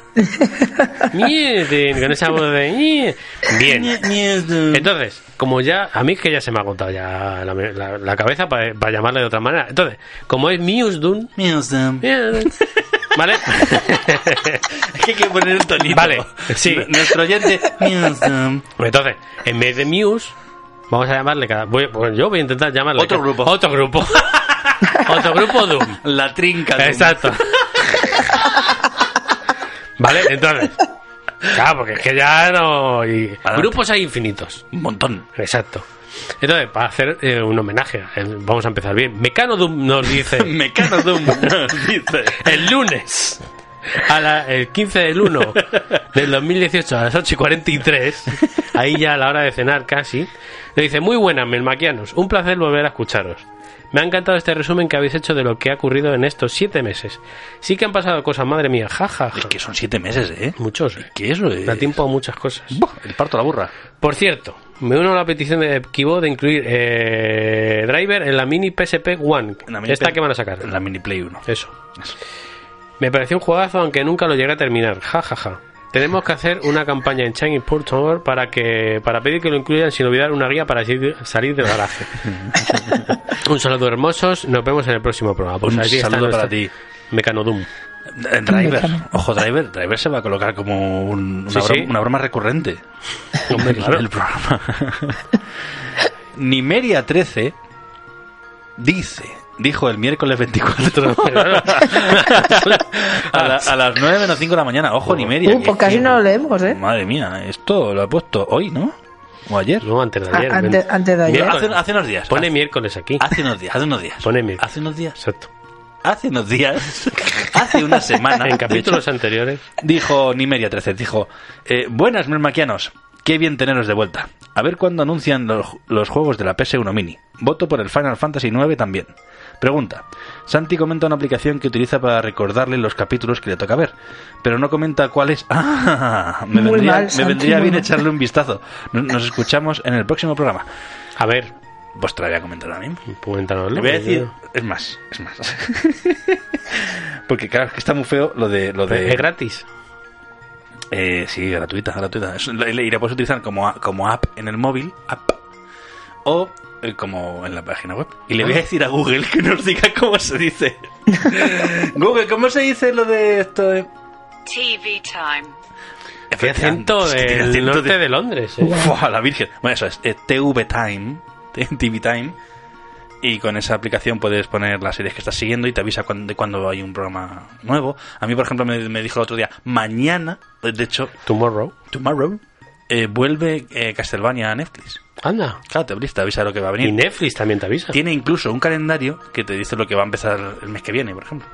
Mienten, con esa voz de... ñe. Bien.
Newsroom.
Entonces, como ya... A mí es que ya se me ha agotado ya la, la- la cabeza para llamarle de otra manera. Entonces, como es Miusdun...
Newsroom.
¿Vale?
Es que hay que poner un tonito.
Vale, sí.
N- Nuestro oyente. Newsroom.
Pues Entonces, en vez de Muse, vamos a llamarle cada... voy- bueno, yo voy a intentar llamarle...
Otro
cada-
grupo.
Otro grupo. otro grupo Doom.
La trinca. de un-
Exacto. vale, entonces... Claro, porque es que ya no... y-
Adelante.
Grupos hay infinitos.
Un montón.
Exacto. Entonces, para hacer eh, un homenaje, eh, vamos a empezar bien. Mecano Doom nos dice
Mecano Doom nos dice.
el lunes. A la- el 15 del 1 del 2018 a las 8 y 43, ahí ya a la hora de cenar casi, le dice, muy buenas, melmaquianos, un placer volver a escucharos. Me ha encantado este resumen que habéis hecho de lo que ha ocurrido en estos 7 meses. Sí que han pasado cosas, madre mía, jajaja.
Es que son siete meses, ¿eh?
Muchos, eh.
¿Qué es lo
da
de...?
tiempo a muchas cosas.
El parto a la burra.
Por cierto, me uno a la petición de Kibo de incluir eh, Driver en la mini PSP One.
La mini
Esta
Play-
que van a sacar.
La mini Play 1.
Eso. Me pareció un juegazo, aunque nunca lo llegué a terminar. Ja, ja, ja. Tenemos que hacer una campaña en Chinese Port Tower para, que, para pedir que lo incluyan sin olvidar una guía para salir, salir del garaje. un saludo hermosos, nos vemos en el próximo programa. Pues
Un
ahí está
saludo
nuestro
para ti.
Mecanodum.
Eh, Driver. Ojo, Driver. Driver se va a colocar como un- una,
Sí,
broma,
sí.
una broma recurrente.
Hombre, claro.
El programa. Nimeria 13 dice, dijo el miércoles 24 a, la- a las 9 menos 5 de la mañana. Ojo, Nimeria.
Uh,
que
pues
es
casi
que-
no lo leemos, ¿eh?
Madre mía, esto lo ha puesto hoy, ¿no? ¿O ayer?
No, antes de
A-
ayer.
ante-
ven.
antes de ayer.
Miércoles.
Hace, hace unos días.
Pone
hace,
miércoles aquí.
hace unos días, hace unos días.
Pone miércoles.
Hace unos días.
Exacto.
Hace unos días. hace una semana.
En
de hecho,
capítulos anteriores.
Dijo Nimeria 13, dijo, eh, buenas mermaquianos, qué bien teneros de vuelta. A ver cuándo anuncian los, los juegos de la PS1 Mini. Voto por el Final Fantasy IX también. Pregunta, Santi comenta una aplicación que utiliza para recordarle los capítulos que le toca ver, pero no comenta cuál es... ¡Ah! Me
Muy
vendría,
mal,
me
Santi,
vendría
muy
bien
mal.
echarle un vistazo. Nos, nos escuchamos en el próximo programa.
A ver,
Pues te la voy a comentar ahora mismo.
coméntanoslo.
Le voy a decir... Es más, es más. Porque claro, es que está muy feo lo de... Lo de...
Es gratis.
Eh, sí, gratuita, gratuita. Es- la, la- y la puedes utilizar como, a- como app en el móvil, app, o eh, como en la página web. Y le voy a decir a Google que nos diga cómo se dice. Google, ¿cómo se dice lo de esto? eh?
TV time.
Qué acento
Es que tiene
del
acento
norte
de-
de Londres. eh.
Fua, la virgen. Bueno, eso es eh, TV Time, TV Time. Y con esa aplicación puedes poner las series que estás siguiendo y te avisa cuando, de cuando hay un programa nuevo. A mí, por ejemplo, me, me dijo el otro día, mañana, de hecho,
Tomorrow.
Tomorrow eh, vuelve eh, Castlevania a Netflix.
Anda.
Claro, te avisa, te avisa lo que va a
Y
venir.
Netflix también te avisa.
Tiene incluso un calendario que te dice lo que va a empezar el mes que viene, por ejemplo.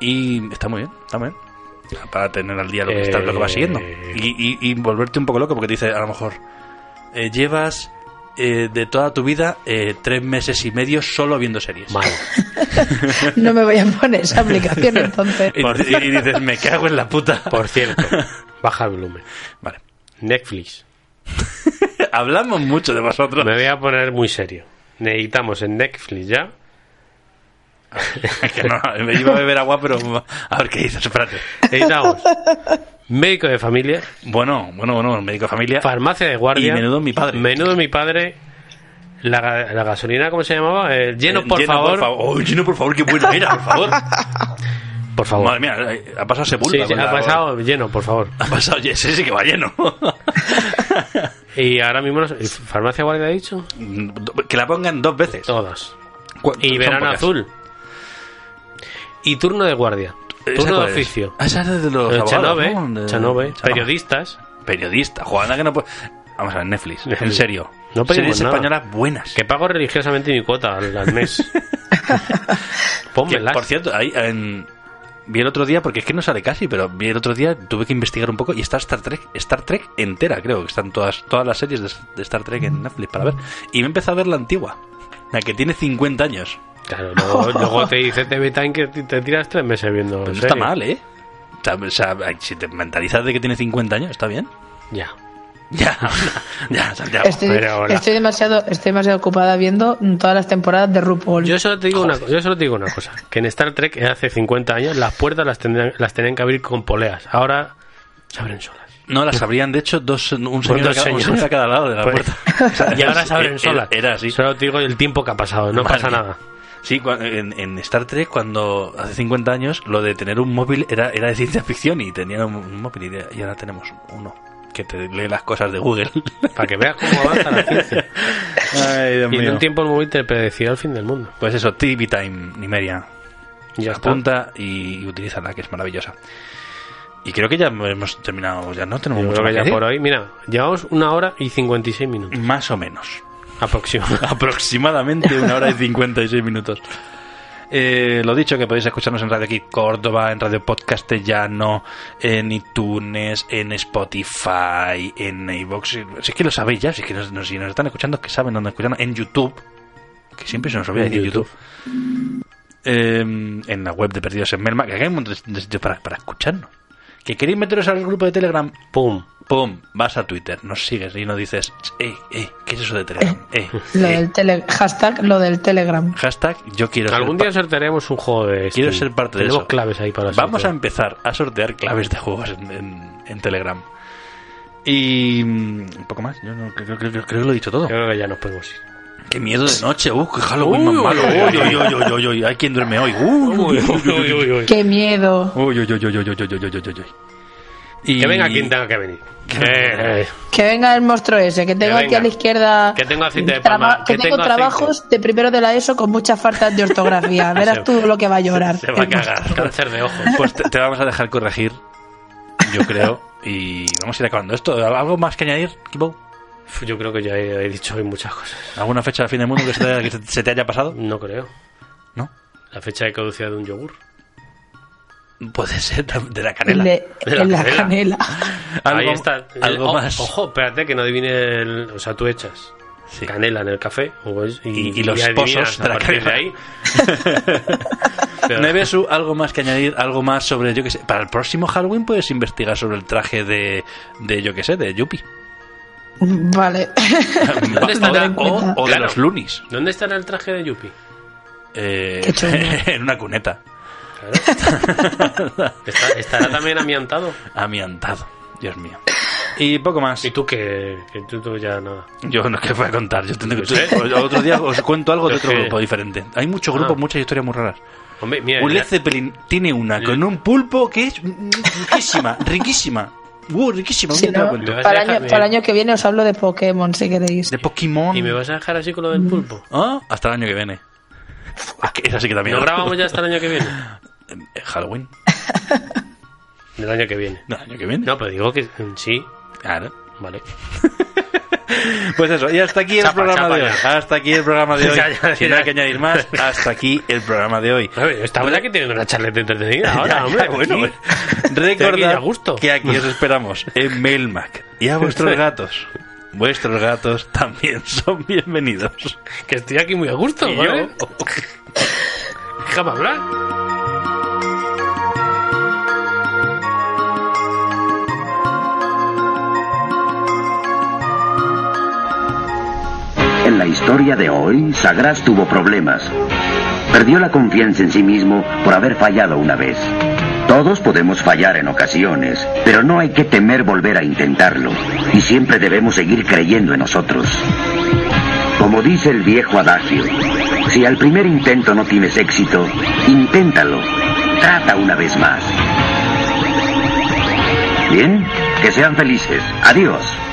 Y está muy bien, está muy bien. Para tener al día lo que, está, lo que va
Eh.
siguiendo. Y, y- y volverte un poco loco porque te dice, a lo mejor, eh, llevas eh, de toda tu vida eh, tres meses y medio solo viendo series.
Vale.
No me voy a poner esa aplicación entonces.
Pues,
Y, y dices, me cago en la puta.
Por cierto, baja el volumen.
Vale.
Netflix.
Hablamos mucho de vosotros.
Me voy a poner muy serio. Necesitamos en Netflix ya.
que no, me iba a beber agua, pero a ver qué dices, espérate.
Necesitamos médico de familia,
Bueno, bueno, bueno, médico de familia.
farmacia de guardia.
Y Menudo mi padre.
Menudo mi padre. La, ga- la gasolina, ¿cómo se llamaba? Eh, lleno,
Eh,
por, favor.
Por favor. Oh, lleno, por favor, qué bueno era, por favor.
Por favor.
Madre mía, eh, ha pasado sepulta.
Sí, sí,
con
ha
la-
pasado lleno, por favor.
Ha pasado, sí, sí que va lleno.
Y ahora mismo, no sé- ¿farmacia de guardia ha dicho?
que la pongan dos veces.
Todas.
Cu-
Y
son
verano
pocas.
azul. Y turno de guardia.
¿Esa
Turno
cuál
de
es?
oficio.
Ah, esa es de los
Eh,
abogados,
Chanove,
¿no? De-
Chanove,
Chanove.
periodistas.
Periodista. Juana que no puede... Vamos a ver, Netflix. En serio.
No pedimos
Series
nada.
españolas buenas.
Que pago religiosamente mi cuota al, al mes.
Que,
Pónmela.
por cierto, ahí en- vi el otro día, porque es que no sale casi, pero vi el otro día, tuve que investigar un poco y está Star Trek, Star Trek entera, creo que están todas, todas las series de, de Star Trek en Netflix para ver. Y me empecé a ver la antigua, la que tiene 50 años.
Claro, luego, luego te dice TV Time que te te tiras tres meses viendo.
Pero no
series.
está mal, ¿eh? O sea, o sea, ay, si te mentalizas de que tiene 50 años, está bien.
Ya.
Ya, ya, Santiago.
Estoy,
pero ahora-
estoy demasiado, estoy demasiado ocupada viendo todas las temporadas de RuPaul.
Yo solo, te digo una, yo solo te digo una cosa: que en Star Trek eh, hace 50 años las puertas las tendrían, las tenían que abrir con poleas. Ahora se abren solas.
No, las abrían, de hecho, Pues dos, un señor,
dos
a, cada, un
señores.
señor a cada lado de la
Pues-
puerta. O sea,
Y ahora se abren
era-
solas.
Era así.
Solo te digo el tiempo que ha pasado, no
Madre
pasa
mía.
nada.
Sí, cua- en, en Star Trek, cuando hace 50 años, lo de tener un móvil era, era de ciencia ficción y tenía un, un móvil y, de- y ahora tenemos uno que te lee las cosas de Google.
Para que veas cómo avanza la ciencia.
Ay, Dios
Y en un tiempo muy te predecirá el fin del mundo.
Pues eso, TV Time, Nimeria.
Y ya está.
Apunta y, utiliza la que es maravillosa. Y creo que ya hemos terminado, ya no tenemos
Yo
mucho
creo que
más
ya
que
por
decir.
hoy, mira, llevamos una hora y 56 minutos.
Más o menos. Aproximadamente una hora y 56 minutos. Eh, lo dicho, que podéis escucharnos en Radio Kid Córdoba, en Radio Podcastellano, en iTunes, en Spotify, en iVox. Si es que lo sabéis ya, si es que nos, nos- si nos están escuchando, que saben dónde escucharnos. En YouTube, que siempre se nos olvida
En
decir YouTube. Eh, en la web de Perdidos en Melma, que aquí hay un montón de sitios para, para escucharnos. ¿Que queréis meteros al grupo de Telegram? ¡Pum! ¡Pum! Vas a Twitter, nos sigues y nos dices, eh, eh, ¿qué es eso de Telegram? Eh,
Lo del tele- hashtag lo del Telegram.
Hashtag yo quiero
Algún
ser
día sortearemos un juego de
Quiero ser
Steam.
parte de
Tenemos
eso.
claves ahí para
Vamos a
sortear.
empezar a sortear claves de juegos en, en- en Telegram. Y. mm, Un poco más. Yo no- creo, creo- creo- creo que lo he dicho todo.
Creo que ya nos podemos ir.
Qué miedo de noche. Uh, qué Halloween
Uy,
más malo.
uy,
Uy, uy, uy, uy, uy, uy. Hay quien duerme hoy. Uy, uy, uy, uy, uy, uy.
¡Qué miedo!
Uy, uy, uy, uy, uy, uy, uy, uy, uy, uy. Y-
Que venga quien tenga que venir. Eh, eh,
Que venga el monstruo ese, que tengo
Que
aquí a la
venga.
izquierda.
que tengo aceite de
traba-
palma.
que tengo,
aceite.
trabajos de primero de la ESO con muchas faltas de ortografía.
Se-
Verás tú lo que va a llorar.
Se va a
el monstruo.
cagar. Cáncer de ojos.
Pues te, te vamos a dejar corregir. Yo creo. Y vamos a ir acabando esto. ¿Algo más que añadir, Kibo?
Uf, Yo creo que ya he, he dicho hoy muchas cosas.
¿Alguna fecha de fin del mundo que se te, que se- se te haya pasado?
No creo.
¿No?
La fecha de caducidad de un yogur.
Puede ser de la
El
canela.
de-
De la
en la
canela.
canela.
Algo-
Ahí está.
algo
Oh,
más.
Ojo, espérate que no adivine el. O sea, tú echas
Sí.
canela en el café o es-
Y- y los
adivinas
pozos de
a
la
partir de
canela.
ahí.
Nevesu, algo más que añadir, algo más sobre, yo que sé, para el próximo Halloween puedes investigar sobre el traje de, de yo que sé, de Yuppie.
Vale.
¿Dónde está
Madre
la-
mía.
O, o de
Claro.
los Lunis.
¿Dónde estará el traje de Yuppie?
Eh,
Qué chulo.
en una cuneta,
Claro. Está- estará también amiantado.
amiantado. Dios mío. Y poco más.
Y tú que, que tú, tú ya nada.
Yo no que voy a contar. Yo tendré que-
Yo sé.
o- otro día os cuento algo de
Yo
otro
sé.
grupo diferente. Hay muchos grupos,
Ah.
muchas historias muy raras.
Hombre, mira,
Un
mira,
Led Zeppelin tiene una con un pulpo que es mm, riquísima, riquísima. Uh, riquísima. Un
Si
día te la
no,
cuento.
vas a
para, el
dejar
año,
bien.
para el año que viene os hablo de Pokémon, si queréis.
De Pokémon.
¿Y me vas a dejar así con lo del pulpo?
Ah, Hasta el año que viene. Es que esa sí que también.
¿No grabamos ya hasta el año que viene?
Eh, Halloween.
Del año que viene.
No, el año que viene.
No, pero digo que mm, sí.
Claro.
Vale.
Pues eso, y hasta aquí el
Chapa,
programa
chapa
de hoy.
ya.
Hasta aquí el programa de hoy.
Ya, ya,
Si
ya.
no hay que añadir más, hasta aquí el programa de hoy.
A ver, esta hora que tienen una charleta entretenida. Ahora,
Ya, ya,
hombre. pues
bueno,
aquí. Estoy aquí
recordad
a gusto.
que aquí os esperamos en Melmac y a vuestros gatos. Vuestros gatos también son bienvenidos.
Que estoy aquí muy a gusto,
¿Y
¿vale?
yo?
Déjame hablar.
En la historia de hoy, Sagras tuvo problemas. Perdió la confianza en sí mismo por haber fallado una vez. Todos podemos fallar en ocasiones, pero no hay que temer volver a intentarlo. Y siempre debemos seguir creyendo en nosotros. Como dice el viejo adagio, si al primer intento no tienes éxito, inténtalo. Trata una vez más. Bien, que sean felices. Adiós.